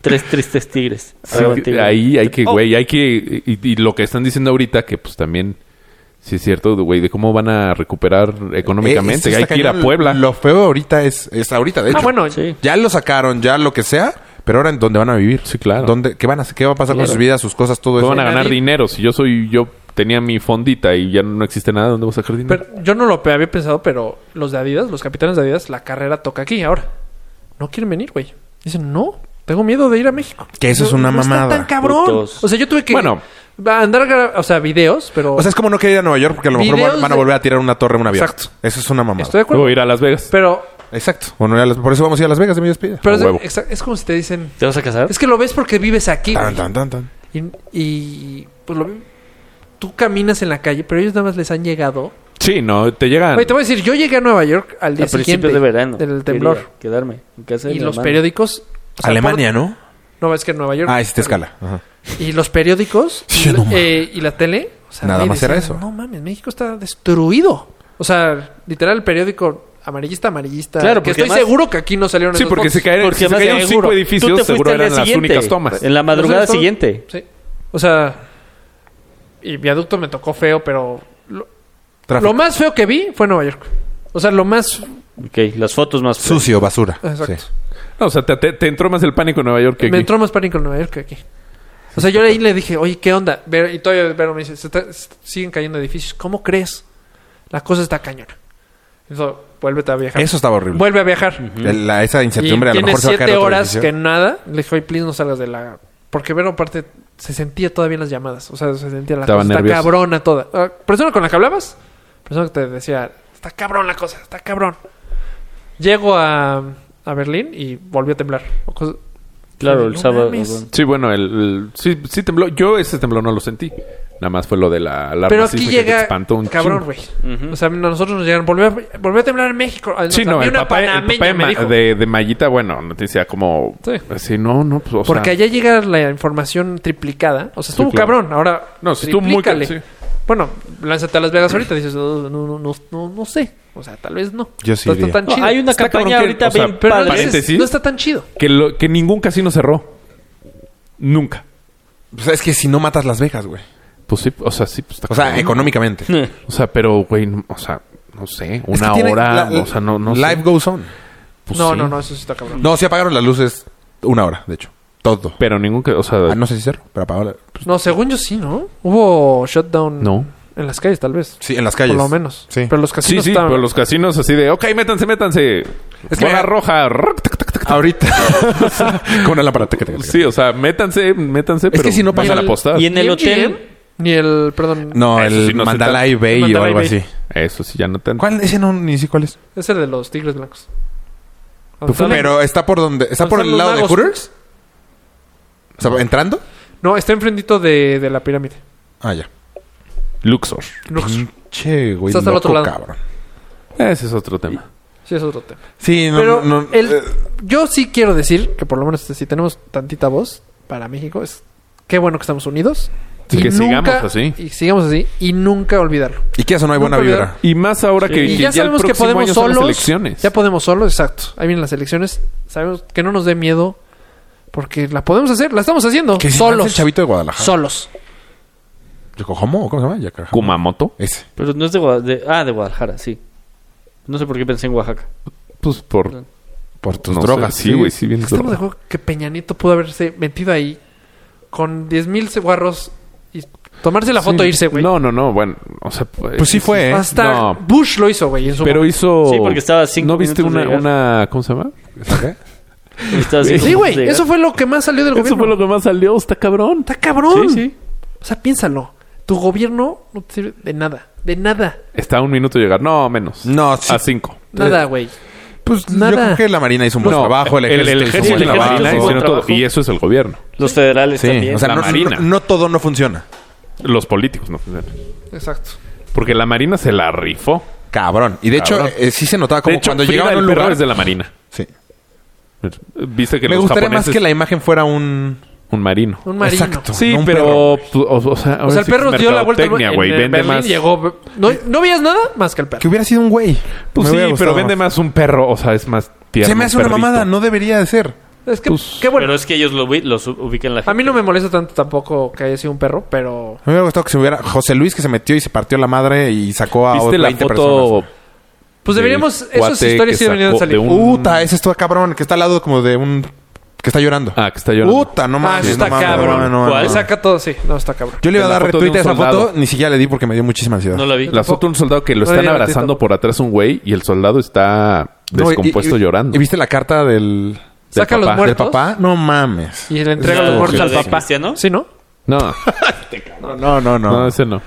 A: Tres tristes tigres.
B: Sí,
A: Hagan tigre.
B: ahí hay que,
A: Oh.
B: güey, hay que... Y, y lo que están diciendo ahorita, que pues también... Sí es cierto, güey, de cómo van a recuperar económicamente.
C: eh, sí
B: hay
C: está
B: que ir a
C: cañón.
B: Puebla.
C: Lo feo ahorita es, es ahorita, de hecho.
D: Ah, bueno.
A: Sí.
C: Ya lo sacaron, ya lo que sea, Pero ahora, ¿en dónde van a vivir?
B: Sí, claro.
C: ¿Dónde, qué, van a, ¿Qué va a pasar con
B: Claro.
C: sus vidas, sus cosas, todo
B: ¿Cómo
C: eso?
B: van a ganar
D: Nadie-
B: dinero? Si yo soy, yo tenía mi fondita y ya no existe nada, ¿dónde voy a sacar dinero?
D: Pero yo no lo pe- había pensado, pero los de Adidas, los capitanes de Adidas, la carrera toca aquí ahora. No quieren venir, güey. Dicen, no, tengo miedo de ir a México.
C: Que eso es
D: No-
C: una
D: no está
C: mamada.
D: tan cabrón.
A: Putos.
D: O sea, yo tuve que
B: Bueno.
D: andar, gra- o sea, videos, pero
C: O sea, es como no querer ir a Nueva York porque a lo mejor
D: Videos
C: van, van a
D: de-
C: volver a tirar una torre en una avión.
D: Exacto.
C: Eso es una mamada.
D: estoy de acuerdo.
B: Luego ir a Las Vegas.
D: Pero,
C: Exacto. Bueno, ya las- por eso vamos a ir a Las Vegas de mi despedida.
D: pero
B: A
D: es,
B: huevo.
D: exa- es como si te dicen,
A: ¿Te vas a casar?
D: es que lo ves porque vives aquí.
C: Tan,
D: güey.
C: tan, tan, tan.
D: Y, y, pues lo vi- Tú caminas en la calle, pero ellos nada más les han llegado.
B: Sí, no, te llegan.
D: Güey, te voy a decir, yo llegué a Nueva York al
A: A
D: día siguiente
A: principios de verano.
D: del
A: quería
D: temblor.
A: Quedarme en casa de
D: Y
A: mi
D: los
A: hermano.
D: periódicos. o sea,
C: Alemania, ¿no?
D: por- no, es que en Nueva York.
C: Ah, hiciste escala. Ajá.
D: Y los periódicos y,
C: Sí, no
D: la- eh, y la tele. o sea,
C: Nada
D: güey,
C: más era
D: decían,
C: eso.
D: No mames, México está destruido. O sea, literal, el periódico amarillista, amarillista.
A: Claro, porque
D: que estoy
A: además-
D: seguro que aquí no salieron
B: Sí,
D: esos
B: porque
D: fotos.
B: se caen,
A: Porque
B: si se
A: además
B: cayeron
A: seguro,
B: cinco
A: tú te
B: edificios,
A: fuiste
B: seguro
A: al día
B: eran las
A: siguiente,
B: únicas tomas.
A: En la madrugada
D: Los otros-
A: siguiente.
D: Sí. O sea, y viaducto me tocó feo, pero lo,
C: Tráfico.
D: lo más feo que vi fue Nueva York. O sea, lo más.
A: Ok, las fotos más feas.
C: Sucio, basura.
D: Exacto.
C: Sí.
B: No, o sea, te, te- te entró más el pánico en Nueva York que
D: Me
B: aquí.
D: entró más pánico en Nueva York que aquí. O sea, yo ahí le dije, oye, ¿qué onda? Vero- y todavía Vero me dice, "Se está- se- siguen cayendo edificios. ¿Cómo crees? La cosa está cañona. Eso, vuélvete a viajar.
C: Eso estaba horrible.
D: Vuelve a viajar.
C: El- la- esa
D: Y
C: incertidumbre a lo
D: tiene
C: mejor se va a caer
D: siete
C: otro
D: horas
C: edificio.
D: que nada. Le dije, oye, please no salgas de la... Porque Vero, aparte, se sentía todavía en las llamadas. O sea, se sentía la
B: Estaba
D: cosa.
B: nerviosa.
D: Está cabrona toda. Ah, persona con la que hablabas, persona que te decía, está cabrón la cosa, está cabrón. Llego a, a Berlín y volvió a temblar. O cosas-
A: Claro, el
D: No
A: sábado.
D: mames.
A: bueno.
B: Sí, bueno, el, el- sí, sí tembló. Yo ese temblor no lo sentí. Nada más fue lo de la alarma
D: Pero
B: sísmica
D: aquí
B: que te
D: llega.
B: espantó un
D: Cabrón,
B: chingo.
D: güey.
A: Ujú.
D: O sea, a nosotros nos llegan. Volvió a, volvió a temblar en México. Ah,
B: Sí,
D: o sea, a
B: no,
D: mí
B: el
D: una
B: papá, el
D: panameña
B: papá de,
D: me
B: ma-
D: dijo.
B: de- de Mallita, bueno, noticia como...
D: Sí.
B: Sí, no, no, pues, o
D: Porque
B: sea,
D: allá llega la información triplicada. O sea, estuvo
B: claro.
D: cabrón. Ahora.
B: No, sí estuvo muy ca-
D: triplícale. Bueno, lánzate a Las Vegas ahorita. Dices, no, no, no, no, no, no sé. O sea, tal vez no.
C: Yo sí
D: No está
C: iría.
D: tan
A: No,
D: chido.
A: hay una
B: Está
A: campaña
B: cabrón que-
A: ahorita
B: o sea,
A: bien
D: Pero
A: padre.
D: dices,
B: paréntesis.
D: no está tan chido.
B: que, lo- que ningún casino cerró. Nunca.
C: Pues es que si no matas Las Vegas, güey.
B: Pues sí, o sea, sí. Pues, está
C: O sea,
B: cabrón.
C: económicamente.
B: O sea, pero, güey, no- o sea, no sé,
C: Es que
B: una
C: tiene-
B: hora,
C: la-
B: o sea, no, no
C: Life
B: sé.
C: goes on.
B: Pues
D: no,
B: sí.
D: no, no, eso sí está cabrón.
C: No, sí apagaron las luces una hora, de hecho. Todo.
B: Pero ningún, ca- o sea,
D: Pues-
C: Ah,
B: no.
C: no sé si cerró, pero apagaron. la- pues,
D: No, según yo sí, ¿no? Hubo shutdown en las calles, tal vez.
C: Sí, en las calles.
D: Por lo menos.
C: Sí.
D: Pero los
B: Sí,
D: casinos
B: sí,
D: estaban-
B: pero los casinos así de, ok, métanse, métanse.
C: Es
B: Es
C: que
B: que
C: mira-
B: roja. roc, tac, tac, tac.
C: Ahorita. O sea, Con el aparato que te
B: Sí, o sea, métanse, métanse, pero
C: que si no pasa-
B: vayan a apostar.
A: Y en el
D: Ni
A: hotel.
D: MGM, Ni el, perdón.
C: No,
B: Eso
C: el
B: sí, no sé
C: Mandala
B: tanto.
C: Bay
D: El
C: o algo
D: Mandalay Bay.
C: así.
B: Eso sí, ya no te...
C: ¿Cuál? Ese no, ni sé cuál es.
D: Es el de los Tigres Blancos.
B: Pues
C: Pero está por donde. ¿Está
D: ¿Dónde
C: por
D: están
C: el
D: los
C: lado de
D: magos?
C: Hooters? O sea, ¿entrando?
D: No, está enfrentito de, de la pirámide.
C: Ah, ya.
B: Luxor.
D: Luxor.
B: Mm.
C: Pinche, güey.
D: Está hasta el
C: loco,
D: otro lado.
C: cabrón.
B: Ese es otro tema.
D: Sí, es otro tema.
C: Sí, no.
D: Pero
C: no,
D: el-
C: eh,
D: yo sí quiero decir que por lo menos este, si tenemos tantita voz para México, es qué bueno que estamos unidos.
B: Sí, que sigamos así.
D: Y sigamos así y nunca olvidarlo.
C: ¿Y qué hace? No hay buena
D: Nunca
C: vibra.
B: Y más ahora que,
D: y
B: que
D: ya sabemos que
B: próximo
D: podemos
B: año son las
D: solos.
B: elecciones.
D: Ya podemos solos, exacto. Ahí vienen las elecciones. Sabemos que no nos dé miedo porque la podemos hacer, la estamos haciendo
C: Que si nace
D: solos.
C: El chavito de Guadalajara.
D: solos.
C: ¿Yokohama o ¿Cómo se llama? Yokohama.
B: Kumamoto.
C: Ese.
A: Pero no es de Guadalajara. Ah, de Guadalajara, sí. No sé por qué pensé en Oaxaca.
B: Pues por...
C: Por tus
B: no sé,
C: pues, drogas.
B: Sí, güey, sí, bien
D: Estamos de
B: droga.
D: acuerdo que Peña Nieto pudo haberse metido ahí con 10.000 ceguarros y tomarse la foto
B: Sí.
D: e irse, güey.
B: No, no, no, bueno, o sea... Pues,
C: Pues sí fue, ¿eh?
D: Hasta
B: No.
D: Bush lo hizo, güey, en su
B: Pero
D: momento.
B: hizo...
A: Sí, porque estaba a cinco
B: ¿No viste
A: minutos
B: una,
A: de
B: una... ¿Cómo se llama?
C: ¿Qué?
A: Estaba así
D: Sí,
A: como
D: güey,
A: de-
D: eso fue lo que más salió del
B: Eso
D: gobierno.
B: fue lo que más salió. Está cabrón.
D: Está cabrón.
B: Sí, sí.
D: O sea, piénsalo. Tu gobierno no te sirve de nada. De nada.
B: Está a un minuto de llegar. No, menos.
C: No, Ah, sí.
B: A cinco.
D: Nada, güey.
C: Pues
D: Nada.
C: yo creo que la Marina hizo un buen
B: No,
C: Pues trabajo, el ejército, hizo un
A: ejército,
C: buen
A: el ejército
B: la
C: trabajo.
B: Marina,
A: hizo un
B: hicieron todo.
A: trabajo.
B: Y eso es el gobierno.
A: Los federales
C: Sí,
A: también.
C: o sea,
B: La
C: no,
B: Marina.
C: no- no todo no funciona.
B: Los políticos no
D: Exacto.
B: Porque la Marina se la rifó.
C: Cabrón. Y de
B: Cabrón.
C: hecho, eh, sí se notaba como
B: de hecho,
C: cuando
B: Frida
C: llegaban a
B: el
C: un
B: perro
C: lugar.
B: es de la Marina.
C: Sí.
B: Viste que
C: Me
B: los
C: gustaría más
B: japoneses-
C: que la imagen fuera un.
B: Un marino.
D: Un marino.
C: Exacto.
B: Sí,
C: no un
B: pero...
C: perro.
B: pues, o, o sea, ahora
D: O sea, el
B: sí que
D: perro
B: es
D: dio la vuelta. al
B: mercadotecnia,
D: mundo.
B: güey.
D: En
B: Vende
D: Berlín
B: más...
D: llegó. No, no veías nada más que el perro.
C: Que hubiera sido un güey.
B: Pues
C: Me
B: sí,
C: hubiera gustado
B: pero vende
C: más.
B: más un perro. O sea, es más tierno.
C: Se me hace
B: un
C: una
B: perrito.
C: mamada. No debería de ser.
D: Es que,
B: Pues,
D: qué bueno.
A: Pero es que ellos lo vi- los ubican la gente.
D: A mí no me molesta tanto tampoco que haya sido un perro, pero.
C: Me hubiera gustado que se hubiera José Luis que se metió y se partió la madre y sacó a
B: ¿Viste la
C: 20
B: foto...?
C: Ah, personas.
D: Pues
B: del
D: deberíamos.
B: cuate
D: Esas historias
B: que
D: sí deberían
B: sacó
D: salir.
B: de un-
C: Puta, ese estuvo cabrón, que está al lado como de un Que está llorando.
B: Ah, que está llorando.
C: Puta, no
D: ah,
C: mames.
D: eso está
C: no mames,
D: cabrón.
C: no mames, no
A: ¿Cuál?
C: mames, no mames.
D: Saca todo, sí. No, está cabrón.
C: Yo le iba a
B: De la
C: dar
B: foto de
C: retweet a
B: un
C: esa foto,
B: soldado.
C: ni siquiera le di porque me dio muchísima ansiedad.
A: No la vi.
B: La foto de un soldado que lo
D: No
B: están
D: llegaste
B: abrazando
D: tampoco.
B: por atrás un güey y el soldado está
C: No, y-
B: descompuesto
C: y- y-
B: llorando.
C: ¿Y viste la carta del,
D: Saca
B: papá.
D: los
B: Del
C: del
D: muertos.
C: papá? No mames.
D: Y le entrega
A: No,
D: los muertos
A: lo
D: al
A: de
D: papá.
A: Cristiano.
D: Sí, ¿no?
B: No,
C: No, no,
B: no,
C: no.
B: ese no.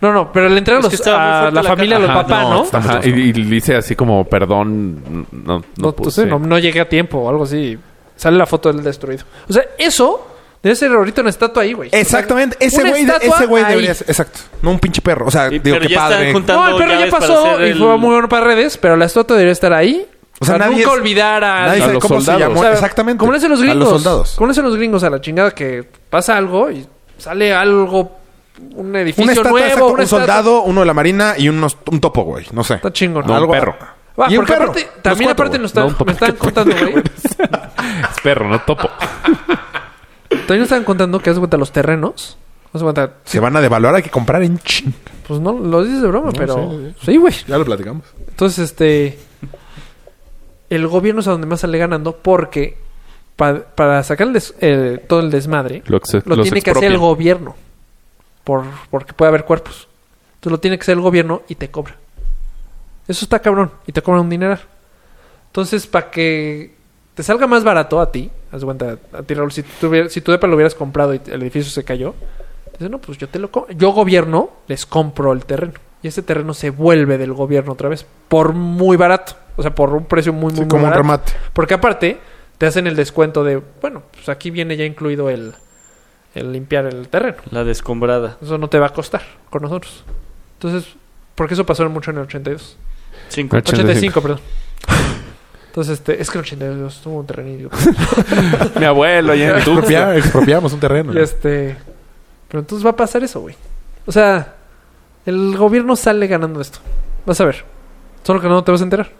D: No, no, pero le entrega
A: Es que
D: los,
A: estaba muy
D: a
A: fuerte
D: la
A: la
D: familia, a los
A: caja.
D: papás,
C: No,
D: ¿no?
C: está-
B: Ajá, y, y dice así como, perdón, no, no,
D: No,
C: pues
B: puse.
D: sé, no, no llegué a tiempo o algo así. Sale la foto del destruido. O sea, eso debe ser ahorita una estatua ahí, güey.
C: Exactamente. Ese
D: Una
C: güey de-
D: estatua
C: ese güey
D: ahí.
C: debería ser. Exacto. No un pinche perro. O sea,
A: Sí,
C: digo,
A: pero
C: qué
A: ya están
C: padre.
A: juntando-
D: No, el perro ya
A: llaves para
D: pasó
A: hacer
D: y fue
A: el-
D: muy bueno para redes, pero la estatua debería estar ahí.
C: O sea,
D: para
C: nadie
D: nunca
C: es-
D: olvidar a...
C: Nadie
B: A
C: sabe
B: los
C: cómo se
B: soldados.
C: llamó.
B: O
D: sea,
C: Exactamente.
D: Como le hacen los gringos.
C: A los soldados.
D: Como le hacen los gringos a la chingada que pasa algo y sale algo, un edificio
C: Una estatua,
D: nuevo,
C: exacto,
D: una
C: un
D: estatua.
C: soldado, uno de la marina y unos- un topo, güey. No sé.
D: Está chingón.
B: No,
C: Algo-
B: un perro.
D: Va,
C: Y un
D: Ah, porque
C: perro.
D: aparte,
C: Los
D: también
C: cuatro,
D: aparte nos
B: güey.
D: están,
B: No, un
D: me están contando, güey.
B: Es perro, no topo.
D: También nos están contando que haz de cuenta los terrenos. Haz de cuenta,
C: Se van a devaluar, hay que comprar en ching.
D: pues no lo dices de broma, pero
C: sí,
D: sí, güey.
C: Ya lo platicamos.
D: Entonces, este. El gobierno es a donde más sale ganando porque pa- para sacar el des- el- todo el desmadre
B: Lo, que se-
D: lo
B: los
D: tiene que hacer el
B: expropian.
D: gobierno. Por, porque puede haber cuerpos. Entonces lo tiene que hacer el gobierno y te cobra. Eso está cabrón. Y te cobran un dineral. Entonces, para que te salga más barato a ti, haz de cuenta, a ti, Raúl, si tú, hubiera- si tu depa lo hubieras comprado y el edificio se cayó, dices, no, pues yo te lo co- Yo, gobierno, les compro el terreno. Y ese terreno se vuelve del gobierno otra vez. Por muy barato. O sea, por un precio muy, muy,
C: Sí,
D: muy
C: como un
D: barato.
C: remate.
D: Porque aparte, te hacen el descuento de, bueno, pues aquí viene ya incluido el, el limpiar el terreno.
A: La descombrada.
D: Eso no te va a costar con nosotros. Entonces, porque eso pasó mucho en el 82.
A: Cinco.
D: 85, perdón. Entonces, este, es que en el 82 tuvo un terrenillo.
B: Mi abuelo ya en Tuxtla.
C: Expropiar- expropiamos un terreno.
D: Y este, pero entonces va a pasar eso, güey. O sea, el gobierno sale ganando esto. Vas a ver. Solo que no te vas a enterar.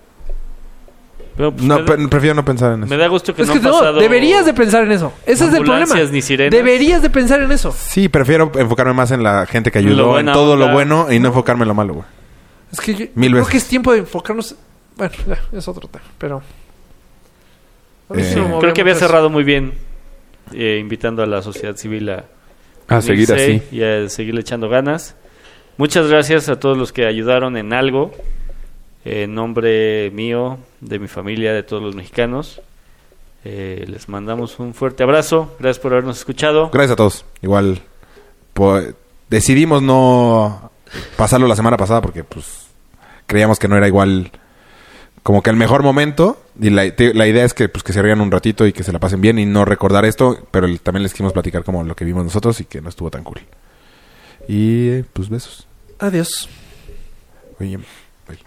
A: Pero, pues,
C: No,
A: me,
C: pe- prefiero no pensar en
A: me
C: eso.
A: da gusto que
D: es
A: no
D: que
A: han
D: no,
A: pasado
D: deberías de pensar en eso. Ese es el
A: ambulancias
D: problema.
A: ni sirenas.
D: Deberías de pensar en eso.
C: Sí, prefiero enfocarme más en la gente que
A: Lo
C: ayudó, en
A: buena
C: todo
A: onda.
C: lo bueno y no enfocarme en lo malo, güey.
D: Es que yo
C: Mil
D: creo
C: veces.
D: que es tiempo de enfocarnos. Bueno, ya, es otro tema, pero. A mí sí
C: Eh,
D: me movió
A: Creo que había
D: mucho eso.
A: cerrado muy bien eh, invitando a la sociedad civil a
B: A seguir
A: unirse
B: así.
A: Y a seguirle echando ganas. Muchas gracias a todos los que ayudaron en algo. eh, En nombre mío, de mi familia, de todos los mexicanos. Eh, les mandamos un fuerte abrazo. Gracias por habernos escuchado.
C: Gracias a todos. Igual pues, decidimos no pasarlo la semana pasada porque pues creíamos que no era igual como que el mejor momento y la, te- la idea es que pues que se rían un ratito y que se la pasen bien y no recordar esto, pero el- también les quisimos platicar como lo que vimos nosotros y que no estuvo tan cool. Y eh, pues besos.
D: Adiós.
C: Oye,